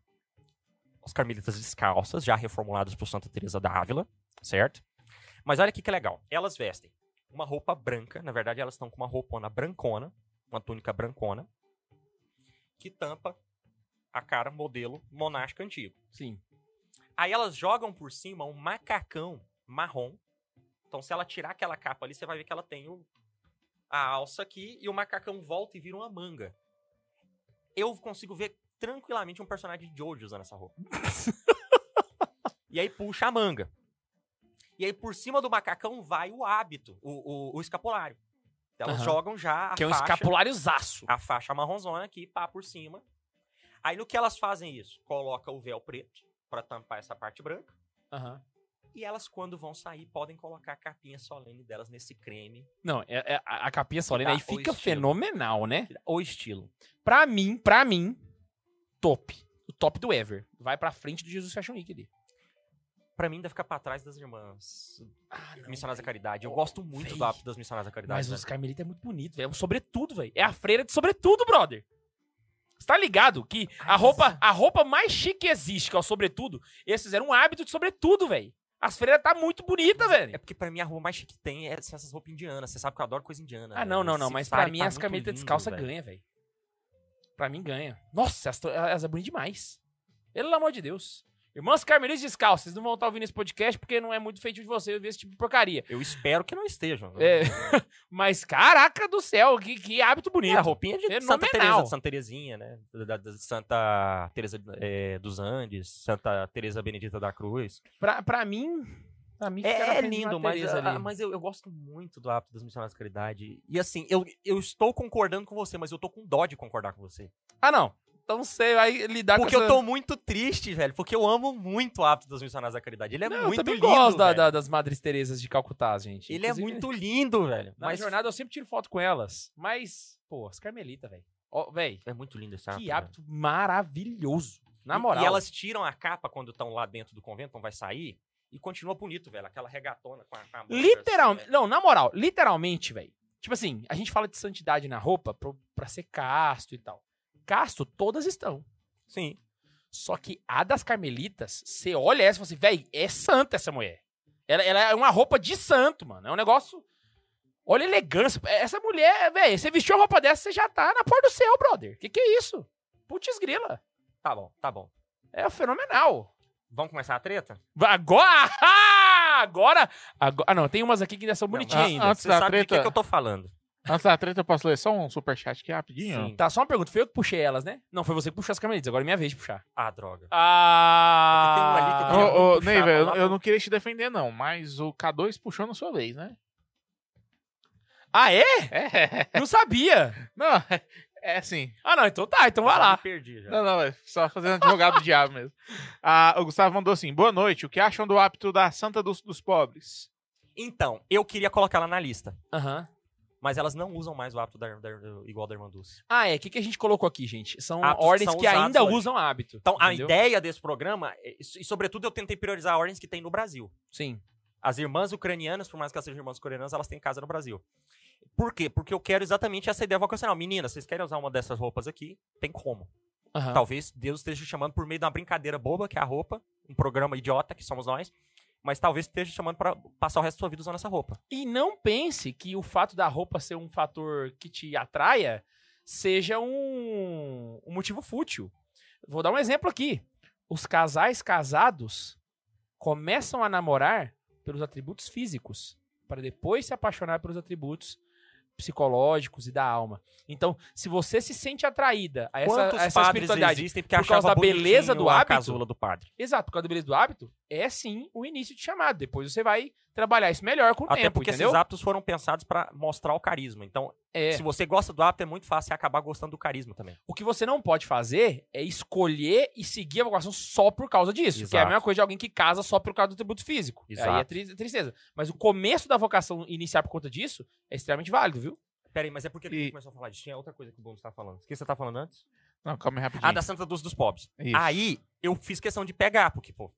os carmelitas descalças, já reformuladas por Santa Teresa da Ávila, certo? Mas olha aqui que é legal. Elas vestem uma roupa branca, na verdade elas estão com uma roupona brancona, uma túnica brancona, que tampa a cara modelo monástica antigo.
Sim.
Aí elas jogam por cima um macacão marrom. Então, se ela tirar aquela capa ali, você vai ver que ela tem o- a alça aqui e o macacão volta e vira uma manga. Eu consigo ver tranquilamente um personagem de Jojo usando essa roupa. e aí puxa a manga. E aí por cima do macacão vai o hábito, o, o- o escapulário. Elas
Aham.
jogam já a
Que é um
faixa
escapuláriozaço.
a faixa marronzona aqui, pá por cima. Aí no que elas fazem isso? Coloca o véu preto pra tampar essa parte branca.
Aham.
E elas, quando vão sair, podem colocar a capinha solene delas nesse creme.
Não, é, é- a a capinha solene
Dá
aí
o
fica
estilo.
fenomenal, né?
O estilo.
Pra mim, pra mim, top. O top do ever. Vai pra frente do Jesus Fashion Week ali.
Pra mim, ainda fica pra trás das irmãs
Ah, não.
missionárias da caridade. Eu
Ó,
gosto muito
véi.
do hábito das missionárias da caridade.
Mas
né?
os carmelitas é muito bonito, velho. É um sobretudo, velho. É a freira de sobretudo, brother. Você tá ligado que
Ah,
a roupa, a roupa mais chique que existe, que é o sobretudo, esses eram um hábito de sobretudo, velho. As freiras tá muito bonita,
É
velho.
porque pra mim a roupa mais chique que tem é essas roupas indianas. Você sabe que eu adoro coisa indiana. né?
Ah,
velho.
não, não, não.
Esse
Mas pra
sari
mim
tá
as
muito
carmelitas
lindo,
descalça
velho.
ganha, velho. Pra mim ganha. Nossa, elas, tão- elas é bonita demais. Pelo amor de Deus. Irmãs carmelitas descalças, vocês não vão estar ouvindo esse podcast porque não é muito feito de você ver esse tipo de porcaria.
Eu espero que não estejam. né?
É. Mas caraca do céu, que, que hábito bonito.
É, a roupinha de Santa
Fenomenal.
Teresa, de Santa Terezinha, né? Da- da- da Santa Teresa eh, dos Andes, Santa Teresa Benedita da Cruz.
Pra, pra mim. Pra mim fica na
É, é
frente de
lindo,
Madre
mas,
Teresa
ah,
ali.
mas eu, eu gosto muito do hábito das missionárias da caridade. E assim, eu, eu estou concordando com você, mas eu tô com dó de concordar com você.
Ah, não. Então você vai lidar
Porque
com
eu
essa-
tô muito triste, velho, porque eu amo muito o hábito das missionárias da caridade. Ele é
Não, eu
muito
também
lindo,
gosto da-
velho.
da- das Madres Teresas de Calcutá, gente.
Ele é
Inclusive,
muito lindo, velho.
Na
Mas
jornada eu sempre tiro foto com elas. Mas, pô, as Carmelita, velho. Ó, velho,
é muito lindo esse hábito.
que
velho.
hábito maravilhoso. Na
E-
moral.
E, elas tiram a capa quando estão lá dentro do convento, quando vai sair, e continua bonito, velho. Aquela regatona com a, com a manga,
Literalmente.
assim,
Não, na moral, literalmente, velho. Tipo assim, a gente fala de santidade na roupa pro- pra ser casto e tal. Casto, todas estão.
né? Sim.
Só que a das carmelitas, você olha essa e fala assim, véi, é santa essa mulher. Ela, ela é uma roupa de santo, mano. É um negócio. Olha a elegância. É, Essa mulher, véi, você vestiu a roupa dessa, você já tá na porta do céu, brother. Que que é isso? Putz grila.
Tá bom, tá bom.
É fenomenal.
Vamos começar a treta?
Agora! Ah, Agora! agora- Ah, não, tem umas aqui que ainda são
ah,
bonitinhas ainda.
antes
Você
da
sabe de que,
treta-
que eu tô falando.
Antes da treta, eu posso ler só um superchat aqui rapidinho?
Sim.
Tá, só uma pergunta. Foi eu que puxei elas, né? Não, foi você que puxou as carmelitas. Agora é minha vez de puxar.
Ah, droga.
Ah!
Ô,
Tem um- uma ali É que eu queria
ô,
muito puxar,
Ney, velho,
mas
eu,
lá
eu
não-
não queria te defender, não, mas o K2 puxou na sua vez, né?
Ah, é?
É.
Não sabia.
Não, é- é assim.
Ah, não, então tá, então vai
Eu
lá.
me perdi já.
Não, não, é só fazendo advogado do diabo mesmo. Ah, o Gustavo mandou assim: boa noite, o que acham do hábito da Santa dos, dos Pobres?
Então, eu queria colocar ela na lista.
Aham.
Mas elas não usam mais o hábito da, da- da- igual da Irmã Dulce.
Ah, é. O que, que a gente colocou aqui, gente? São
Hábitos que
ordens
são
que ainda
usados hoje.
usam hábito.
Então, a
entendeu?
ideia desse programa, é- e sobretudo eu tentei priorizar ordens que tem no Brasil.
Sim.
As irmãs ucranianas, por mais que elas sejam irmãs coreanas, elas têm casa no Brasil. Por quê? Porque eu quero exatamente essa ideia vocacional. Meninas, vocês querem usar uma dessas roupas aqui? Tem como.
Aham.
Talvez Deus esteja te chamando por meio de uma brincadeira boba, que é a roupa, um programa idiota, que somos nós, mas talvez esteja te chamando para passar o resto da sua vida usando essa roupa.
E não pense que o fato da roupa ser um fator que te atraia seja um, um motivo fútil. Vou dar um exemplo aqui. Os casais casados começam a namorar pelos atributos físicos, para depois se apaixonar pelos atributos psicológicos e da alma. Então, se você se sente atraída a essa, é
Quantos
a essa
padres
espiritualidade
existem porque
por
achava
causa da beleza
bonitinho
do
a
hábito?
casula do padre?
Exato, por causa da beleza do hábito, é sim o início de chamado. Depois você vai trabalhar isso melhor com o
Até
tempo,
porque
entendeu?
esses hábitos foram pensados pra mostrar o carisma. Então,
É,
se você gosta do hábito, é muito fácil você acabar gostando do carisma também.
o que você não pode fazer é escolher e seguir a vocação só por causa disso. Que é a
Exato.
mesma coisa de alguém que casa só por causa do atributo físico. Aí é
Exato.
tri- tristeza. Mas o começo da vocação iniciar por conta disso é extremamente válido, viu?
Peraí, mas é porque
E-
ele começou a falar disso. Tinha outra coisa que o Bônus tá falando. O que você tá falando antes?
Não, calma aí rapidinho.
Ah, da Santa Dulce dos Pobres.
Isso.
Aí, eu fiz questão de pegar, porque, pô...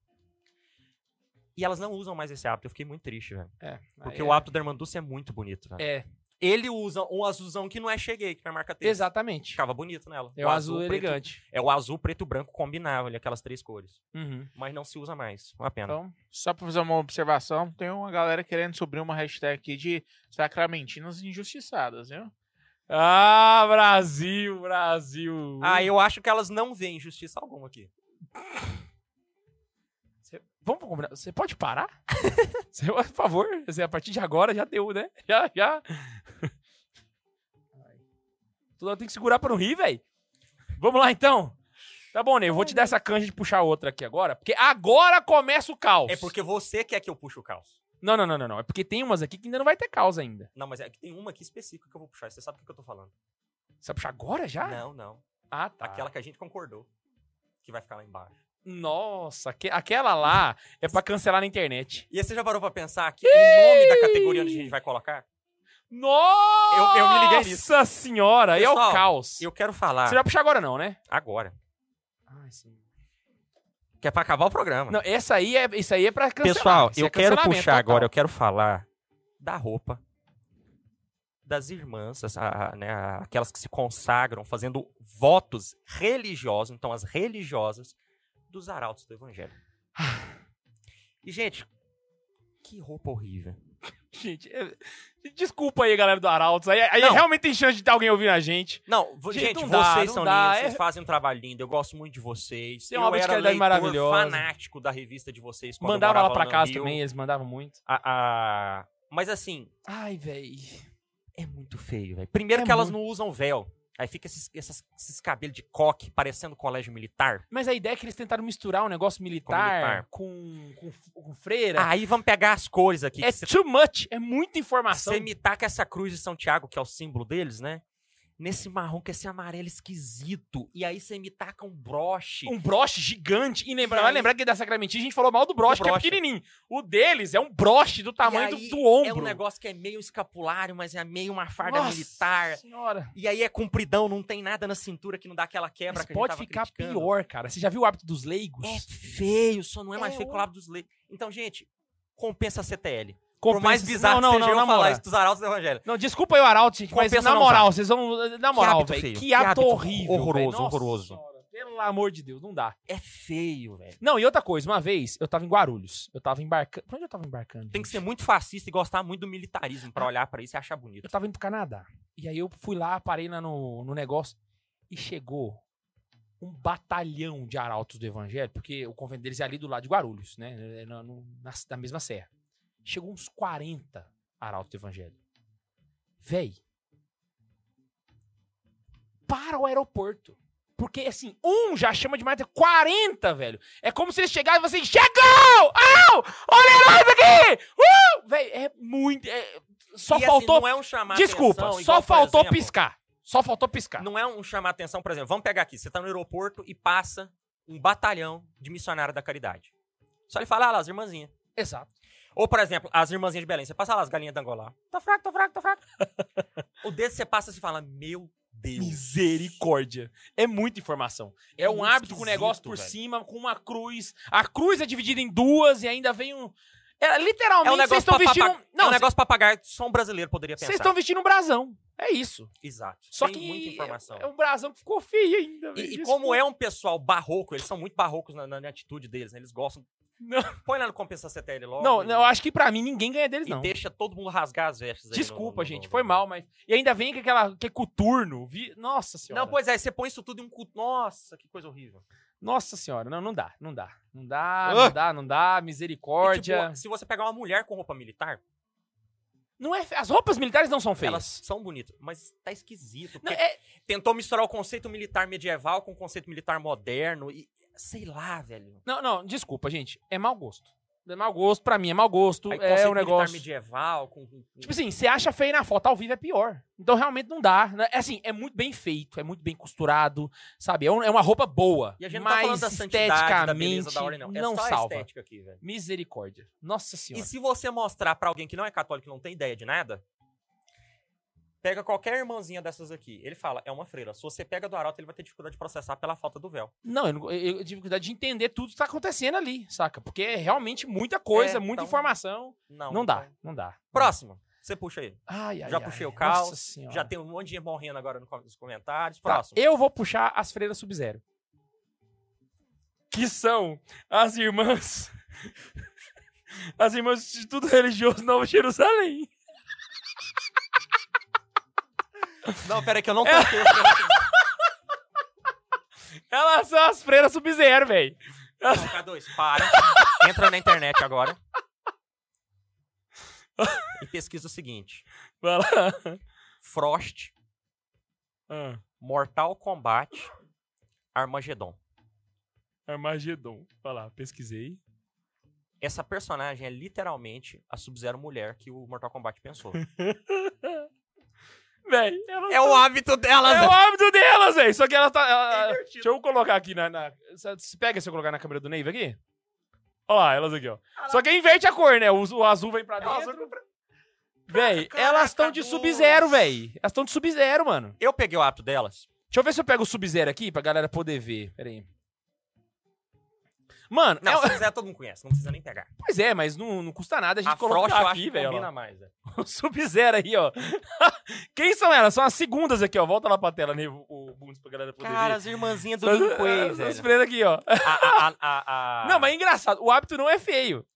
E elas não usam mais esse hábito. Eu fiquei muito triste, velho.
É. aí
Porque o
é-
hábito da Irmã Dulce é muito bonito, velho.
É,
Ele usa um azulzão que não é cheguei, que é marca texto.
exatamente.
Ficava bonito nela.
É o azul,
preto-
elegante.
É o azul, preto e branco combinava ali, aquelas três cores.
Uhum.
Mas não se usa mais. Uma pena.
Então,
Só pra fazer uma observação, tem uma galera querendo subir uma hashtag aqui de sacramentinas injustiçadas, viu?
Ah, Brasil, Brasil.
Ah, eu acho que elas não veem justiça alguma aqui.
Vamos combinar. Você pode parar? Você, por favor, Você, a partir de agora já deu, né? Já, já. Toda hora tem que segurar pra não rir, velho. Vamos lá, então. Tá bom, Ney. Eu vou te dar essa canja de puxar outra aqui agora. Porque agora começa o caos.
É porque você quer que eu puxe o caos.
Não, não, não, não, não. É porque tem umas aqui que ainda não vai ter caos ainda.
Não, mas é que tem uma aqui específica que eu vou puxar. Você sabe o que que eu tô falando?
Você vai puxar agora já?
Não, não.
Ah, tá.
Aquela que a gente concordou. Que vai ficar lá embaixo.
Nossa, aque- aquela lá é pra cancelar na internet.
E aí você já parou pra pensar que o nome da categoria onde a gente vai colocar?
Nossa!
eu me liguei nisso.
Nossa senhora, aí é o
Pessoal,
caos.
Eu quero falar
Você vai puxar agora não, né?
agora.
Ai, sim.
Que é pra acabar o programa.
Não, essa aí é, isso aí é pra cancelar.
Pessoal,
Isso
eu
é
quero
cancelamento
puxar
total.
agora, eu quero falar da roupa das irmãs, as- a- a- né, a- aquelas que se consagram fazendo votos religiosos, então as religiosas dos arautos do evangelho.
Ah.
E gente, que roupa horrível.
Gente, é- desculpa aí, galera do Arautos. Aí, aí
Não.
realmente tem chance de ter alguém ouvindo a gente.
Não, vo-
Gente,
gente,
não dá,
vocês
não
são
dá,
lindos, vocês
é-
fazem um trabalho lindo, eu gosto muito de vocês.
Tem
eu
uma obra de
era
caridade
leitor
maravilhosa.
fanático da revista de vocês quando eu
Mandava lá
morava
pra
no
casa
Rio.
também, eles mandavam muito.
A- a- Mas assim,
Ai, velho.
É muito feio, velho. Primeiro
É
que elas não usam véu. Aí fica esses, essas- esses cabelos de coque parecendo colégio militar.
Mas a ideia é que eles tentaram misturar um negócio militar com, com, com freira.
Aí vamos pegar as cores aqui.
Ah, é
que
too much, é muita
Você
informação.
imitar com essa cruz de São Tiago, que é o símbolo deles, né? Nesse marrom, que é esse amarelo esquisito. E aí você imitar com um broche.
Um broche gigante. E lembra,
E
vai
aí-
lembrar que da Sacramentinha a gente falou mal do broche,
Do
que é
broche.
pequenininho. O deles é um broche do tamanho
aí
do, do ombro.
É um negócio que é meio escapulário, mas é meio uma farda militar.
senhora.
E aí é compridão, não tem nada na cintura que não dá aquela quebra
Mas
que a gente
pode
tava
ficar
criticando.
pior, cara. Você já viu o hábito dos leigos?
É feio, só não é mais
É
feio que o
horrível.
lábio dos leigos. Então, gente, compensa a CTL.
Compensa-
Por mais bizarro
não,
que
não,
seja
não,
eu
na
falar
moral.
isso dos arautos do evangelho.
Não, desculpa aí o Arauto, gente, mas
Compensa
na
não
moral,
usar.
vocês vão. Na moral,
hábito
velho. Que,
feio, que
hábito
hábito
horrível.
horroroso,
velho. Nossa
horroroso.
senhora, pelo amor de Deus, não dá.
É feio, velho.
Não, e outra coisa, uma vez eu tava em Guarulhos. Eu tava embarcando. Pra onde eu tava embarcando?
Tem que
gente?
ser muito fascista e gostar muito do militarismo
Ah.
pra olhar pra isso e achar bonito.
Eu tava indo pro Canadá. E aí eu fui lá, parei lá no, no negócio e chegou um batalhão de arautos do evangelho, porque o convento deles é ali do lado de Guarulhos, né? É Na, no- na- na mesma serra. Chegou uns 40 arautos do evangelho. Véi. Para o aeroporto. Porque, assim, um já chama demais, tem 40, velho. É como se eles chegassem e você chegou! Au! Olha nós aqui! Uh! Véi, é muito... é- só
E, assim,
faltou
não é um chamar
Desculpa,
atenção,
só
igual, por
faltou
exemplo,
piscar. Só faltou piscar.
Não é um chamar atenção, por exemplo, vamos pegar aqui. Você tá no aeroporto e passa um batalhão de missionário da caridade. Só ele fala, ah lá, as irmãzinhas.
Exato.
Ou, por exemplo, as irmãzinhas de Belém. Você passa lá, as galinhas da Angola. Tá fraco, tá fraco, tá fraco. o dedo você passa e você fala, meu Deus.
Misericórdia. É muita informação. É um
muito
hábito com um negócio por
esquisito, velho.
cima, com uma cruz. A cruz é dividida em duas e ainda vem um. É, literalmente,
É um
vocês
negócio
estão
pra
vestindo.
papag-
um- Não,
é um negócio pra pagar, só um brasileiro poderia pensar.
vocês estão vestindo um brasão. É isso.
Exato.
Só
Tem
que.
muita informação.
É um brasão que ficou feio ainda.
é E, e como é um pessoal barroco, eles são muito barrocos na, na- na atitude deles, né? Eles gostam.
Não.
Põe lá no Compensa CTL logo.
Não,
e-
não, eu acho que pra mim ninguém ganha deles,
E
não.
deixa todo mundo rasgar as vestes. aí no-
Desculpa,
no-
gente,
no-
foi mal, mas. E ainda vem com aquela. Que é coturno. Vi... Nossa senhora.
Não, pois é, você põe isso tudo em um culto. Nossa, que coisa horrível.
Nossa senhora. Não, não dá, não dá. Não dá,
Ah!
não dá, não dá.
E,
Misericórdia.
tipo, se você pegar uma mulher com roupa militar,
Não é. fe- As roupas militares não são feias.
elas são bonitas, mas tá esquisito.
Não,
porque
é-
Tentou misturar o conceito militar medieval com o conceito militar moderno e. Sei lá, velho.
não, não, desculpa, gente. É mau gosto. É mau gosto, pra mim é mau gosto.
Aí,
é
conceito
um negócio.
militar medieval com. com- com-
Tipo assim, você acha feio na foto, ao vivo é pior. Então realmente não dá. né? É assim, é muito bem feito, é muito bem costurado, sabe? É, um- é uma roupa boa.
e a gente não tá
mas
falando da santidade, da beleza
esteticamente
da ordem, não.
não,
É só a
salva.
estética aqui, velho.
Misericórdia. Nossa senhora.
E se você mostrar pra alguém que não é católico e não tem ideia de nada, pega qualquer irmãzinha dessas aqui. Ele fala, é uma freira. Se você pega do arauto, ele vai ter dificuldade de processar pela falta do véu.
Não, eu, não- eu- eu tive cuidado de entender tudo que tá acontecendo ali, saca? Porque é realmente muita coisa,
É,
muita
então-
informação.
Não. então
Não, dá,
vai.
não dá.
Próximo. Você puxa aí.
Ai, ai,
Já
ai.
puxei o
Nossa
caos.
senhora.
Já tem um monte de gente morrendo agora no com- nos comentários.
Tá,
Próximo.
eu vou puxar as freiras sub-zero. Que são as irmãs. As irmãs do Instituto Religioso Nova Jerusalém.
Não, pera aí que eu não toquei. esse negócio.
Elas são as freiras sub-zero, velho.
Não, K2, para. Entra na internet agora. E pesquisa o seguinte.
Vai lá.
Frost,
Ah,
Mortal Kombat, Armagedon.
Armagedon. Vai lá, pesquisei.
essa personagem é literalmente a Sub-Zero mulher que o Mortal Kombat pensou.
Véi, elas
é o hábito delas,
É o
né?
hábito delas, velho. Só que ela tá. ela-
É invertido.
deixa eu colocar aqui na. na se pega se eu colocar na câmera do Neiva aqui? Olha lá, elas aqui, ó. Só que inverte a cor, né? O, o azul vem pra
É o azul
dentro. Véi,
Caraca,
elas estão de
Deus.
sub-zero, véi. Elas estão de sub-zero, mano.
Eu peguei o hábito delas.
Deixa eu ver se eu pego o sub-zero aqui pra galera poder ver. Pera aí. Mano,
Não,
é-
se quiser, todo mundo conhece. Não precisa nem pegar.
pois é, mas não, não custa nada a gente
A Frost, eu
colocar
acho
aqui,
que
velho.
combina
ó.
mais, é. velho.
O sub-zero aí, ó. Quem são elas? São as segundas aqui, ó. Volta lá pra tela, né? O, o Bundes pra galera poder ver.
Cara, as irmãzinhas do
As-
Linkway,
as- As
velho.
freiras aqui, ó.
A- a- a- a-
Não, mas é engraçado. O hábito não é feio.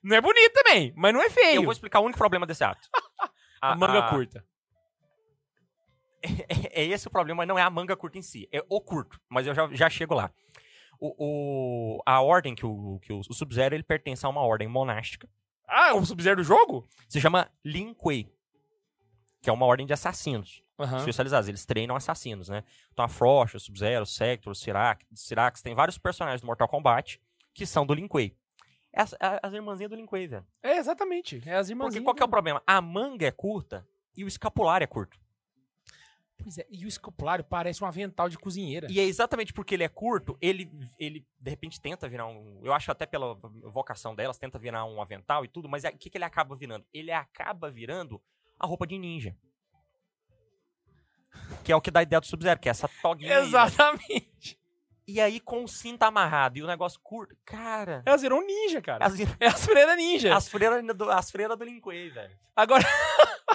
Não é bonito também, mas não é feio.
Eu vou explicar Ah, o único problema desse hábito.
A manga curta.
É esse o problema, não é a manga curta em si. É o curto, mas eu já, já chego lá. O, o- a ordem que o, que o, o Sub-Zero, ele pertence a uma ordem monástica.
Ah, o sub-zero do jogo?
Se chama Lin Kuei, que é uma ordem de assassinos
Aham.
especializados. Eles treinam assassinos, né? Então a Frost, o Sub-Zero, o Sector, o Sirac, Sirax, tem vários personagens do Mortal Kombat que são do Lin Kuei. As, a- as irmãzinhas do Lin Kuei, velho.
É, exatamente. É as irmãs.
Porque qual que é o problema? A manga é curta e o escapular é curto.
Pois é, e o escopulário parece um avental de cozinheira.
E é exatamente porque ele é curto, ele, ele de repente tenta virar um. Eu acho até pela vocação delas, tenta virar um avental e tudo, mas aí o que, que ele acaba virando? Ele acaba virando a roupa de ninja. Que é o que dá a ideia do Sub-Zero, que é essa toguinha. aí, né?
Exatamente.
E aí, com o cinto amarrado e o negócio curto, cara.
Elas viram É ninja, cara.
As,
É as freiras ninja.
as freiras do, as freiras do Linquei, velho.
Agora,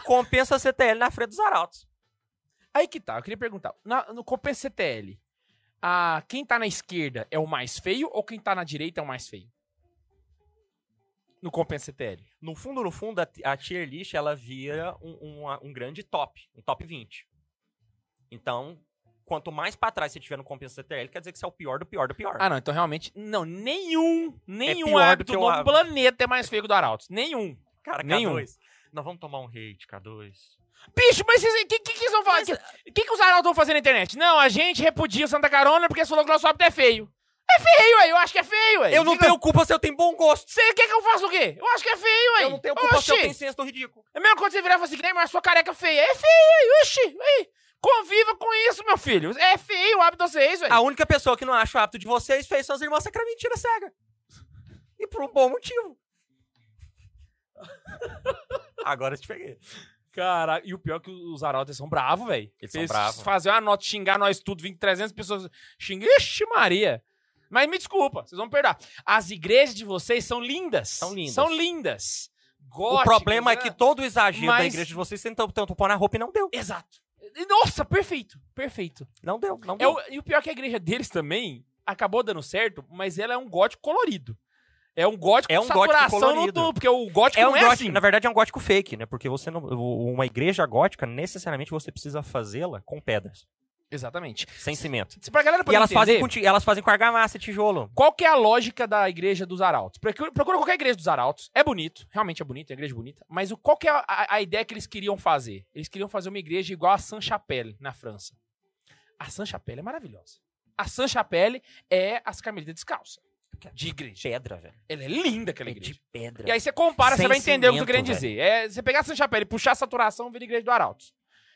Compensa a CTL na frente dos arautos.
aí que tá. Eu queria perguntar. Na- no Copa CTL, a, quem tá na esquerda é o mais feio ou quem tá na direita é o mais feio? No Compensa CTL.
No fundo, no fundo, a, a tier list ela vira um, um- um grande top, um top 20. Então, quanto mais pra trás você tiver no compensa CTL, quer dizer que você é o pior do pior do pior.
Ah, não, então realmente, não, nenhum, nenhum
pior do
hábito
que o
do
hábito.
planeta é mais feio que o do Arautos. Nenhum.
Cara,
nenhum.
K2. Nós vamos tomar um hate, K2.
Bicho, mas o que, que, que eles vão falar? O que, que, que os Arautos vão fazer na internet? Não, a gente repudia o Santa Carona porque falou que nosso hábito é feio. É feio, aí, eu acho que é feio, aí.
Eu não
Fica-
tenho culpa se eu tenho bom gosto.
Você quer que eu faça o quê? Eu acho que é feio, aí.
Eu não tenho culpa se eu
Oxi.
tenho senso do ridículo.
É mesmo quando você virar e falar assim, Guilherme, a sua careca é feia. É feio, aí, oxi, aí. Conviva com isso, meu filho. É feio o hábito de vocês, velho.
A única pessoa que não acha o hábito de vocês fez suas irmãs sacramentina cega. E por um bom motivo. Agora eu te peguei.
Cara, e o pior é que os arautas são bravos, velho.
Eles são bravos.
fazer uma nota, xingar "Ah, nós tudo, vir 300 pessoas. Xinga, ixi, Maria. Mas me desculpa, vocês vão perdoar. As igrejas de vocês são lindas.
São lindas.
São lindas.
O
Góticas,
problema é
né?
que todo o exagero da
Mas-
igreja de vocês tentam, tentam pôr na roupa e não deu.
Exato. Nossa, perfeito, perfeito.
Não deu, não
É
deu.
o- e o pior é que a igreja deles também acabou dando certo, mas ela é um gótico colorido. É um gótico
É
com
um gótico
saturação no
colorido.
topo, porque o gótico
É um
não é
gótico,
assim.
na verdade é um gótico fake, né? Porque você não, o- uma igreja gótica necessariamente você precisa fazê-la com pedras,
Exatamente.
sem cimento.
Se pra galera
E
poder
elas fazem,
entender,
com, ti- elas fazem com argamassa, tijolo.
qual que é a lógica da igreja dos arautos? Procura, procura qualquer igreja dos arautos. É bonito, realmente é bonito, é uma igreja bonita. Mas o, qual que é a, a- a ideia que eles queriam fazer? Eles queriam fazer uma igreja igual a Saint-Chapelle, na França. A Saint-Chapelle é maravilhosa. A Saint-Chapelle é as camelitas descalças. De igreja.
Pedra, velho.
Ela é linda aquela
É
igreja.
de pedra.
E aí você compara,
Sem
você vai entender o que eu tô querendo
cimento, velho.
dizer. É você pegar essa chapéu e puxar a saturação, vira a igreja do Arauto.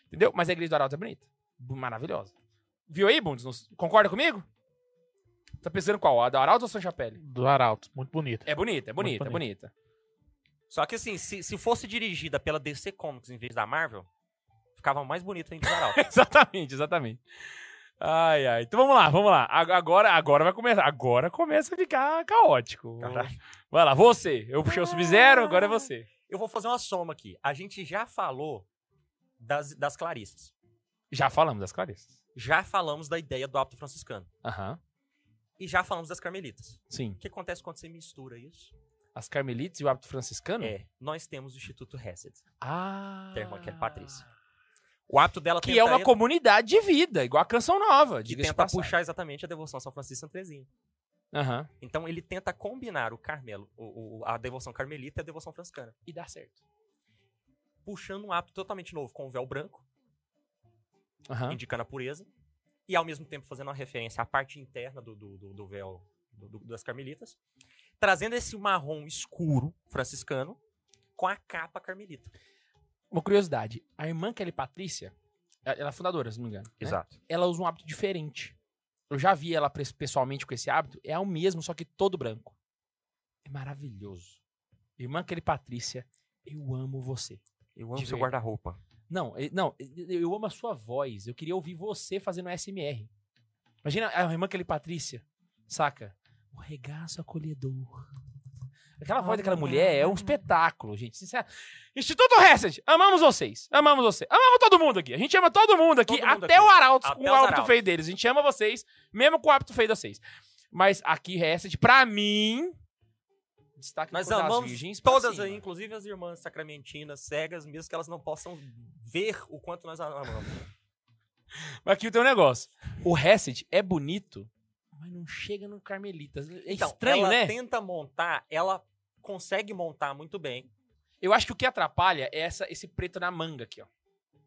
Entendeu? Mas a igreja do Arauto é bonita. bu- Maravilhosa. Viu aí, Bundes? Não- Concorda comigo? Tá pensando qual? A da Arauto ou a São Chapelle?
Do Arauto, muito bonito.
É bonita, é bonita, é
bonito.
bonita.
Só que assim, se, se fosse dirigida pela DC Comics em vez da Marvel, ficava mais bonito ainda o Arauto.
exatamente, exatamente. Ai, ai. Então vamos lá, vamos lá. A- Agora, agora vai começar. Agora começa a ficar caótico.
Caralho.
Vai lá, você. Eu puxei o Sub-Zero, agora é você.
Eu vou fazer uma soma aqui. A gente já falou das, das Clarissas.
Já falamos das Clarissas.
Já falamos da ideia do hábito franciscano.
Aham,
E já falamos das Carmelitas.
sim.
O que acontece quando você mistura isso?
As Carmelitas e o hábito franciscano?
É, nós temos o Instituto Hesed.
Ah.
Tem irmã que é Patrícia. O hábito dela
Que
tenta
é uma
en-
comunidade de vida, igual a canção nova.
que
Diga-se de
tenta
passagem.
puxar exatamente a devoção a São Francisco e Santa Teresinha.
Aham.
Então ele tenta combinar o Carmelo, o- o- a devoção carmelita e a devoção franciscana,
E dá certo.
puxando um hábito totalmente novo com o véu branco,
Aham.
indicando a pureza, e ao mesmo tempo fazendo uma referência à parte interna do, do- do- do véu do- do- das carmelitas, trazendo esse marrom escuro franciscano com a capa carmelita. né?
Uma curiosidade. A irmã Kelly Patrícia, é- ela é fundadora, se não me engano. né?
Exato.
Ela usa um hábito diferente. Eu já vi ela pres- pessoalmente com esse hábito. É o mesmo, só que todo branco. É maravilhoso. Irmã Kelly Patrícia, eu amo você.
Eu amo
De
seu
ver.
guarda-roupa.
Não, e- não, e- eu amo a sua voz. Eu queria ouvir você fazendo SMR. Imagina a irmã que ele Patrícia, saca? O regaço acolhedor. Aquela voz daquela mulher é um espetáculo, gente. Sincero. Instituto Hesed, amamos vocês. Amamos vocês. Amamos todo mundo aqui. A gente ama todo mundo aqui,
Todo mundo
até
aqui.
o Arautos
Até
com
os
o hábito
arautos.
feio deles. A gente ama vocês, mesmo com o hábito feio de vocês. Mas aqui, Hesed, pra mim. Destaque
Nós
contra as
amamos
virgens pra
todas,
cima.
aí, inclusive as irmãs sacramentinas, cegas, mesmo que elas não possam ver o quanto nós a amamos.
Mas Aqui tem um negócio. O Hesed é bonito, mas não chega no Carmelitas. É
Então,
estranho,
ela
né?
tenta montar, ela consegue montar muito bem,
Eu acho que o que atrapalha é essa, esse preto na manga aqui, ó.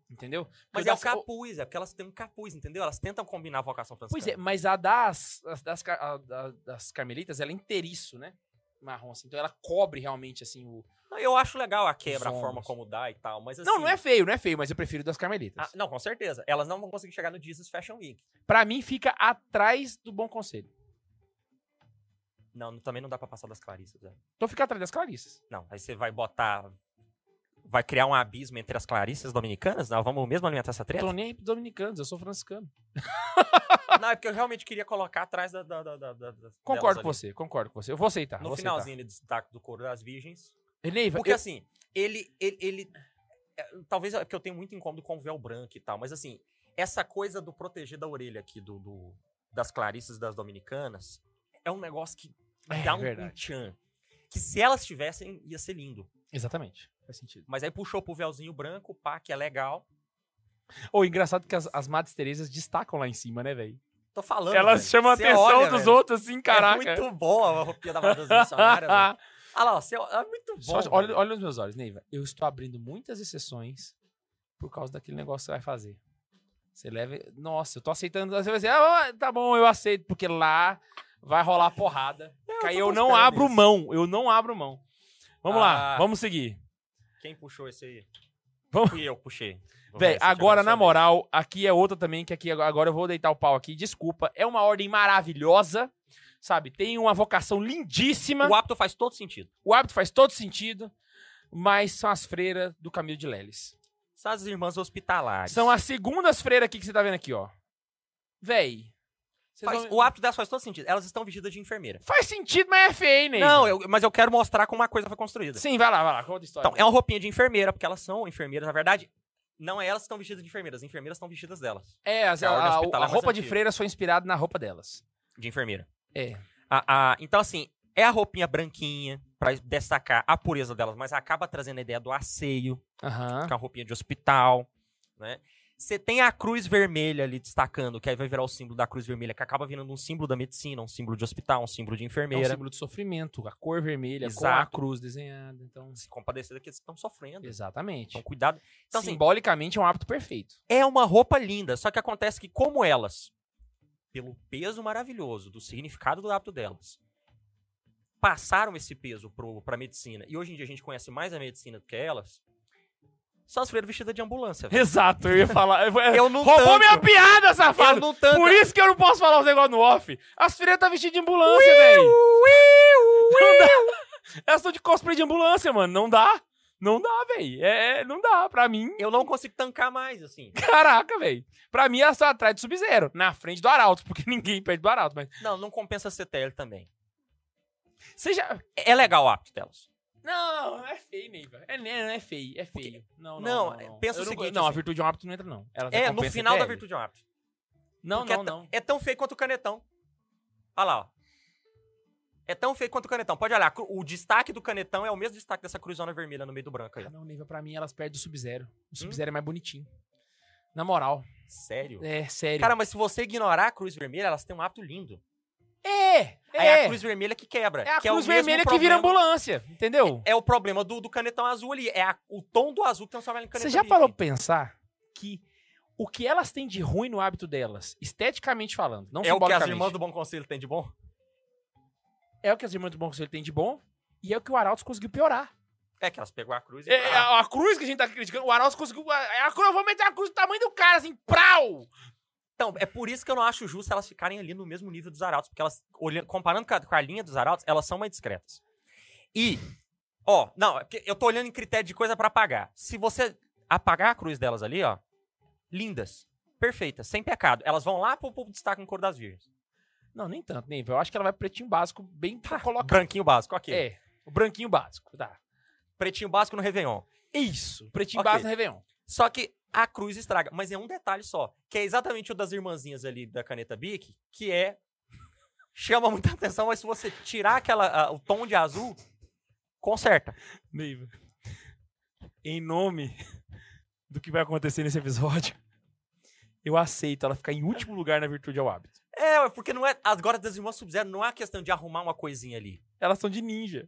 Entendeu?
mas
Porque
é o
das-
capuz, é porque elas têm um capuz, entendeu? Elas tentam combinar a vocação franciscana.
Pois é, mas a das, as das, ca- a da- das Carmelitas, ela é inteiriço, né? Marrom, assim. Então ela cobre realmente, assim, o...
Não, Eu acho legal a quebra, a
Os
forma
ombros.
como dá e tal, mas assim...
Não, não é feio, não é feio, mas eu prefiro das Carmelitas.
Ah, não, com certeza. Elas não vão conseguir chegar no Jesus Fashion Week.
Pra mim, fica atrás do Bom Conselho.
Não, não- também não dá pra passar das Clarissas. né?
Então fica atrás das Clarissas.
Não, aí você vai botar... Vai criar um abismo entre as Clarissas dominicanas? Nós vamos mesmo alimentar essa treta?
Tô nem aí pros dominicanos, eu sou franciscano.
Não, é porque eu realmente queria colocar atrás da... da, da, da, da delas
Concordo
ali.
com você, concordo com você. Eu vou aceitar,
No
vou aceitar.
finalzinho ele destaca do coro das virgens.
Renei,
Porque assim, ele. ele, ele- é, talvez é porque eu tenho muito incômodo com o véu branco e tal, mas assim, essa coisa do proteger da orelha aqui do, do- das Clarissas e das Dominicanas é um negócio que
É,
dá um, um
verdade.
tchan. Que se elas tivessem, ia ser lindo.
Exatamente. Faz sentido.
Mas aí puxou pro véuzinho branco, pá, que é legal.
Ou engraçado é que as, as Madres Teresas destacam lá em cima, né, velho?
Tô falando.
Elas
velho.
chamam a
Cê
atenção
olha,
dos
velho.
outros, assim, caraca.
É muito boa a roupinha da Madre Missionária, velho. Olha lá, você, é muito bom.
Só- olha,
velho.
olha nos meus olhos, Neiva. Eu estou abrindo muitas exceções por causa daquele negócio que você vai fazer. Você leva. Nossa, eu tô aceitando. Você vai dizer, ah, tá bom, eu aceito, porque lá vai rolar porrada.
É, tô
Que aí eu não
buscando
abro
isso.
mão. Eu não abro mão. Vamos lá,
Ah.
vamos seguir.
Quem puxou esse aí?
Vamos-
Fui eu, puxei.
Véi,
Você
agora, na
chegou sua
moral, aqui é outra também, que aqui agora- agora eu vou deitar o pau aqui. Desculpa, é uma ordem maravilhosa, sabe? Tem uma vocação lindíssima,
vez. O hábito faz todo sentido.
o hábito faz todo sentido, mas são as freiras do Camilo de Leles.
São as irmãs hospitalares.
São as segundas freiras aqui que você tá vendo aqui, ó. Véi. vocês
Faz-
vão-
O hábito delas faz todo sentido. Elas estão vestidas de enfermeira.
Faz sentido, mas é feio, né?
Não, eu- mas eu quero mostrar como a coisa foi construída.
Sim, vai lá, vai lá, conta a história.
Então, é uma roupinha de enfermeira, porque elas são enfermeiras. Na verdade, não é elas que estão vestidas de enfermeiras. As enfermeiras estão vestidas delas,
é, as-
é a
a,
ordem
a-
hospitalar
a
mais
roupa de
antiga.
freiras foi inspirada na roupa delas.
de enfermeira.
É.
A- a- então, assim, É a roupinha branquinha, pra destacar a pureza delas, mas acaba trazendo a ideia do asseio,
Aham.
com a roupinha de hospital, né? Você tem a cruz vermelha ali destacando, que aí vai virar o símbolo da cruz vermelha, que acaba virando um símbolo da medicina, um símbolo de hospital, um símbolo de
É um
enfermeira.
símbolo de sofrimento, a cor vermelha, com a
Exato.
cruz desenhada. Então,
Se compadecer daqueles que estão sofrendo. Então,
exatamente.
cuidado. Então, assim,
Simbolicamente é um hábito perfeito.
é uma roupa linda, só que acontece que, como elas, pelo peso maravilhoso do significado do hábito delas, passaram esse peso pro, pra medicina, e hoje em dia a gente conhece mais a medicina do que elas, só as freiras vestidas de ambulância, velho.
Exato, eu ia falar.
Eu não
Roubou
tanco.
minha piada,
Eu
safado!
não tanto.
Por isso que eu não posso falar os negócios no off. As filhas tá vestidas de ambulância, velho. Não dá. Elas estão de cosplay de ambulância, mano. Não dá. Não dá, velho. É, é, não dá. Pra mim,
Eu não consigo tancar mais, assim.
caraca, velho. Pra mim, elas estão atrás do Sub-Zero. Na frente do Arauto, porque ninguém perde do Arauto. Mas
Não, não compensa ser TL também.
você já...
É é legal o hábito delas.
Não, não é feio, Neiva. É, não é feio, é feio. Não, não,
Não,
não, não.
pensa
Eu
o
não-
seguinte,
Não, a
assim.
virtude de um hábito não entra, não. Elas
É, no
recompensam
final da
TL.
virtude é um hábito.
Não,
Porque
não,
é t-
não.
É tão feio quanto o canetão. Olha lá, ó. É tão feio quanto o canetão. Pode olhar, cru- o destaque do canetão é o mesmo destaque dessa cruzona vermelha no meio do branco aí.
Ah, Não, Neiva, pra mim, elas perdem o Sub-Zero. O Sub-Zero é mais bonitinho. Na moral.
Sério?
É, sério.
Cara, mas se você ignorar a cruz vermelha, elas têm um hábito lindo.
é!
Aí é a cruz vermelha que quebra.
É a
que
cruz
o mesmo
vermelha que vira um
problema-
ambulância, entendeu?
É o problema do, do canetão azul ali. É a- o tom do azul que transforma ele em canetão.
Você já
ali.
parou pra pensar que o que elas têm de ruim no hábito delas, esteticamente falando, não
É o que as
simbolicamente,
irmãs do Bom Conselho têm de bom?
é o que as irmãs do Bom Conselho têm de bom e é o que o Arautos conseguiu piorar.
É que elas pegou a cruz e.
É, é
Ah,
a, a cruz que a gente tá criticando, o Arautos conseguiu... é a cruz, eu vou meter a cruz do tamanho do cara, assim, prau!
Então, é por isso que eu não acho justo elas ficarem ali no mesmo nível dos arautos, porque elas, olhando, comparando com a, com a linha dos arautos, elas são mais discretas. E, ó, não, é porque eu tô olhando em critério de coisa pra apagar. Se você apagar a cruz delas ali, ó, lindas, perfeitas, sem pecado, elas vão lá pro, pro destaque em cor das virgens.
Não, nem tanto, nem. Eu acho que ela vai pro pretinho básico bem pra colocar.
Branquinho básico, ok.
É, o branquinho básico, tá.
Pretinho básico no Réveillon.
Isso, pretinho
Ok.
básico no Réveillon.
Só que a cruz estraga. Mas é um detalhe só, que é exatamente o das irmãzinhas ali da caneta Bic, que é. Chama muita atenção, mas se você tirar aquela, ah, o tom de azul, conserta.
Neiva, em nome do que vai acontecer nesse episódio, eu aceito ela ficar em último lugar na virtude ao hábito.
É, ué, porque não é. Agora das irmãs Sub-Zero não é a questão de arrumar uma coisinha ali.
Elas são de ninja.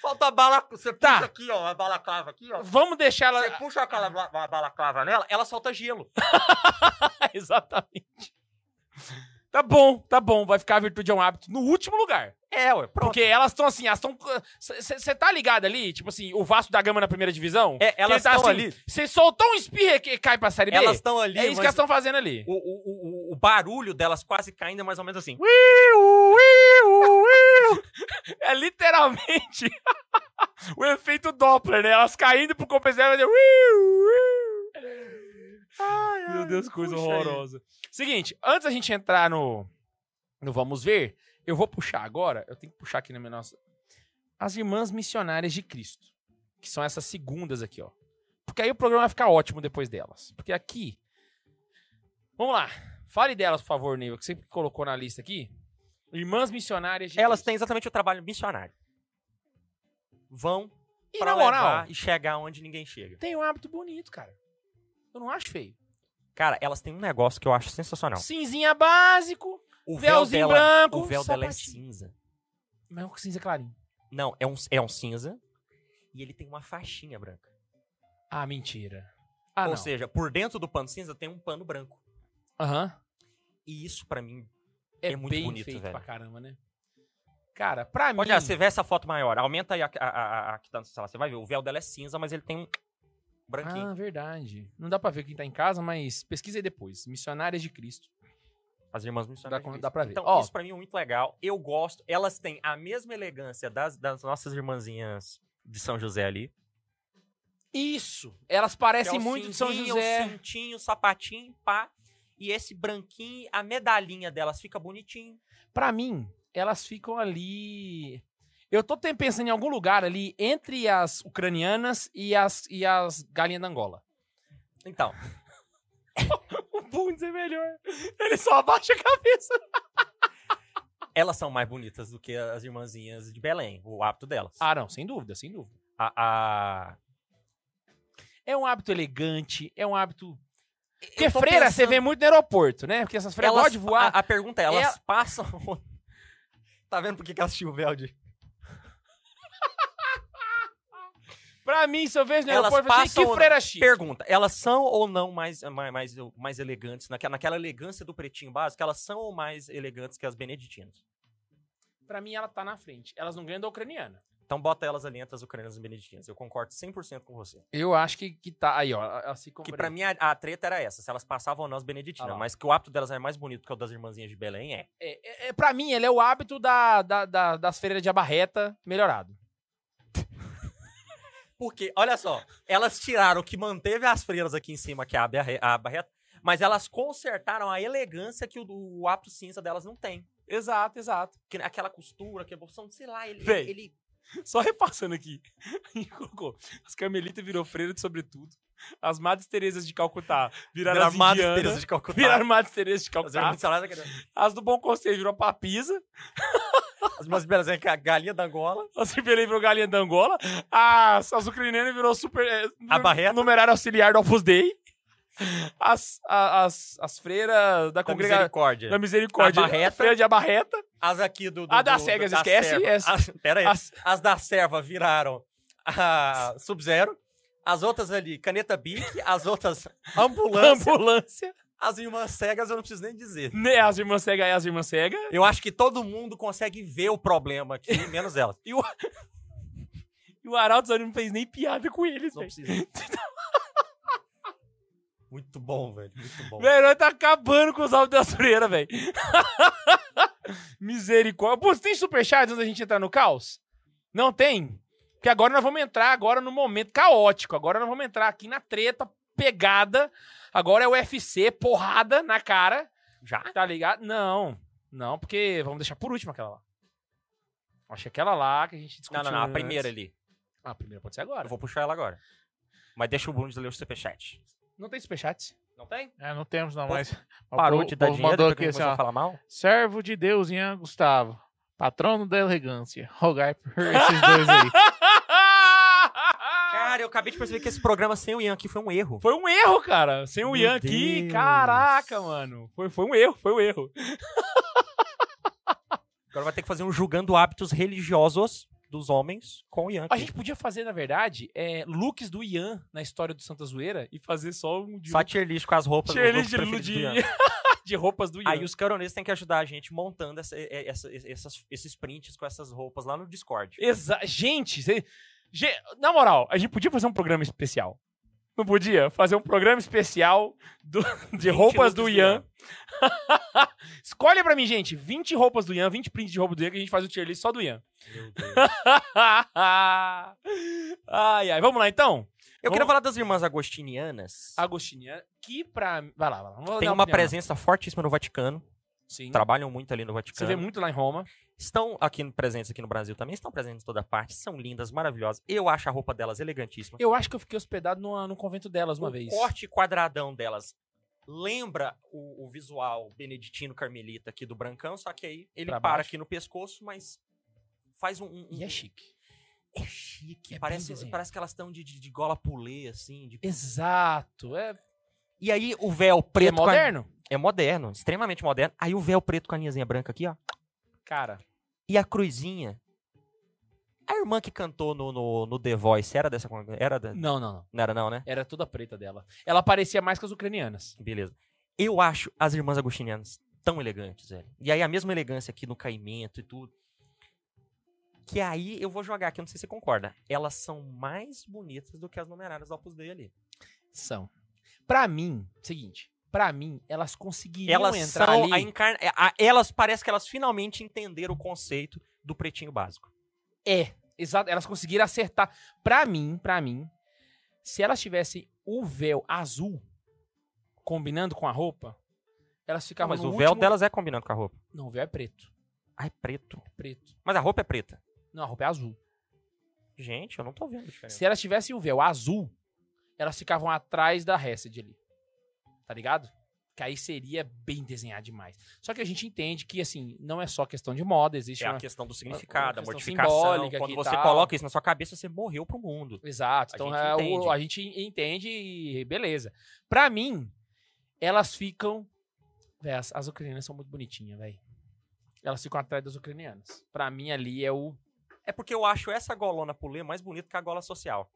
Falta a bala. Você
Tá.
puxa aqui, ó, a balaclava aqui, ó.
Vamos deixar
Você
ela.
puxa aquela bla- ba- balaclava nela, ela solta gelo.
Exatamente. Tá bom, tá bom. Vai ficar a virtude ao hábito no último lugar.
É, ué, pronto.
Porque elas estão assim, elas estão. Você tá ligado ali? Tipo assim, o Vasco da Gama na primeira divisão?
É,
Que
elas
ele tá
estão
assim,
ali.
Você soltou um espirro que cai pra série B?
Elas estão ali.
é isso que elas
mas
estão fazendo ali.
o, o, o, o barulho delas quase caindo é mais ou menos assim.
É literalmente o efeito Doppler, né? Elas caindo pro compensar e fazer... Meu Deus, coisa
puxa
horrorosa. Seguinte, antes da gente entrar no, no Vamos Ver, eu vou puxar agora, eu tenho que puxar aqui na minha nossa... As Irmãs Missionárias de Cristo, que são essas segundas aqui, ó. Porque aí o programa vai ficar ótimo depois delas. Porque aqui... Vamos lá. Fale delas, por favor, Neiva, que você colocou na lista aqui. Irmãs Missionárias de
Elas
Cristo.
têm exatamente o trabalho missionário. Vão
E
pra
na moral,
levar e chegar onde ninguém chega.
tem um hábito bonito, cara. Eu não acho feio.
Cara, elas têm um negócio que eu acho sensacional.
Cinzinha básico,
O véu
véuzinho
dela,
branco,
o véu dela é
sapatinho.
cinza.
Mas o cinza é clarinho.
Não, é um, é um cinza. E ele tem uma faixinha branca.
Ah, mentira. Ah,
Ou
não.
seja, por dentro do pano cinza tem um pano branco.
Aham.
E isso, pra mim.
É,
É muito
bem
bonito,
feito
velho.
pra caramba, né? Cara, pra
Olha,
mim...
você vê essa foto maior. Aumenta aí a, a, a, a que tá no celular. Você vai ver. O véu dela é cinza, mas ele tem um branquinho.
Ah, verdade. Não dá pra ver quem tá em casa, mas pesquisa aí depois. Missionárias de Cristo.
As irmãs missionárias.
Dá com-
de Cristo.
dá pra ver.
Então,
Ó.
isso pra mim é muito legal. Eu gosto. Elas têm a mesma elegância das, das nossas irmãzinhas de São José ali.
Isso! Elas
Que é
parecem
o
muito de São
cinzinho,
José.
O cintinho, o sapatinho, pá. E esse branquinho, a medalhinha delas fica bonitinho.
Pra mim, elas ficam ali. Eu tô tem- pensando em algum lugar ali entre as ucranianas e as, e as galinhas da Angola.
Então,
O Bundes é melhor. Ele só abaixa a cabeça.
Elas são mais bonitas do que as irmãzinhas de Belém, o hábito delas.
Ah, não, sem dúvida, sem dúvida.
A- a-
É um hábito elegante, é um hábito. Porque
Eu tô
freira você
pensando-
vê muito no aeroporto, né? Porque essas freiras gostam de voar.
A, a pergunta é, elas
Ela-
passam... tá vendo por que que elas tinham véu de...
Pra mim, se eu vejo no
Elas
aeroporto, eu falo assim,
passam
que
ou
freira chique.
Pergunta, elas são ou não mais, mais, mais, eh, mais elegantes, naquela, naquela elegância do pretinho básico, elas são ou mais elegantes que as beneditinas?
Pra mim, ela tá na frente. Elas não ganham da ucraniana.
Então bota elas ali entre as ucranianas e beneditinas. Eu concordo 100% com você.
Eu acho que, que tá. Aí, ó. Ela se
Que pra mim a, a treta era essa, se elas passavam ou não as beneditinas.
Ah lá.
mas que o hábito delas é mais bonito que o das irmãzinhas de Belém, é.
É, é, é, pra mim, ele é o hábito da, da- da- das feiras de abarreta melhorado.
Porque, olha só, elas tiraram o que manteve as freiras aqui em cima, que é a, barre- a barreta, mas elas consertaram a elegância que o, o hábito cinza delas não tem.
Exato, exato.
Que, aquela costura, que é bolsão, sei lá, ele...
Véi.
ele
Só repassando aqui. A gente colocou. As Carmelitas virou freira de sobretudo. As Madres Terezas de Calcutá viraram as
Amadas
indianas.
Terezas de Calcutá.
Viraram Madres Terezas de
As irmãs
Calcutá.
de Salada, que-
As do Bom Conselho virou papisa.
As irmãs de Belém, que é a galinha da Angola.
As de Belém virou galinha da Angola. As, as ucranianas virou super... É,
A Barreta.
Numerário auxiliar do Opus Dei. As, a- as, as freiras da
Da
congregação...
misericórdia.
Da misericórdia.
A Barreta.
Freira de abarreta.
As aqui do... do
A das
do,
cegas,
das
esquece,
servas.
essa.
As, pera aí. As,
As-
da serva viraram a Sub-Zero. As outras ali, caneta bic. As outras, ambulância.
ambulância.
As irmãs cegas, eu não preciso nem dizer.
Né, as irmãs cega é as irmãs cega.
Eu acho que todo mundo consegue ver o problema aqui, menos elas.
E o, e o Arauto Zani não fez nem piada com eles,
Não
velho.
precisa. Muito bom, velho. Muito bom.
Velho, nós tá acabando com os alvos das freiras, velho. Misericórdia. Pô, tem superchat antes da gente entrar no caos? Não tem? Porque agora nós vamos entrar agora no momento caótico. Agora nós vamos entrar aqui na treta, pegada. Agora é o UFC, porrada na cara.
Já?
Tá ligado? Não. Não, porque vamos deixar por último aquela lá. Acho que aquela lá que a gente
Não,
discutiu.
não, não. A
antes.
primeira ali.
Ah, a primeira pode ser
Eu
agora.
vou puxar ela agora. Mas deixa o Bruno de ler o superchat.
Não tem superchat?
Não tem?
É, não temos não,
Pô,
mas...
Parou
o
de dar
povo
dinheiro
mandou
porque
aqui assim,
começou a
ó.
falar mal?
Servo de Deus, Ian Gustavo. Patrono da elegância. Rogai por esses dois aí.
Cara, eu acabei de perceber que esse programa sem o Ian aqui foi um erro.
Foi um erro, cara. Sem o
Meu
Ian aqui,
Deus.
caraca, mano. Foi, foi um erro, foi um erro.
Agora vai ter que fazer um julgando hábitos religiosos dos homens com o Ian.
A
aqui.
gente podia fazer, na verdade, é, looks do Ian na história do Santa Zoeira e fazer só um de
Só tier list com as roupas
Tier
os
list
looks
de,
preferidos do Ian.
de, de roupas do Ian.
Aí os caroneiros têm que ajudar a gente montando essa- e- e- essa- essas- esses prints com essas roupas lá no Discord.
Exa gente, cê- Ge- na moral, a gente podia fazer um programa especial. Não podia? Fazer um programa especial do- de
20
roupas do
looks
Ian. Escolhe pra mim, gente, 20 roupas do Ian, 20 prints de roupa do Ian, que a gente faz o tier list só do Ian.
Meu Deus.
ai, ai. Vamos lá, então?
Eu queria
Vamos-
falar das irmãs agostinianas.
Agostiniana, é que pra... Vai lá, vai lá. Vamos
Tem
dar
uma
opinião.
presença fortíssima no Vaticano.
Sim.
Trabalham muito ali no
Você
Vaticano.
vê muito lá em Roma.
Estão aqui no- presentes aqui no Brasil também, estão presentes em toda parte, são lindas, maravilhosas. Eu acho a roupa delas elegantíssima.
Eu acho que eu fiquei hospedado numa- no convento delas uma
o
vez.
corte quadradão delas lembra o, o visual beneditino carmelita aqui do Brancão, só que aí ele
Pra
para
baixo.
aqui no pescoço, mas faz um. um- um-
E é chique.
é chique.
É bem
parece,
desenhado.
parece que elas estão de, de, de gola pulê, assim. de-
Exato. É,
E aí o véu
é
preto. com a-
moderno.
É moderno, extremamente moderno. Aí o véu preto com a linhazinha branca aqui, ó.
Cara,
E a cruzinha. A irmã que cantou no, no, no The Voice era dessa. con- Era da-
não, não, não.
Não era, não, né?
Era toda preta dela. Ela parecia mais que as ucranianas.
Beleza. Eu acho as irmãs agostinianas tão elegantes, velho. E aí a mesma elegância aqui no caimento e tudo. Que aí eu vou jogar aqui, eu não sei se você concorda. Elas são mais bonitas do que as numerárias do Opus Dei ali.
São. Pra mim, seguinte. Pra mim, elas conseguiriam
Elas
entrar
são
ali.
a encarna... é, a- Elas parece que elas finalmente entenderam o conceito do pretinho básico.
É, exato. Elas conseguiram acertar. Pra mim, pra mim, se elas tivessem o véu azul combinando com a roupa, elas ficavam
mas
no
o véu
último-
delas é combinando com a roupa.
Não, o véu é preto.
Ah, é preto.
É preto.
Mas a roupa é preta.
Não, a roupa é azul.
Gente, eu não tô vendo a diferença.
Se elas tivessem o véu azul, elas ficavam atrás da Hesed ali. Tá ligado? Que aí seria bem desenhar demais. Só que a gente entende que, assim, não é só questão de moda, existe
É
uma...
a questão do significado, a
questão
mortificação.
simbólica
Quando
que
você
tal.
coloca isso na sua cabeça, você morreu pro mundo.
Exato.
A
Então
gente
é, o-
entende.
a gente entende e beleza. Pra mim, elas ficam. Véi, as, as ucranianas são muito bonitinhas, velho. Elas ficam atrás das ucranianas. Pra mim, ali é o.
É porque eu acho essa golona pulê mais bonita que a gola social.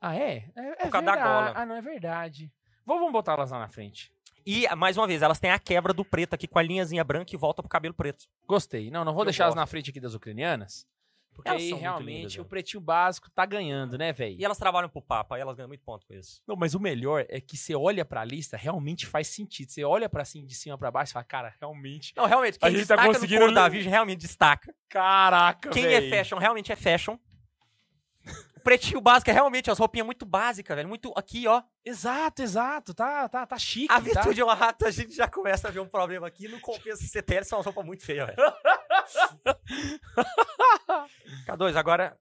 Ah, é? É, é
Por causa da
verdade.
gola.
Ah, não, é verdade. Vamos, vamos botar elas lá na frente.
E, mais uma vez, elas têm a quebra do preto aqui com a linhazinha branca e volta pro cabelo preto.
Gostei. Não, não vou
Eu
deixar elas
gosto.
na frente aqui das ucranianas. Porque
Elas
aí
são muito
realmente
lindas,
o
né?
pretinho básico tá ganhando, né, velho?
E elas trabalham pro Papa, aí elas ganham muito ponto com isso.
Não, mas o melhor é que você olha pra lista, realmente faz sentido. Você olha pra cima, de cima pra baixo e fala, cara, realmente.
Não, realmente,
A
quem
gente tá
destaca
conseguindo-
no couro da Virgem realmente destaca.
Caraca,
Quem
véi.
é fashion realmente é fashion. O pretinho básico é realmente as roupinhas muito básicas, velho. Muito aqui, ó.
Exato, exato. Tá, tá, tá chique.
A
tá?
virtude é uma rata, a gente já começa a ver um problema aqui. Não compensa ser tele, são uma roupa muito feia, velho. K2, agora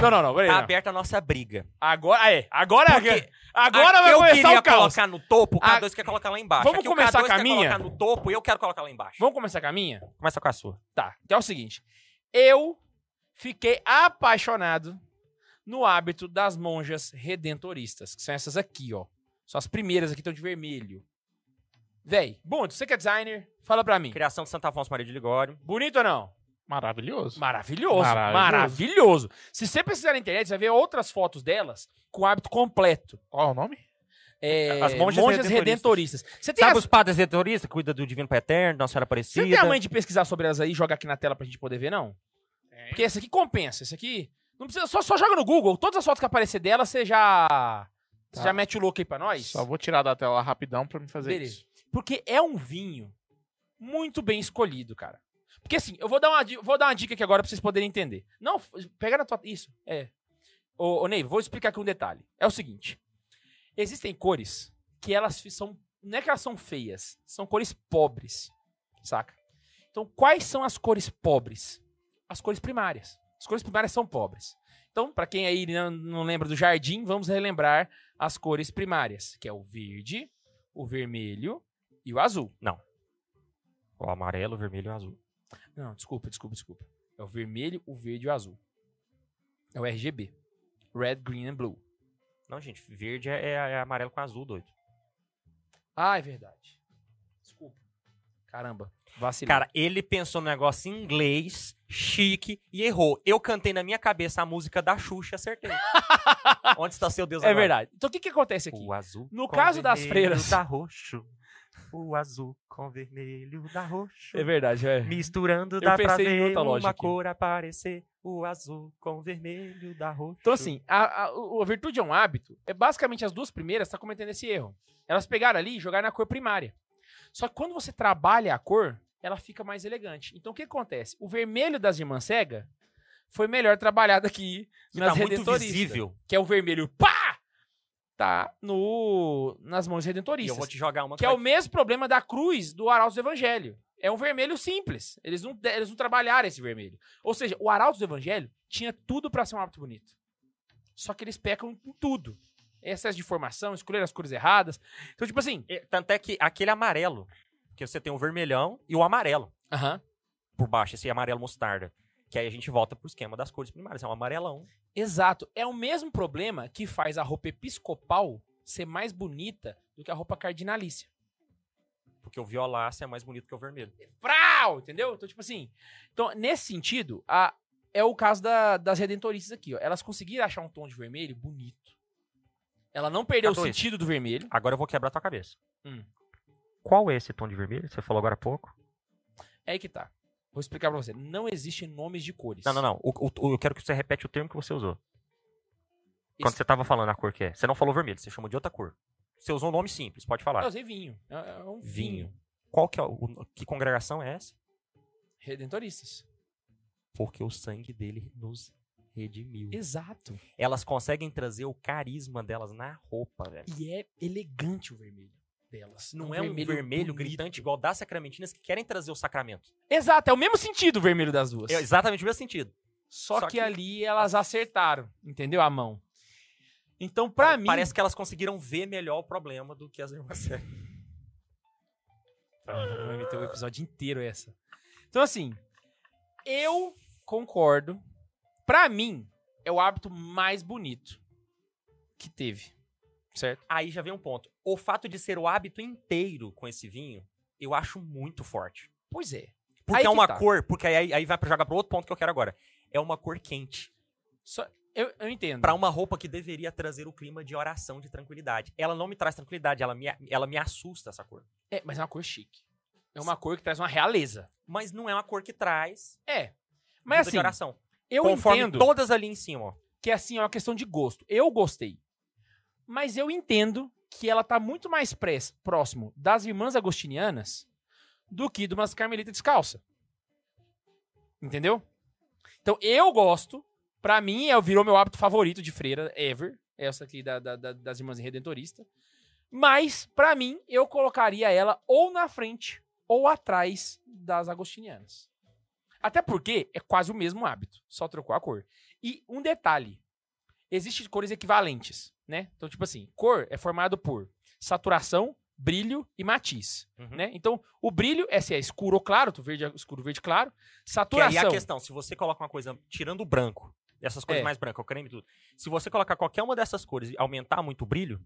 Não, não, não. Peraí,
tá
não.
aberta a nossa briga.
Agora, ah, é. Agora,
Porque
agora
A que
vai
eu
começar
queria
o caos.
colocar no topo, o
A-
K2 quer colocar lá embaixo.
Vamos
Aqui
começar
o K2
com a
quer
minha?
colocar no topo e eu quero colocar lá embaixo.
Vamos começar com a minha?
Começa com a sua.
Tá. Que é o seguinte. Eu fiquei apaixonado no hábito das monjas redentoristas, que são essas aqui, ó. São as primeiras aqui, estão de vermelho. Véi, Bundo, você que é designer, fala pra mim.
Criação de Santo Afonso Maria de Ligório.
Bonito ou não?
Maravilhoso.
Maravilhoso, maravilhoso.
Maravilhoso.
Se você precisar na internet, você vai ver outras fotos delas com o hábito completo.
Qual é o nome?
É,
As monjas
redentoristas. Você tem,
Sabe
as-
os padres redentoristas? Cuida do Divino Pai Eterno, Nossa Senhora
você
Aparecida.
tem a mãe de pesquisar sobre elas aí e joga aqui na tela pra gente poder ver, não? Porque essa aqui compensa, essa aqui. Não precisa, só, só joga no Google. Todas as fotos que aparecer dela, você já. Você
Tá.
já mete o louco aí pra nós.
Só vou tirar da tela rapidão pra me fazer
Beleza.
isso.
Porque é um vinho muito bem escolhido, cara. Porque assim, eu vou dar uma, di- vou dar uma dica aqui agora pra vocês poderem entender. Não, f- pega na tua. Isso, é. Ô, ô Ney, vou explicar aqui um detalhe. É o seguinte: existem cores que elas fi- são. Não é que elas são feias, são cores pobres, saca? Então, quais são as cores pobres? As cores primárias. As cores primárias são pobres. Então, pra quem aí não- não lembra do jardim, vamos relembrar as cores primárias, que é o verde, o vermelho e o azul.
O amarelo, o vermelho e o azul.
Não, desculpa, desculpa, desculpa. É o vermelho, o verde e o azul. É o RGB. Red, green and blue.
Não, gente, verde é, é- é amarelo com azul, doido.
Ah, é verdade. Desculpa. Caramba, vacilei.
Cara, ele pensou no negócio em inglês, chique, e errou. Eu cantei na minha cabeça a música da Xuxa, acertei. Onde está seu Deus
é
agora?
verdade. Então o que que acontece aqui?
O azul
No
com
caso das
vermelho
freiras.
dá roxo. O azul com vermelho da roxo.
verdade, é.
Misturando
Eu pensei em outra loja aqui.
aparecer. O azul com vermelho da roxo.
Então, assim, a, a, o- a virtude é um hábito. É basicamente as duas primeiras tá cometendo esse erro. Elas pegaram ali e jogaram na cor primária. Só que quando você trabalha a cor, ela fica mais elegante. Então, o que acontece? O vermelho das irmãs cega foi melhor trabalhado aqui
E
nas
tá muito
redentoristas.
visível.
Que é o vermelho, pá! Tá no, nas mãos
E eu
redentoristas.
vou te jogar uma
Que é o mesmo problema da cruz do Arauto do Evangelho. É um vermelho simples. Eles não, eles não trabalharam esse vermelho. Ou seja, o Arauto do Evangelho tinha tudo pra ser um hábito bonito. Só que eles pecam em tudo. Excesso de formação, escolher as cores erradas. Então, tipo assim.
É, Tanto é que aquele amarelo, que você tem o vermelhão e o amarelo
Aham.
por baixo, esse amarelo mostarda. Que aí a gente volta pro esquema das cores primárias. É um amarelão.
Exato. É o mesmo problema que faz a roupa episcopal ser mais bonita do que a roupa cardinalícia.
Porque o violáceo é mais bonito que o vermelho.
Prau! Entendeu? Então, tipo assim. Então, nesse sentido, a- é o caso da- das redentoristas aqui, ó. Elas conseguiram achar um tom de vermelho bonito. Ela não perdeu o
Cadu, isso.
sentido do vermelho.
Agora eu vou quebrar tua cabeça.
Hum.
Qual é esse tom de vermelho? Você falou agora há pouco.
É aí que tá. Vou explicar pra você. Não existem nomes de cores.
Não, não, não. O- o- o- eu quero que você repete o termo que você usou. Quando
Esse-
você tava falando a cor que é. Você não falou vermelho, você chamou de outra cor. Você usou um nome simples, pode falar.
Eu usei vinho. É, é um vinho.
Vinho. Qual que é o, que congregação é essa?
Redentoristas.
Porque o sangue dele nos redimiu.
Exato.
Elas conseguem trazer o carisma delas na roupa, velho.
E é elegante o vermelho delas.
Não é um vermelho,
bonito.
gritante igual das sacramentinas que querem trazer o sacramento.
Exato, é o mesmo sentido o vermelho das duas.
É exatamente o mesmo sentido.
Só,
Só
que,
que-
ali elas acertaram, entendeu? A mão. Então, pra mim.
Parece que elas conseguiram ver melhor o problema do que as irmãs.
Mano, Vai meter Então, o episódio inteiro essa. Então, assim, eu concordo. Pra mim, é o hábito mais bonito que teve. Certo?
Aí já vem um ponto. O fato de ser o hábito inteiro com esse vinho, eu acho muito forte.
Pois é. Aí
Porque
que
é uma
tá.
cor, porque aí, aí vai pra jogar pra outro ponto que eu quero agora. É uma cor quente.
Só, eu, eu entendo.
Pra um- uma roupa que deveria trazer o clima de oração, de tranquilidade. Ela não me traz tranquilidade, ela me, ela me assusta essa cor.
É, mas é uma cor chique. É uma cor que traz uma realeza.
Mas não é uma cor que traz
É. Mas
vida de
assim,
oração.
eu
Conforme
entendo
todas ali em cima, ó.
que assim é uma questão de gosto. Eu gostei. Mas eu entendo que ela tá muito mais press, próximo das irmãs agostinianas do que de umas carmelita descalça. Entendeu? Então eu gosto. Pra mim, é, virou meu hábito favorito de freira ever. Essa aqui da- da- da- das irmãs redentoristas. Mas, pra mim, eu colocaria ela ou na frente ou atrás das agostinianas. Até porque é quase o mesmo hábito, só trocou a cor. E um detalhe: existem cores equivalentes, né? Então, tipo assim, cor é formado por saturação, brilho e matiz,
Uhum.
né? Então, o brilho é se é escuro ou claro, tu verde escuro, verde claro.
Que aí é a
Saturação.
questão, se você coloca uma coisa, tirando o branco, essas coisas
É.
mais brancas, o creme e tudo. Se você colocar qualquer uma dessas cores e aumentar muito o brilho,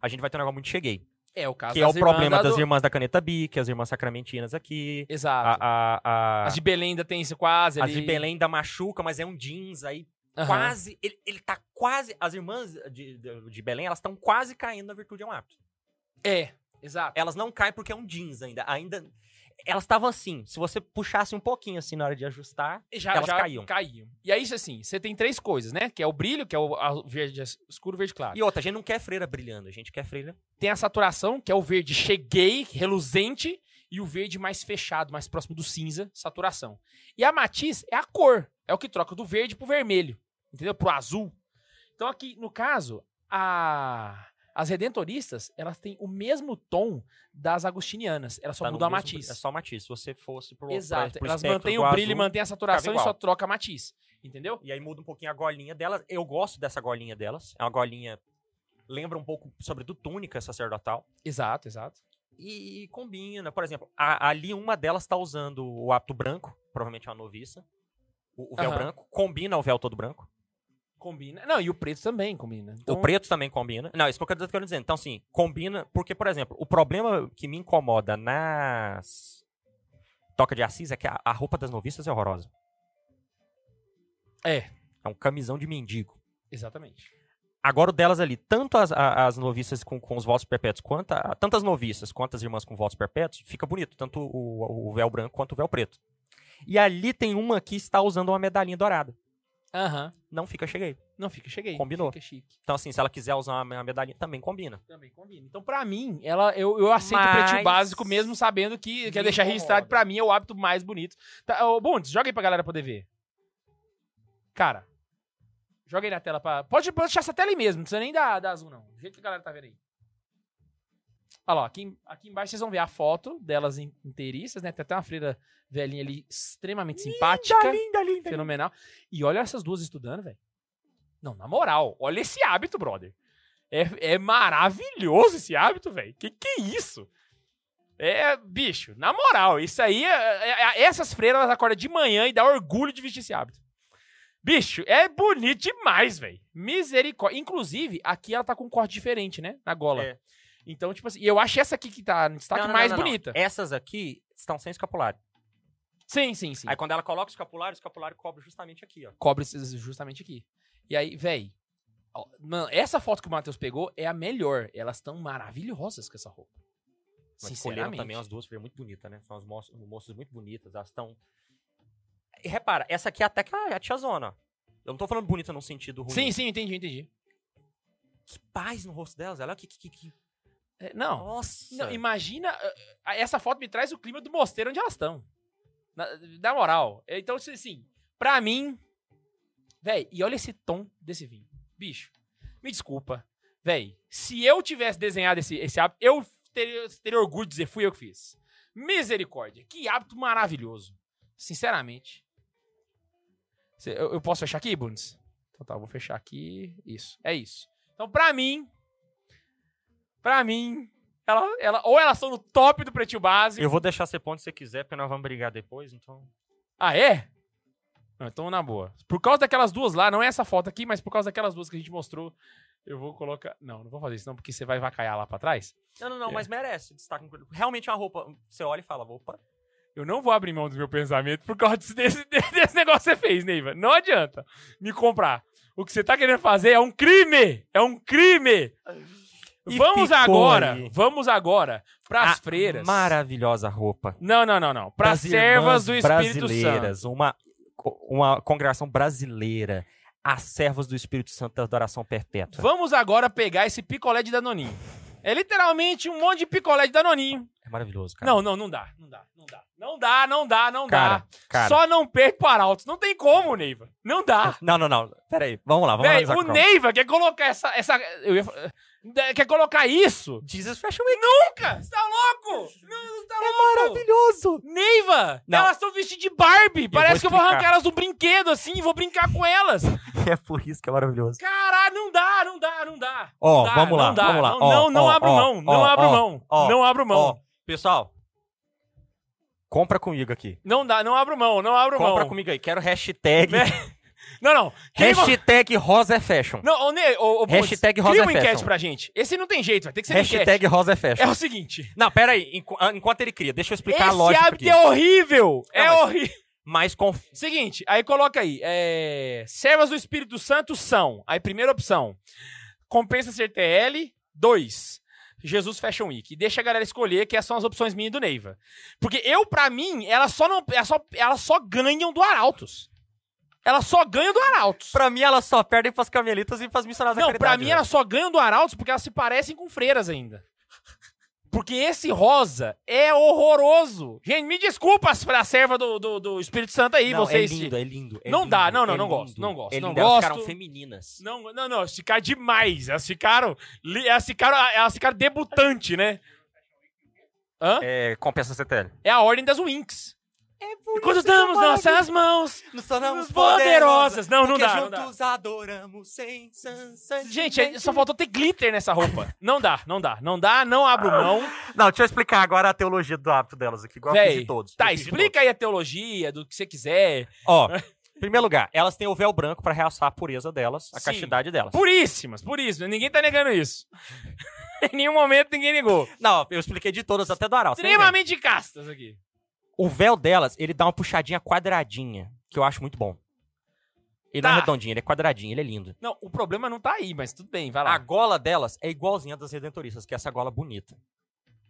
a gente vai ter um negócio muito cheguei.
É o caso
que é
das
o problema
irmãs da
das
do-
irmãs da caneta Bic, as irmãs sacramentinas aqui.
Exato.
A, a, a-
As de Belém ainda tem isso quase
Ah, as
ali.
de Belém da machuca, mas é um jeans aí.
Aham.
Quase. Ele, ele tá quase. As irmãs de, de, de Belém, elas estão quase caindo na virtude é um hábito.
É, exato.
Elas não caem porque é um jeans ainda. Ainda. Elas estavam assim. Se você puxasse um pouquinho assim na hora de ajustar.
Já,
Elas
já
caíam.
E aí, assim, você tem três coisas, né? Que é o brilho, que é o a- verde escuro, verde claro.
E outra, a gente não quer freira brilhando, a gente quer freira.
Tem a saturação, que é o verde cheguei, reluzente, e o verde mais fechado, mais próximo do cinza, saturação. E a matiz é a cor, é o que troca do verde pro vermelho, entendeu? Pro azul. Então aqui, no caso, a- as redentoristas, elas têm o mesmo tom das agostinianas, elas só
Tá no
mudam a
mesmo-
matiz.
É só matiz. Se você fosse pro. pra-
Exato,
pro
elas
espectro
mantêm
do
o brilho,
azul,
mantêm a saturação e
igual.
só troca a matiz, entendeu?
E aí muda um pouquinho a golinha delas. Eu gosto dessa golinha delas. É uma golinha. Lembra um pouco, sobretudo, túnica sacerdotal.
Exato, exato.
E, e combina. Por exemplo, a- ali uma delas tá usando o hábito branco, provavelmente é uma noviça. O, o véu
Aham.
branco. Combina o véu todo branco.
Combina. Não, e o preto também combina. Então,
O preto também combina. Não, isso que eu quero quero dizer. Então, assim, combina. Porque, por exemplo, o problema que me incomoda nas. Toca de Assis é que a, a roupa das noviças é horrorosa.
É.
É um camisão de mendigo.
Exatamente.
Agora o delas ali, tanto as, a- as noviças com, com os votos perpétuos, quanto a, tanto as noviças quanto as irmãs com votos perpétuos, fica bonito, tanto o, o véu branco quanto o véu preto. E ali tem uma que está usando uma medalhinha dourada.
Aham.
Não fica, cheguei.
Não, fica, cheguei.
Combinou.
Fica chique.
Então, assim, se ela quiser usar uma, uma medalhinha, também combina.
Também combina. Então, pra mim, ela, eu, eu aceito o pretinho
Mas-
básico, mesmo sabendo que, quer
Me
deixar registrado,
incomoda.
pra mim é o hábito mais bonito. Tá, ô, Bundes, joga aí pra galera poder ver. Cara, joga aí na tela pra. Pode, pode deixar essa tela aí mesmo, não precisa nem dar, dar azul, não. Do jeito que a galera tá vendo aí. Olha lá, aqui, em- aqui embaixo vocês vão ver a foto delas in- inteiriças, né? Tem até uma freira velhinha ali extremamente simpática.
linda, linda.
Fenomenal. E olha essas duas estudando, velho. Não, na moral, olha esse hábito, brother. É, é maravilhoso esse hábito, velho. Que que é isso? É, bicho, na moral, isso aí, é- é- é- essas freiras elas acordam de manhã e dá orgulho de vestir esse hábito. Bicho, é bonito demais, velho. Misericórdia. Inclusive, aqui ela tá com um corte diferente, né? Na gola.
É.
Então, tipo assim, e eu acho essa aqui que tá no destaque
Não, não,
mais
não, É não, não.
bonita.
Essas aqui estão sem escapulário.
Sim, sim, sim.
Aí quando ela coloca o escapulário, o escapulário cobre justamente aqui, ó.
cobre esses- justamente aqui. E aí, véi. ó, Mano, essa foto que o Matheus pegou é a melhor. Elas estão maravilhosas com essa roupa.
Mas escolheram
Sinceramente.
também as duas, foi muito bonita, né? São as moças, moças muito bonitas, elas estão... E repara, essa aqui é até que a, a tiazona, ó. Eu não tô falando bonita num sentido ruim.
Sim, sim, entendi, entendi.
Que paz no rosto delas, olha que... que, que, que-
É, não,
Nossa!
não, imagina. eh, eh, Essa foto me traz o clima do mosteiro onde elas estão. Na, na moral. Então, se- assim, pra mim. Véi, e olha esse tom desse vinho. Bicho, me desculpa. Véi, se eu tivesse desenhado esse, esse hábito, eu teria, teria orgulho de dizer, fui eu que fiz. Misericórdia, que hábito maravilhoso. Sinceramente. Cê- Eu, eu posso fechar aqui, Bundes? Então tá, eu vou fechar aqui. Isso, é isso. Então, pra mim. Pra mim, Ela, ela, ou elas são no top do pretinho básico.
Eu vou deixar você ponto se você quiser, porque nós vamos brigar depois, então.
Ah, é? Não, então na boa. Por causa daquelas duas lá, não é essa foto aqui, mas por causa daquelas duas que a gente mostrou, eu vou colocar. Não, não vou fazer isso, não, porque você vai vacaiar lá pra trás.
Não, não, não,
É.
mas merece destaque. Realmente é uma roupa. Você olha e fala, opa.
Eu não vou abrir mão do meu pensamento por causa desse, desse, desse negócio que você fez, Neiva. Não adianta me comprar. O que você tá querendo fazer é um crime! É um crime!
E
vamos
ficou
agora,
aí.
vamos agora pras
a
freiras.
Maravilhosa roupa.
Não, não, não, não. Pras
Das
servas
irmãs
do Espírito Santo.
brasileiras, Uma, uma congregação brasileira. As servas do Espírito Santo da adoração perpétua.
Vamos agora pegar esse picolé de Danoninho. É literalmente um monte de picolé de Danoninho.
É maravilhoso, cara.
Não, não, não dá, não dá, não dá. Não dá, não dá, não
cara,
dá.
cara.
Só não perde pro Arautos. Não tem como, Neiva. Não dá.
Não, não, não. Pera aí. Vamos lá, vamos
Véi,
analisar
o
a Crocs.
Neiva quer colocar essa. essa eu ia fa- eh, quer colocar isso?
Jesus Fashion
é
Week.
Nunca! Você tá louco? Não, você tá louco!
Maravilhoso.
Neiva!
Não.
Elas estão vestidas de Barbie! Parece
vou
que eu vou arrancar
explicar.
elas do brinquedo assim e vou brincar com elas!
É por isso que é maravilhoso.
Caralho, não dá, não dá, não dá!
Ó,
Não dá,
vamos lá,
não dá,
vamos lá.
Não,
Ó,
não, não
ó,
abro
ó,
mão, não
ó,
abro
ó,
mão,
ó,
não abro mão.
Ó, pessoal, compra comigo aqui.
Não dá, não abro mão, não abro
Compra
mão.
comigo aí. Quero hashtag.
Né? Não, não. Quem vai-
hashtag Rosa é Fashion.
Não, ô, Ney, ô, ô, Bundes,
Hashtag Rosa
Cria uma
é fashion.
enquete pra gente. Esse não tem jeito, vai ter que ser uma enquete.
hashtag Rosa é
É
Fashion.
o seguinte.
Não, pera aí. Enqu- ah, Enquanto ele cria, deixa eu explicar a
Esse
lógica
hábito
aqui.
é horrível. é
mas-
horrível.
Mas com...
Seguinte, aí coloca aí. É... Servas do Espírito Santo são. Aí, primeira opção. Compensa ser TL. Dois. Jesus Fashion Week. E deixa a galera escolher que essas são as opções minhas e do Neiva. Porque eu, pra mim, elas só não. Elas só, elas só ganham do Arautos. Elas só ganham do Arautos.
Pra mim, elas só perdem pras camelitas e pras missionárias
Não,
da
pra
caridade, né?
mim
velho.
elas só ganham do Arautos porque elas se parecem com freiras ainda. Porque esse rosa é horroroso. Gente, me desculpa as- pra serva do, do, do Espírito Santo aí,
Não,
vocês.
É lindo, é lindo. é
Não
lindo,
dá, não, não,
é
não gosto,
lindo.
não gosto,
É
não
lindo, elas
gosto.
ficaram femininas.
Não, não, não, elas ficaram demais. Elas ficaram, li- elas ficaram, elas ficaram debutante, né? Hã?
É, compensa CTL.
É a ordem das Winx. E quando
tá
damos nossas mãos.
Nos
tornamos poderosas. Não, não
porque
dá, não dá.
juntos adoramos sem
Gente, é- só faltou ter glitter nessa roupa. Não dá, não dá, não dá, não abro
Ah,
mão.
Não, deixa eu explicar agora a teologia do hábito delas aqui, igual eu fiz
Véi,
de todos.
tá,
Eu fiz de
explica aí a teologia do que você quiser.
todos. Ó, em primeiro lugar, elas têm o véu branco pra realçar a pureza delas, a
Sim.
castidade delas.
Puríssimas, puríssimas. Ninguém tá negando isso. em nenhum momento ninguém negou.
Não, eu expliquei de todas, até do Arauto.
Extremamente castas aqui.
O véu delas, ele dá uma puxadinha quadradinha, que eu acho muito bom. Ele não
Tá.
é redondinho, ele é quadradinho, ele é lindo.
Não, o problema não tá aí, mas tudo bem, vai lá.
A gola delas é igualzinha das redentoristas, que é essa gola bonita.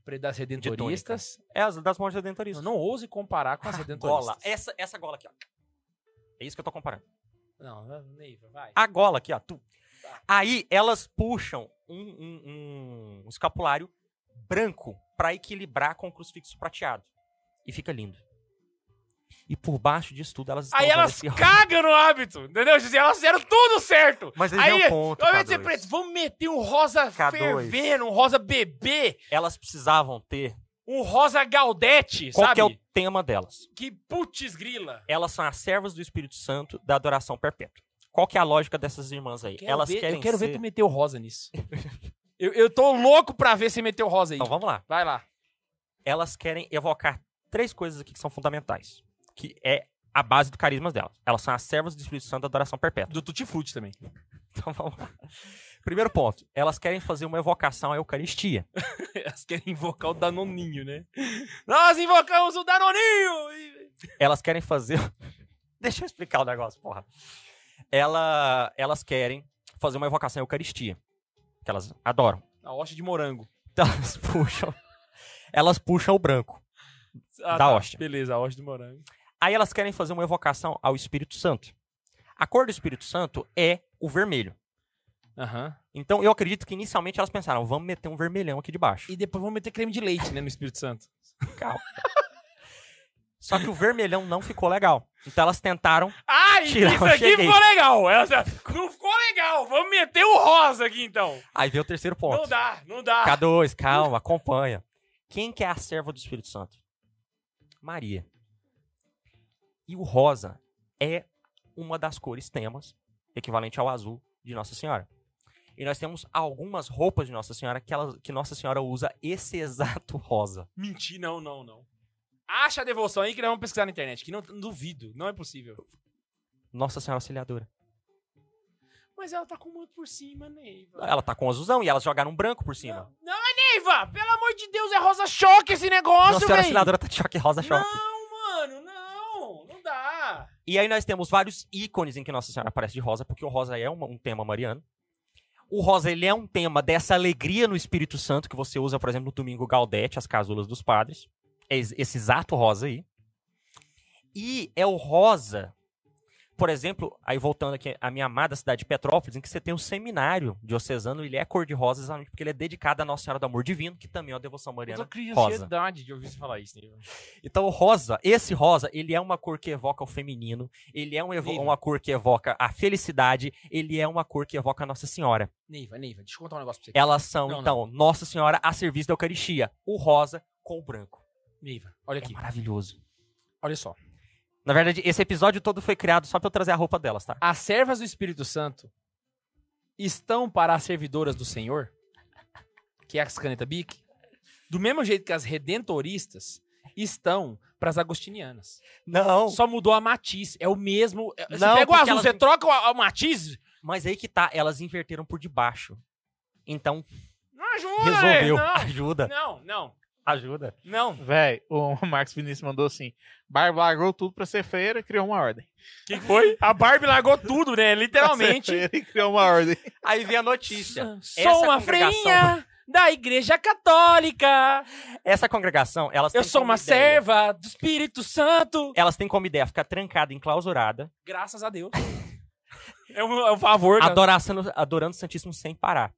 Pre- das redentoristas.
É as das monjas
Eu
redentoristas.
não é ouse comparar com as redentoristas.
Gola, essa, essa gola aqui, ó. É isso que eu tô comparando.
Não, Neiva, vai.
a gola aqui, ó. Tu.
Tá.
Aí elas puxam um, um- um escapulário branco pra equilibrar com o crucifixo prateado. E fica lindo. E por baixo disso tudo, elas estão
Aí
usando
elas
esse rosa.
cagam no hábito, entendeu? Gisele? Elas fizeram tudo certo.
Mas esse
Aí,
é o ponto,
ao invés de ser
K2.
preto, vamos meter um rosa
K2.
fervendo, um rosa bebê,
Elas precisavam ter...
um rosa gaudete,
Qual
sabe?
que é o tema delas?
Que putz grila.
Elas são as servas do Espírito Santo da adoração perpétua. Qual que é a lógica dessas irmãs aí? elas
ver,
querem
eu quero
ser...
ver tu meter o rosa nisso. Tá eu, eu tô louco pra ver você meter o rosa aí.
Então vamos lá.
Vai lá.
elas querem evocar três coisas aqui que são fundamentais, que é a base do carisma delas. Elas são as servas do Espírito Santo da adoração perpétua.
Do Tutti Frutti também.
Então vamos lá. Primeiro ponto, elas querem fazer uma evocação à Eucaristia.
Elas querem invocar o Danoninho, né? Nós invocamos o Danoninho! E-
Elas querem fazer. Deixa eu explicar o negócio, porra. Ela... Elas querem fazer uma evocação à Eucaristia, que elas adoram.
A hoste de morango.
Então elas puxam. Elas puxam o branco
Ah,
da hóstia.
Beleza, a hoste do morango.
Aí elas querem fazer uma evocação ao Espírito Santo. A cor do Espírito Santo é o vermelho.
Aham.
Então eu acredito que inicialmente elas pensaram, vamos meter um vermelhão aqui debaixo.
E depois vamos meter creme de leite, né, no Espírito Santo.
Calma. Só que o vermelhão não ficou legal. Então elas tentaram.
Ai,
Tirar
isso
o
aqui
cheguei.
ficou legal! Elas- Não ficou legal! Vamos meter o rosa aqui, então.
Aí veio o terceiro
Não
ponto.
dá, não dá.
K2, calma, acompanha. Quem que é a serva do Espírito Santo? Maria. E o rosa é uma das cores temas, equivalente ao azul de Nossa Senhora. E nós temos algumas roupas de Nossa Senhora que, ela, que Nossa Senhora usa esse exato rosa.
Mentir, não, não, não. Acha a devoção aí que nós vamos pesquisar na internet, que não duvido, não é possível.
Nossa Senhora Auxiliadora.
Mas ela tá com muito por cima, Neiva.
Ela tá com azulzão e elas jogaram branco por cima.
Não, não é Neiva! Pelo amor de Deus, é rosa choque esse negócio,
Nossa Senhora
velho!
Auxiliadora tá de choque rosa choque.
Não, mano, não! Não dá!
E aí nós temos vários ícones em que Nossa Senhora aparece de rosa, porque o rosa é uma- um tema mariano. O rosa ele é um tema dessa alegria no Espírito Santo que você usa, por exemplo, no domingo Gaudete, as casulas dos padres. É es- esse exato rosa aí. E é o rosa, por exemplo, aí voltando aqui à minha amada cidade de Petrópolis, em que você tem um seminário diocesano, ele é cor de rosa exatamente porque ele é dedicado à Nossa Senhora do Amor Divino, que também é uma devoção
Eu
mariana.
tô com
rosa.
ansiedade de ouvir você falar isso, Neiva.
Então, o rosa, esse rosa, ele é uma cor que evoca o feminino, ele é um evo-
Incrível.
uma cor que evoca a felicidade, ele é uma cor que evoca a Nossa Senhora.
Neiva, Neiva, deixa eu contar um negócio pra você.
Elas são,
Não,
então, Nossa Senhora a serviço da Eucaristia, o rosa com o branco.
Neiva, olha
É
aqui,
maravilhoso.
olha só.
Na verdade, esse episódio todo foi criado só pra eu trazer a roupa delas, tá?
As servas do Espírito Santo estão para as servidoras do Senhor, que é as caneta Bic, do mesmo jeito que as redentoristas estão para as agostinianas.
Não!
Só mudou a matiz, é o mesmo. é-
Não,
você pega o
porque
azul,
elas-
você troca o, a- o matiz,
Mas aí que tá, elas inverteram por debaixo. Então,
não ajuda.
resolveu.
velho,
Ajuda.
Não, não, não,
Ajuda.
não.
Véi, o Marcos Vinícius mandou assim: Barba largou tudo pra ser freira e criou uma ordem.
O que foi? A Barbie largou tudo, né?
Pra
Literalmente.
ser freira e criou uma ordem.
Aí vem a é notícia. Essa
Sou uma
congregação-
freinha da Igreja Católica.
Essa congregação, elas
Eu
têm
sou
como
uma
ideia-
serva do Espírito Santo.
Elas têm como ideia ficar trancada, enclausurada,
Graças a Deus. é, um, é um favor. cara.
adoração, adorando o Santíssimo sem parar.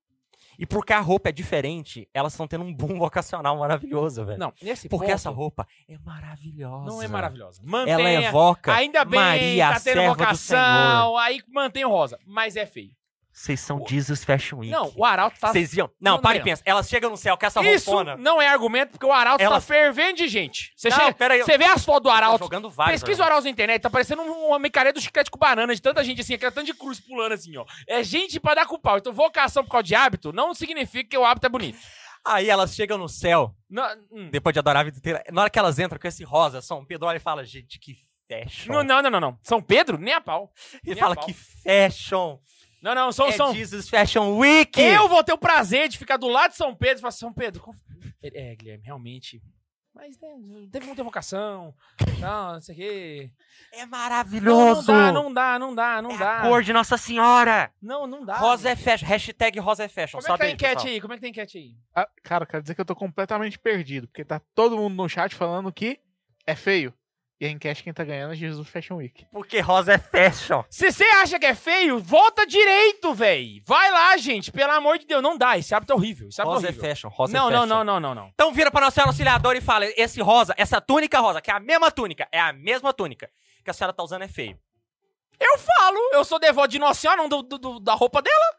E porque a roupa é diferente, elas estão tendo um boom vocacional maravilhoso, velho.
Não, nesse
Porque
ponto,
essa roupa é maravilhosa.
não é maravilhosa. é- Mantenha.
Ela evoca
Ainda bem,
Maria,
tá
a
tendo
serva do Senhor.
vocação, aí mantém o rosa. Mas é feio.
Vocês são Jesus Fashion Week.
Não, o Arauto tá...
Vocês iam... Não,
Não,
para e
não.
pensa. Elas chegam no céu com essa
Isso
roupona.
não é argumento, porque o Arauto
Ela-
tá fervendo de gente. Você
Não,
chega-
peraí, eu-
você vê as fotos do
Estão
Arauto,
jogando vários.
Pesquisa o Arauto na internet, tá parecendo um- uma micareta do chiclete com banana, de tanta gente assim, aquela tanta de cruz pulando assim, ó. É gente pra dar com pau. Então, vocação por causa de hábito não significa que o hábito é bonito.
Aí elas chegam no céu,
Não, hum.
depois de adorar a vida inteira. Na hora que elas entram com esse rosa, São Pedro olha e fala, gente, que fashion.
não, não, não, não, não. São Pedro? Nem a pau.
e
nem
fala,
a pau.
que fashion.
Não, não, são.
é
são...
Jesus Fashion Week.
Eu vou ter o prazer de ficar do lado de São Pedro e falar, São Pedro, como- é, é, Guilherme, realmente. Mas né, teve muita vocação. Não, não sei o quê.
É
Não, não
maravilhoso.
dá, não dá, não dá, não
É
dá.
a cor de Nossa Senhora.
Não, não dá.
Rosa é fashion. Hashtag Rosa é fashion.
Como é que tá a
Sobe aí,
enquete
pessoal.
aí? Como é que tá a enquete aí?
Ah, cara, quero dizer que eu tô completamente perdido, porque tá todo mundo no chat falando que é feio. E a enquete quem tá ganhando é Jesus Fashion Week.
Porque Rosa é fashion.
Se você acha que é feio, volta direito, véi. Vai lá, gente. Pelo amor de Deus, não dá. Esse hábito é horrível. Esse hábito é
Rosa é
horrível.
fashion. Rosa é
não,
fashion.
não, não, não, não, não.
Então vira pra Nossa Senhora Auxiliadora e fala, esse rosa, essa túnica rosa, que é a mesma túnica, é a mesma túnica que a senhora tá usando é feio.
Eu falo, eu sou devoto de Nossa Senhora, não do, do- do- da roupa dela.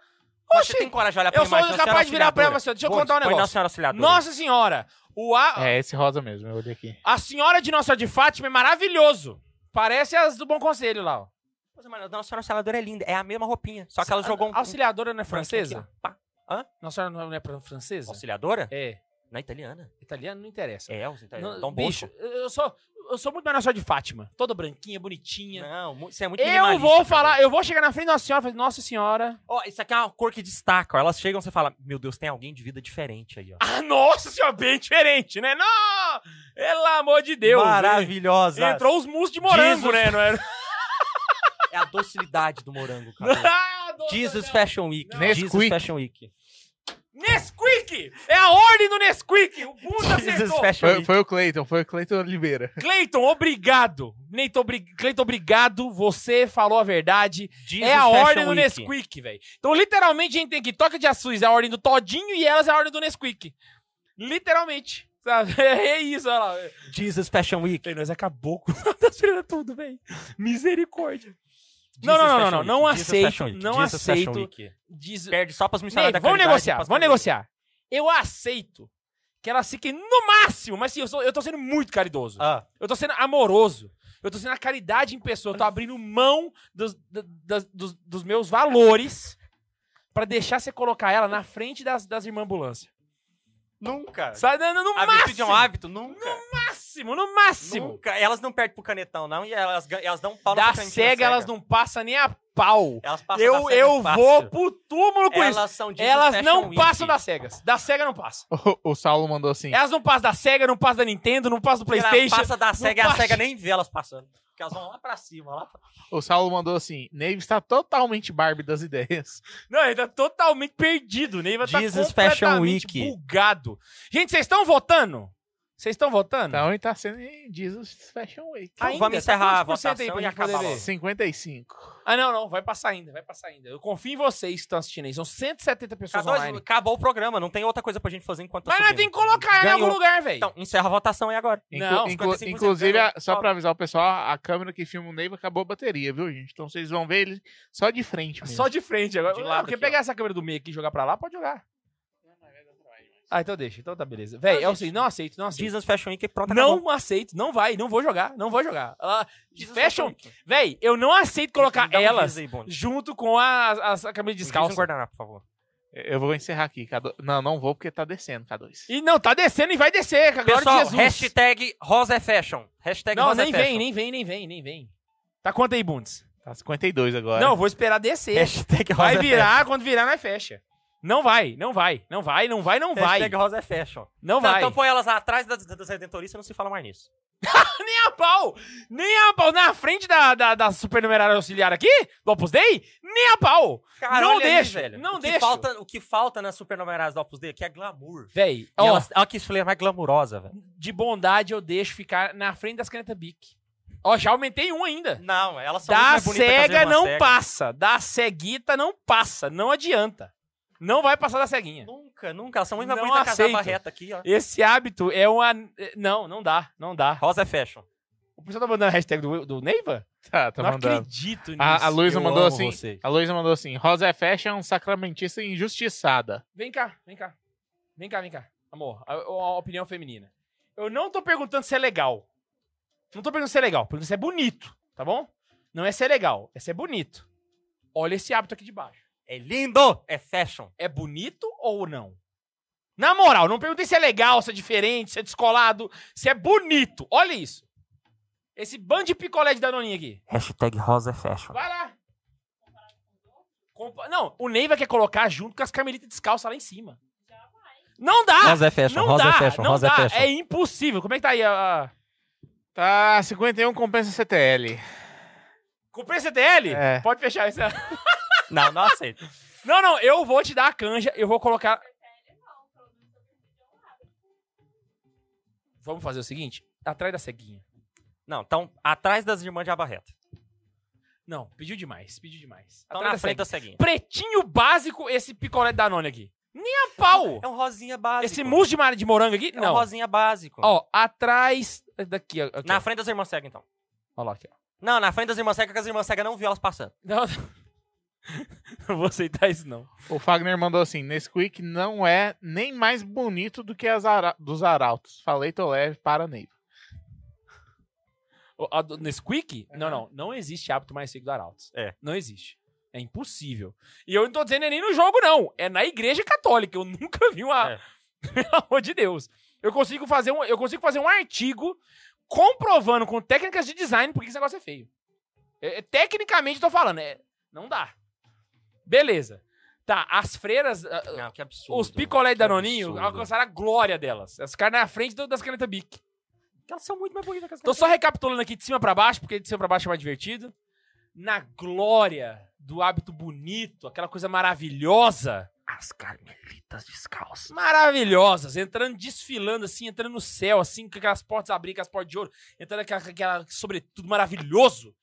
Mas Você tem
Oxi,
coragem de olhar pra
eu sou
imagem da Nossa
capaz de virar pra ela e falar assim,
Auxiliadora?
ó, deixa eu
Bundes,
contar um
põe
negócio.
Nossa Senhora Auxiliadora.
Nossa Senhora, o a,
É esse rosa mesmo, eu olhei aqui.
a senhora de Nossa Senhora de Fátima é maravilhoso. Parece as do Bom Conselho lá, ó.
Mas, mano, a Nossa Senhora Auxiliadora é linda, é a mesma roupinha, só que ela jogou um...
A auxiliadora não é francesa?
Aqui, ó, pá.
Nossa Senhora não é pra- francesa?
Auxiliadora?
É,
Na italiana.
italiano não interessa.
É, os italianos.
Não,
Dom
bicho,
Bosco.
eu sou, eu sou muito mais Nossa Senhora de Fátima. Toda branquinha, bonitinha.
Não, mu- você é muito
Eu
minimalista,
vou
cara.
falar, eu vou chegar na frente da senhora e falar, nossa senhora.
Ó, isso aqui é uma cor que destaca. ó. Elas chegam e você fala, meu Deus, tem alguém de vida diferente aí, ó.
Ah, nossa senhora, bem diferente, né? Não! Pelo amor de Deus!
Maravilhosa.
hein? Entrou os mussos de morango,
Jesus.
né? Não era?
É a docilidade do morango, cara.
Ah, doutor,
Jesus
não.
Fashion Week.
Não.
Jesus
Nesquik.
Fashion Week.
Nesquik! É a ordem do Nesquik! O bunda
Jesus
acertou!
Fashion
Foi,
Week.
foi o Cleiton, foi o Cleiton Oliveira.
Cleiton, obrigado! Cleiton, obri- Cleiton, obrigado! Você falou a verdade.
Jesus um
é a
Fashion
ordem do
Week.
Nesquik, velho. Então, literalmente, a gente tem que toca de açúcar, é a ordem do Todinho e elas é a ordem do Nesquik. Literalmente. Sabe? É isso, olha lá.
Jesus Fashion Week.
Falei, nós acabou com das feiras Tá tudo, velho. Misericórdia. Não,
Jesus
não, não,
Fashion
não,
Week.
não
Jesus
aceito,
Fashion Week.
não
Jesus Fashion
aceito.
Week.
Diz...
Perde só pras missionárias um da
Ney, vamos
caridade,
negociar,
pras
vamos
mulheres.
negociar. Eu aceito que elas fiquem no máximo, mas sim, eu, sou, eu tô sendo muito caridoso.
Ah,
Eu tô sendo amoroso. Eu tô sendo a caridade em pessoa. Eu tô abrindo mão dos, da- das- dos, dos meus valores pra deixar você colocar ela na frente das, das irmãs ambulância.
Nunca.
Sabe? No, no, no
A virtude é um
máximo,
hábito? Nunca.
máximo, no máximo.
Nunca. Elas não perdem pro canetão, não. E elas, gan- elas dão um pau
Da
cantina
cega, elas não passam nem a pau.
Elas passam da
Eu,
cega
eu
fácil.
vou pro túmulo com isso.
Elas são Jesus
Elas
Fashion
não
Week.
passam das cegas. Da cega não passa.
O, o Saulo mandou assim.
Elas não passam da SEGA, não passam da Nintendo, não passam do
Porque
Playstation.
Elas passam da cega e a
passa.
cega nem vê elas passando. Porque elas vão lá pra cima, lá pra...
O Saulo mandou assim. Neve está totalmente Barbie das ideias.
Não, ele tá totalmente perdido. O Neiva tá
Jesus
completamente
Fashion Week.
bugado. Gente, vocês estão votando? Vocês estão votando?
Então ele tá sendo em Jesus Fashion Week.
Então
Ainda?
vamos encerrar a
Tá quantos por cento aí pra
votação e
gente poder
acabar
ver?
logo.
55.
Ah, não, não. Vai passar ainda, vai passar ainda. Eu confio em vocês que estão assistindo aí. São 170 pessoas
Acabou,
online.
acabou o programa, não tem outra coisa pra gente fazer enquanto tá
Mas nós
subindo.
tem que colocar ela em algum
Ganhou.
lugar, velho.
Então, encerra a votação aí agora.
Inclu-
Não,
inclu-
55%
inclusive,
ganhou.
a- só pra avisar o pessoal, a câmera que filma o Neiva acabou a bateria, viu, gente? Então vocês vão ver ele só de frente mesmo.
É Só de frente agora.
De
Não,
lado
porque
aqui,
pegar essa câmera do meio aqui e jogar pra lá, pode jogar.
é
Ah, então deixa. Então tá beleza.
Não,
Velho, é o
gente.
seguinte, não aceito, não aceito.
Jesus Fashion Week, pronto, acabou.
Não aceito, não vai, não vou jogar, não vou jogar. Ela,
Jesus
fashion,
Week.
véi, eu não aceito colocar
Dá um
elas
giz aí, Bonde.
junto com a, a, a camisa
Descalça. Um
descalça.
guardanapo, por favor.
Eu vou encerrar aqui, K2. Não, não vou porque tá descendo, K2.
E não, tá descendo e vai descer, com a glória de
Pessoal,
Jesus.
hashtag Rosa é Fashion. Hashtag
Não,
Rosa é
nem
Fashion.
vem, nem vem, nem vem, nem vem. Tá quanto aí, Bundes?
Tá 52 agora.
Não, vou esperar descer.
Hashtag Rosa
vai
é
virar, quando virar, nós fecha. Não vai, não vai, não vai, não vai, não
Fashion.
vai.
Hashtag Rosa é Fashion.
Não
Não,
vai.
então põe elas atrás das, das redentoristas e não se fala mais nisso.
Nem a pau! Nem a pau! Na frente da, da, da supernumerária auxiliar aqui, do Opus Dei, nem a pau! Não
olha aí,
deixa, não
o que
deixa.
Falta, o que falta nas supernumerárias do Opus Dei aqui é glamour.
Véi,
E
ó,
elas- olha que isso é mais glamurosa, velho.
de bondade eu deixo ficar na frente das canetas Bic. Ó, já aumentei um ainda.
Não, é elas são muito
Da
mais bonitas que as
cega
irmãs
não
cegas.
passa. Da ceguita não passa. Não adianta. Não vai passar da ceguinha.
Nunca, nunca. Elas são muito mais
Não
bonitas que a
aceito.
Barreta aqui, ó.
Esse hábito é uma. Não, não dá. Não dá.
Rosa é Fashion.
O pessoal tá mandando a hashtag do, do Neiva?
Tá, tá
não
mandando.
acredito nisso.
A, a Luísa
Eu
mandou
amo
assim.
vocês.
A Luísa mandou assim. Rosa é fashion sacramentista injustiçada.
Vem cá, vem cá. Vem cá, vem cá. Amor, a, a opinião feminina. Eu não tô perguntando se é legal. Não tô perguntando se é legal. Perguntando se é bonito, tá bom? Não é se é legal, é se é bonito. Olha esse hábito aqui de baixo.
É lindo! É fashion.
É bonito ou não? Na moral, não perguntei se é legal, se é diferente, se é descolado, se é bonito. Olha isso. Esse bando de picolé de danoninha aqui.
Hashtag Rosa é Fashion.
Vai lá. Compa- Não, o Ney vai quer colocar junto com as carmelitas descalças lá em cima. Não dá!
Rosa é Fashion,
não
Rosa
dá,
é Fashion,
não
Rosa é
dá.
Fashion.
É impossível. Como é que tá aí a... a-
Tá, 51 compensa CTL.
Comprei CTL?
É.
Pode fechar isso.
Não, não aceito.
Não, não, eu vou te dar a canja, eu vou colocar... Vamos fazer o seguinte? Atrás da ceguinha.
Não, então, atrás das irmãs de Abarreta.
Não, pediu demais, pediu demais.
Então,
Atrás
na
da
frente
ceguinha.
da ceguinha.
Pretinho básico esse picolé da Danone aqui. Nem a pau!
É um rosinha básico.
Esse mousse de, mar- de morango aqui,
É um
não.
rosinha básico.
Ó, atrás daqui, ó. aqui,
Na
ó.
frente das irmãs cegas, então.
Ó lá, aqui, ó.
Não, na frente das irmãs cegas, que as irmãs cegas não viu elas passando.
Não, não vou aceitar isso, não.
O Fagner mandou assim. Nesquik não é nem mais bonito do que as ara- dos arautos. Falei, tô leve para Neiva.
O- a do- Nesse quick? Não, não. Não existe hábito mais seco do Arautos.
É.
Não existe. É impossível. E eu não tô dizendo é nem no jogo, não. É na igreja católica. Eu nunca vi uma.
É.
Pelo amor de Deus. Eu consigo fazer um, eu consigo fazer um artigo comprovando com técnicas de design por que esse negócio é feio. É, é, tecnicamente, eu tô falando. É, não dá. Beleza. Tá, as freiras. ah, ah,
Não, que absurdo.
Os picolé
Que
da Noninho
absurdo.
alcançaram a glória delas. Elas ficaram na frente do- das canetas Bic.
Elas são muito mais bonitas que as
Tô só recapitulando aqui de cima pra baixo, porque de cima pra baixo é mais divertido. Na glória do hábito bonito, aquela coisa maravilhosa.
As carmelitas descalças.
Maravilhosas, entrando, desfilando assim, entrando no céu, assim, com aquelas portas abrindo, com as portas de ouro, entrando aquela, aquela sobretudo maravilhoso.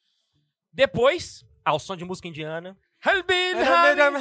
Depois.
Ao Ah, som de música indiana.
Halbin, halbin,
Não,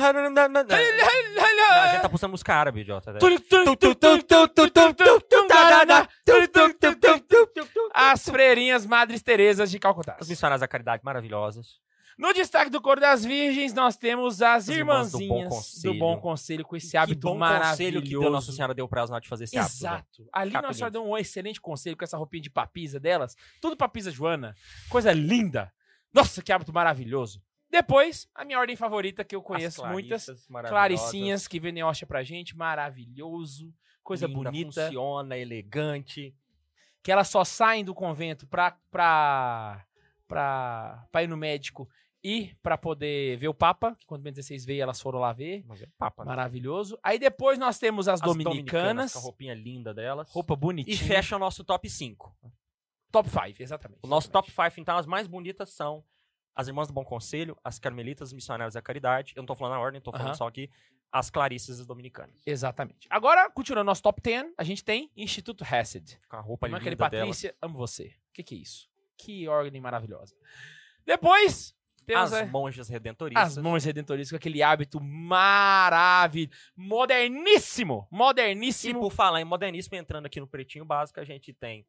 a gente
halha.
tá postando música árabe, idiota.
Tum, tum, tum, tum, tum, tum, tum, tum, tum, tarará, tum, tum, tum, tum, tum. As freirinhas Madres Terezas de Calcutá.
As missionárias da caridade maravilhosas.
No destaque do Coro das Virgens, nós temos as,
As irmãs do Bom
irmãzinhas do bom,
Conselho.
Conselho, com esse hábito
bom
maravilhoso.
conselho que deu Tá Nossa Senhora deu pra elas na hora de fazer esse hábito. velho.
Exato. Ali
Capa
Nossa Senhora
linda.
deu um excelente conselho com essa roupinha de papisa delas. Tudo papisa Joana. Coisa linda. Nossa, que hábito maravilhoso. Depois, a minha ordem favorita, que eu conheço
As
muitas.
clarissas maravilhosas.
Claricinhas, que vendem hóstia pra gente, maravilhoso, coisa
Linda,
bonita.
Funciona, elegante.
Que elas só saem do convento pra, pra, pra, pra ir no médico e pra poder ver o Papa, que quando o Bento XVI veio, elas foram lá ver.
Mas é papa, né?
Maravilhoso. Aí depois nós temos as,
As
dominicanas,
Com a roupinha linda delas.
roupa
E
bonitinha.
fecha o nosso top 5.
Top 5, exatamente.
O nosso
exatamente.
top 5, então, as mais bonitas são as Irmãs do Bom Conselho, as Carmelitas Missionárias da Caridade. Eu não tô falando na ordem, tô falando
Aham.
só aqui. As Clarissas e as Dominicanas.
Exatamente. Agora, continuando nosso top 10, a gente tem Instituto Hesed.
Com a roupa
Irmã
linda
Kelly
delas.
é Patrícia, amo você. O que, que é isso? Que ordem maravilhosa. Depois, temos
As
é,
Monjas
as
Redentoristas.
mãos redentoristas com aquele hábito maravilhoso, moderníssimo,
E
moderníssimo.
por falar em modernismo, entrando aqui no Pretinho Básico, a gente tem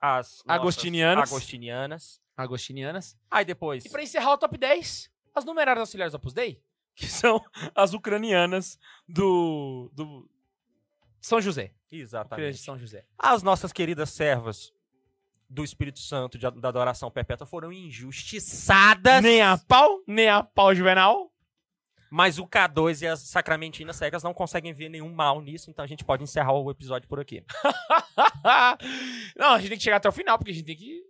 as nossas
Agostinianas.
agostinianas.
Agostinianas.
Aí depois,
E pra encerrar o top 10, as numerárias auxiliares do Opus Dei, que são as ucranianas do, do São José. Ucranianas de
exatamente,
São José.
as nossas queridas servas do Espírito Santo de- da adoração perpétua foram injustiçadas,
Nem a pau, nem a pau juvenal.
mas o K2 e as sacramentinas cegas não conseguem ver nenhum mal nisso, então a gente pode encerrar o episódio por aqui.
Não, a gente tem que chegar até o final, porque a gente tem que.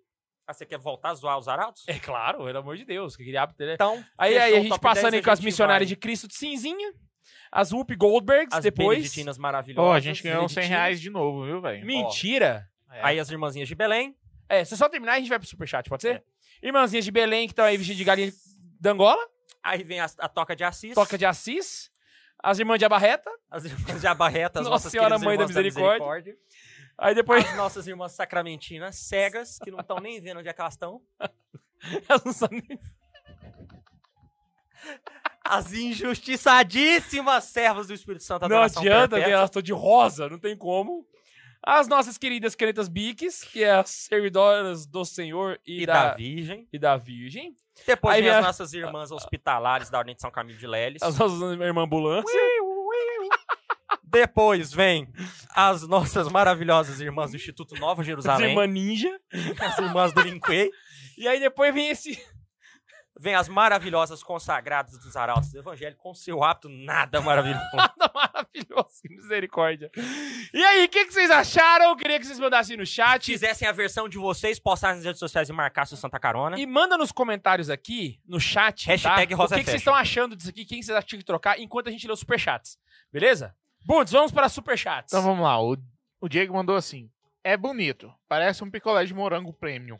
Ah, você quer voltar a zoar os arautos?
É claro, pelo amor de Deus, que aquele hábito é
Então,
Aí,
fechou
aí
o
a gente
top
passando
10,
aí
a
com as
gente
missionárias
vai-
de Cristo de cinzinha, as Whoopi Goldbergs
As
depois.
beneditinas maravilhosas.
Pô, a gente ganhou 100
beneditinas.
reais de novo, viu, velho?
Mentira!
É.
Aí as irmãzinhas de Belém.
É, se só terminar, a gente vai pro superchat, pode ser? Irmãzinhas de Belém, que estão aí vestidas de galinha da Angola,
Aí vem as- a, Toca de Assis.
Toca de Assis, as irmãs de Abarreta,
As irmãs de Abarreta, as
Nossa
nossas
Senhora,
queridas
Mãe da
irmãs
Misericórdia. aí depois
As nossas irmãs sacramentinas cegas, que não estão nem vendo onde é que elas estão.
elas não sabem nem-
As injustiçadíssimas servas do Espírito Santo.
Não
adoração
adianta,
perpétua.
ver, elas estão de rosa, não tem como. As nossas queridas canetas Biques, que é as servidoras do Senhor e,
E
da,
da, Virgem.
e da Virgem.
Depois
Aí
vem
vem
as
a-
nossas irmãs hospitalares da Ordem de São Camilo de Leles.
As nossas irmãs ambulância.
Depois vem as nossas maravilhosas irmãs do Instituto Nova
As
Jerusalém.
irmãs ninja.
As irmãs do Linquei.
E aí depois vem esse
Vem as maravilhosas consagradas dos arautos do Evangelho com seu hábito nada maravilhoso.
Tá maravilhoso, que misericórdia. E aí, o que, que vocês acharam? Eu queria que vocês mandassem no chat.
Fizessem a versão de vocês, postassem nas redes sociais e marcassem o Santa Carona.
E manda nos comentários aqui, no chat,
Né?
tá?
Hashtag Rosa
o que, que
Fashion.
vocês estão achando disso aqui, quem vocês acham que tinha que trocar, enquanto a gente lê os superchats. Beleza? Bundes, vamos para superchats.
Então vamos lá, o, o Diego mandou assim. É bonito, parece um picolé de morango premium.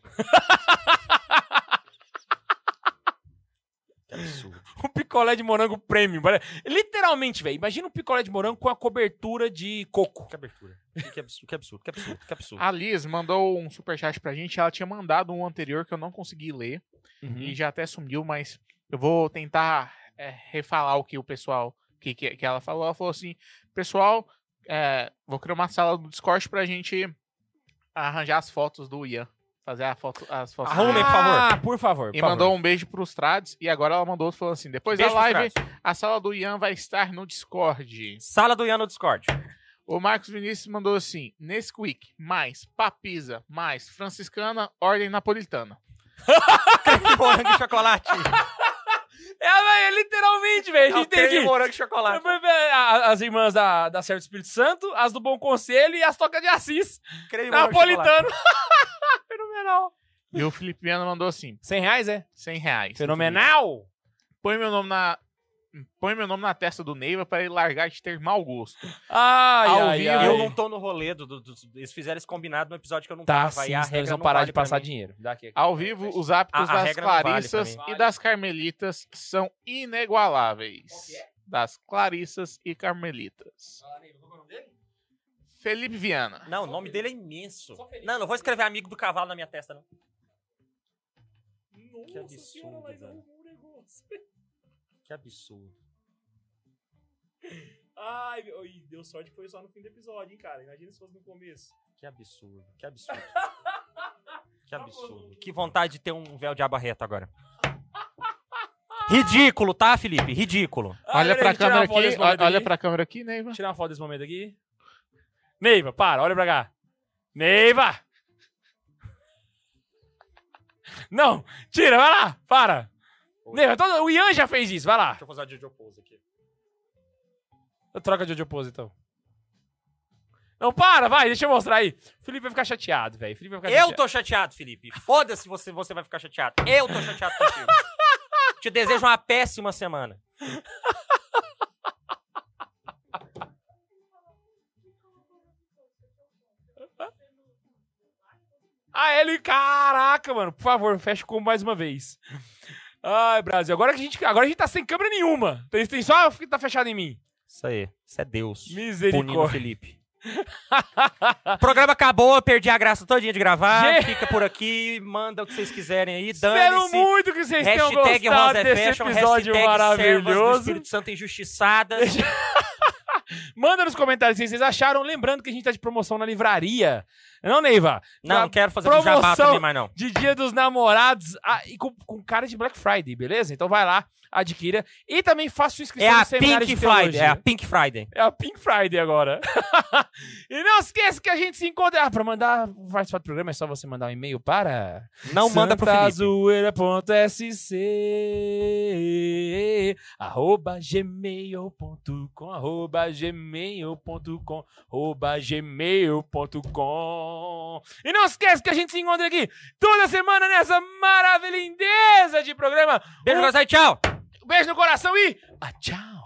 Que absurdo.
Um picolé de morango premium. olha. Literalmente, velho. Imagina um picolé de morango com a cobertura de coco.
Que abertura. Que absurdo, que absurdo, que absurdo, que absurdo.
A Liz mandou um superchat pra gente. Ela tinha mandado um anterior que eu não consegui ler
Hum.
e já até sumiu, mas eu vou tentar é, refalar o que o pessoal que, que, que ela falou. Ela falou assim: pessoal, é, vou criar uma sala do Discord pra gente arranjar as fotos do Ian. Fazer a foto, as fotos do
Arruma,
Ian.
por favor.
Ah, por favor.
E
por favor.
mandou um beijo pros Trades. E agora ela mandou outro falando assim: depois
Beijo
da
pros
live, a sala do Ian vai estar no Discord.
Sala do Ian no Discord.
O Marcos Vinícius mandou assim: Nesquik, mais papisa, mais franciscana, ordem napolitana.
Creme morango e chocolate.
É, velho, literalmente, velho. A gente tem
Creme
que...
morango e chocolate.
A- As irmãs da, da Serra do Espírito Santo, as do Bom Conselho e as Toca de Assis.
Creme morango e chocolate.
Napolitano. Fenomenal.
E o Felipe Viana mandou assim:
100 reais, é?
100 reais.
Fenomenal.
Põe meu nome na. Põe meu nome na testa do Neiva para ele largar de ter mau gosto.
Ai,
Ao
ai,
vivo.
ai.
Eu não tô no rolê. Do, do- do- eles fizeram esse combinado no episódio que eu não
Tá,
tava.
sim,
e
senão
a regra
eles vão
não
parar
vale
de
pra
passar
mim.
dinhos. Dá aqui.
Ao vivo, os hábitos
A- a
das
regra não vale pra
Clarissas
mim.
e das Carmelitas são inigualáveis. Das Clarissas e Carmelitas. Felipe Viana.
Não, o nome dele é imenso. Não, não vou escrever amigo do cavalo na minha testa, não. Que absurdo, velho.
é um
Que absurdo.
Ai, deu sorte que foi só no fim do episódio, hein, cara. Imagina se fosse no começo.
Que absurdo. Que absurdo. Que absurdo. Que vontade de ter um véu de abarreta agora. Ridículo, tá, Felipe? Ridículo.
Olha pra câmera aqui, olha, olha pra câmera aqui, Neiva.
Tirar uma foto desse momento aqui. Neiva, para, olha pra cá. Neiva! Não, tira, vai lá, para.
Pose.
Né, todo- O Ian já fez isso, vai lá.
Deixa eu fazer a Jojo Pose aqui.
Troca de Jojo Pose, então. Não, para, vai, deixa eu mostrar aí. O Felipe vai ficar chateado, velho. O Felipe vai ficar
Eu
chateado.
tô chateado, Felipe. Foda-se você, você vai ficar chateado. Eu tô chateado contigo. Te desejo uma péssima semana.
Ah, ele, caraca, mano. Por favor, fecha o combo mais uma vez. Ai, Brasil, agora que a gente, agora a gente tá sem câmera nenhuma. Tem, tem só o que tá fechado em mim.
Isso aí. Isso é Deus. Punindo o
Misericórdia.
Felipe. o programa acabou, eu perdi a graça todinha de gravar.
Gente.
Fica por aqui, manda o que vocês quiserem aí.
Espero
Dane-se.
muito que vocês tenham
Hashtag
gostado
Rosa é
desse
Fashion,
episódio
hashtag servas do
maravilhoso.
Espírito Santo injustiçadas.
Manda nos comentários o que vocês acharam. Lembrando que a gente tá de promoção na livraria. Não, Neiva?
Não,
Tá
não quero fazer um jabá
promoção.
pra mim mais não.
de Dia dos Namorados ah, e com, com cara de Black Friday, beleza? Então vai lá, adquira. E também faça sua
É
inscrição
a
no seminário
Pink
de
Friday,
teologia.
é a Pink Friday.
É a Pink Friday agora. e não esqueça que a gente se encontra. Ah, pra mandar participar do programa é só você mandar um e-mail para.
Não manda pro Felipe.
santazoeira.sc arroba gmail.com arroba gmail.com arroba gmail.com E não esquece que a gente se encontra aqui toda semana nessa maravilhosa de programa.
Beijo, um... tchau.
Um beijo no coração e ah, tchau!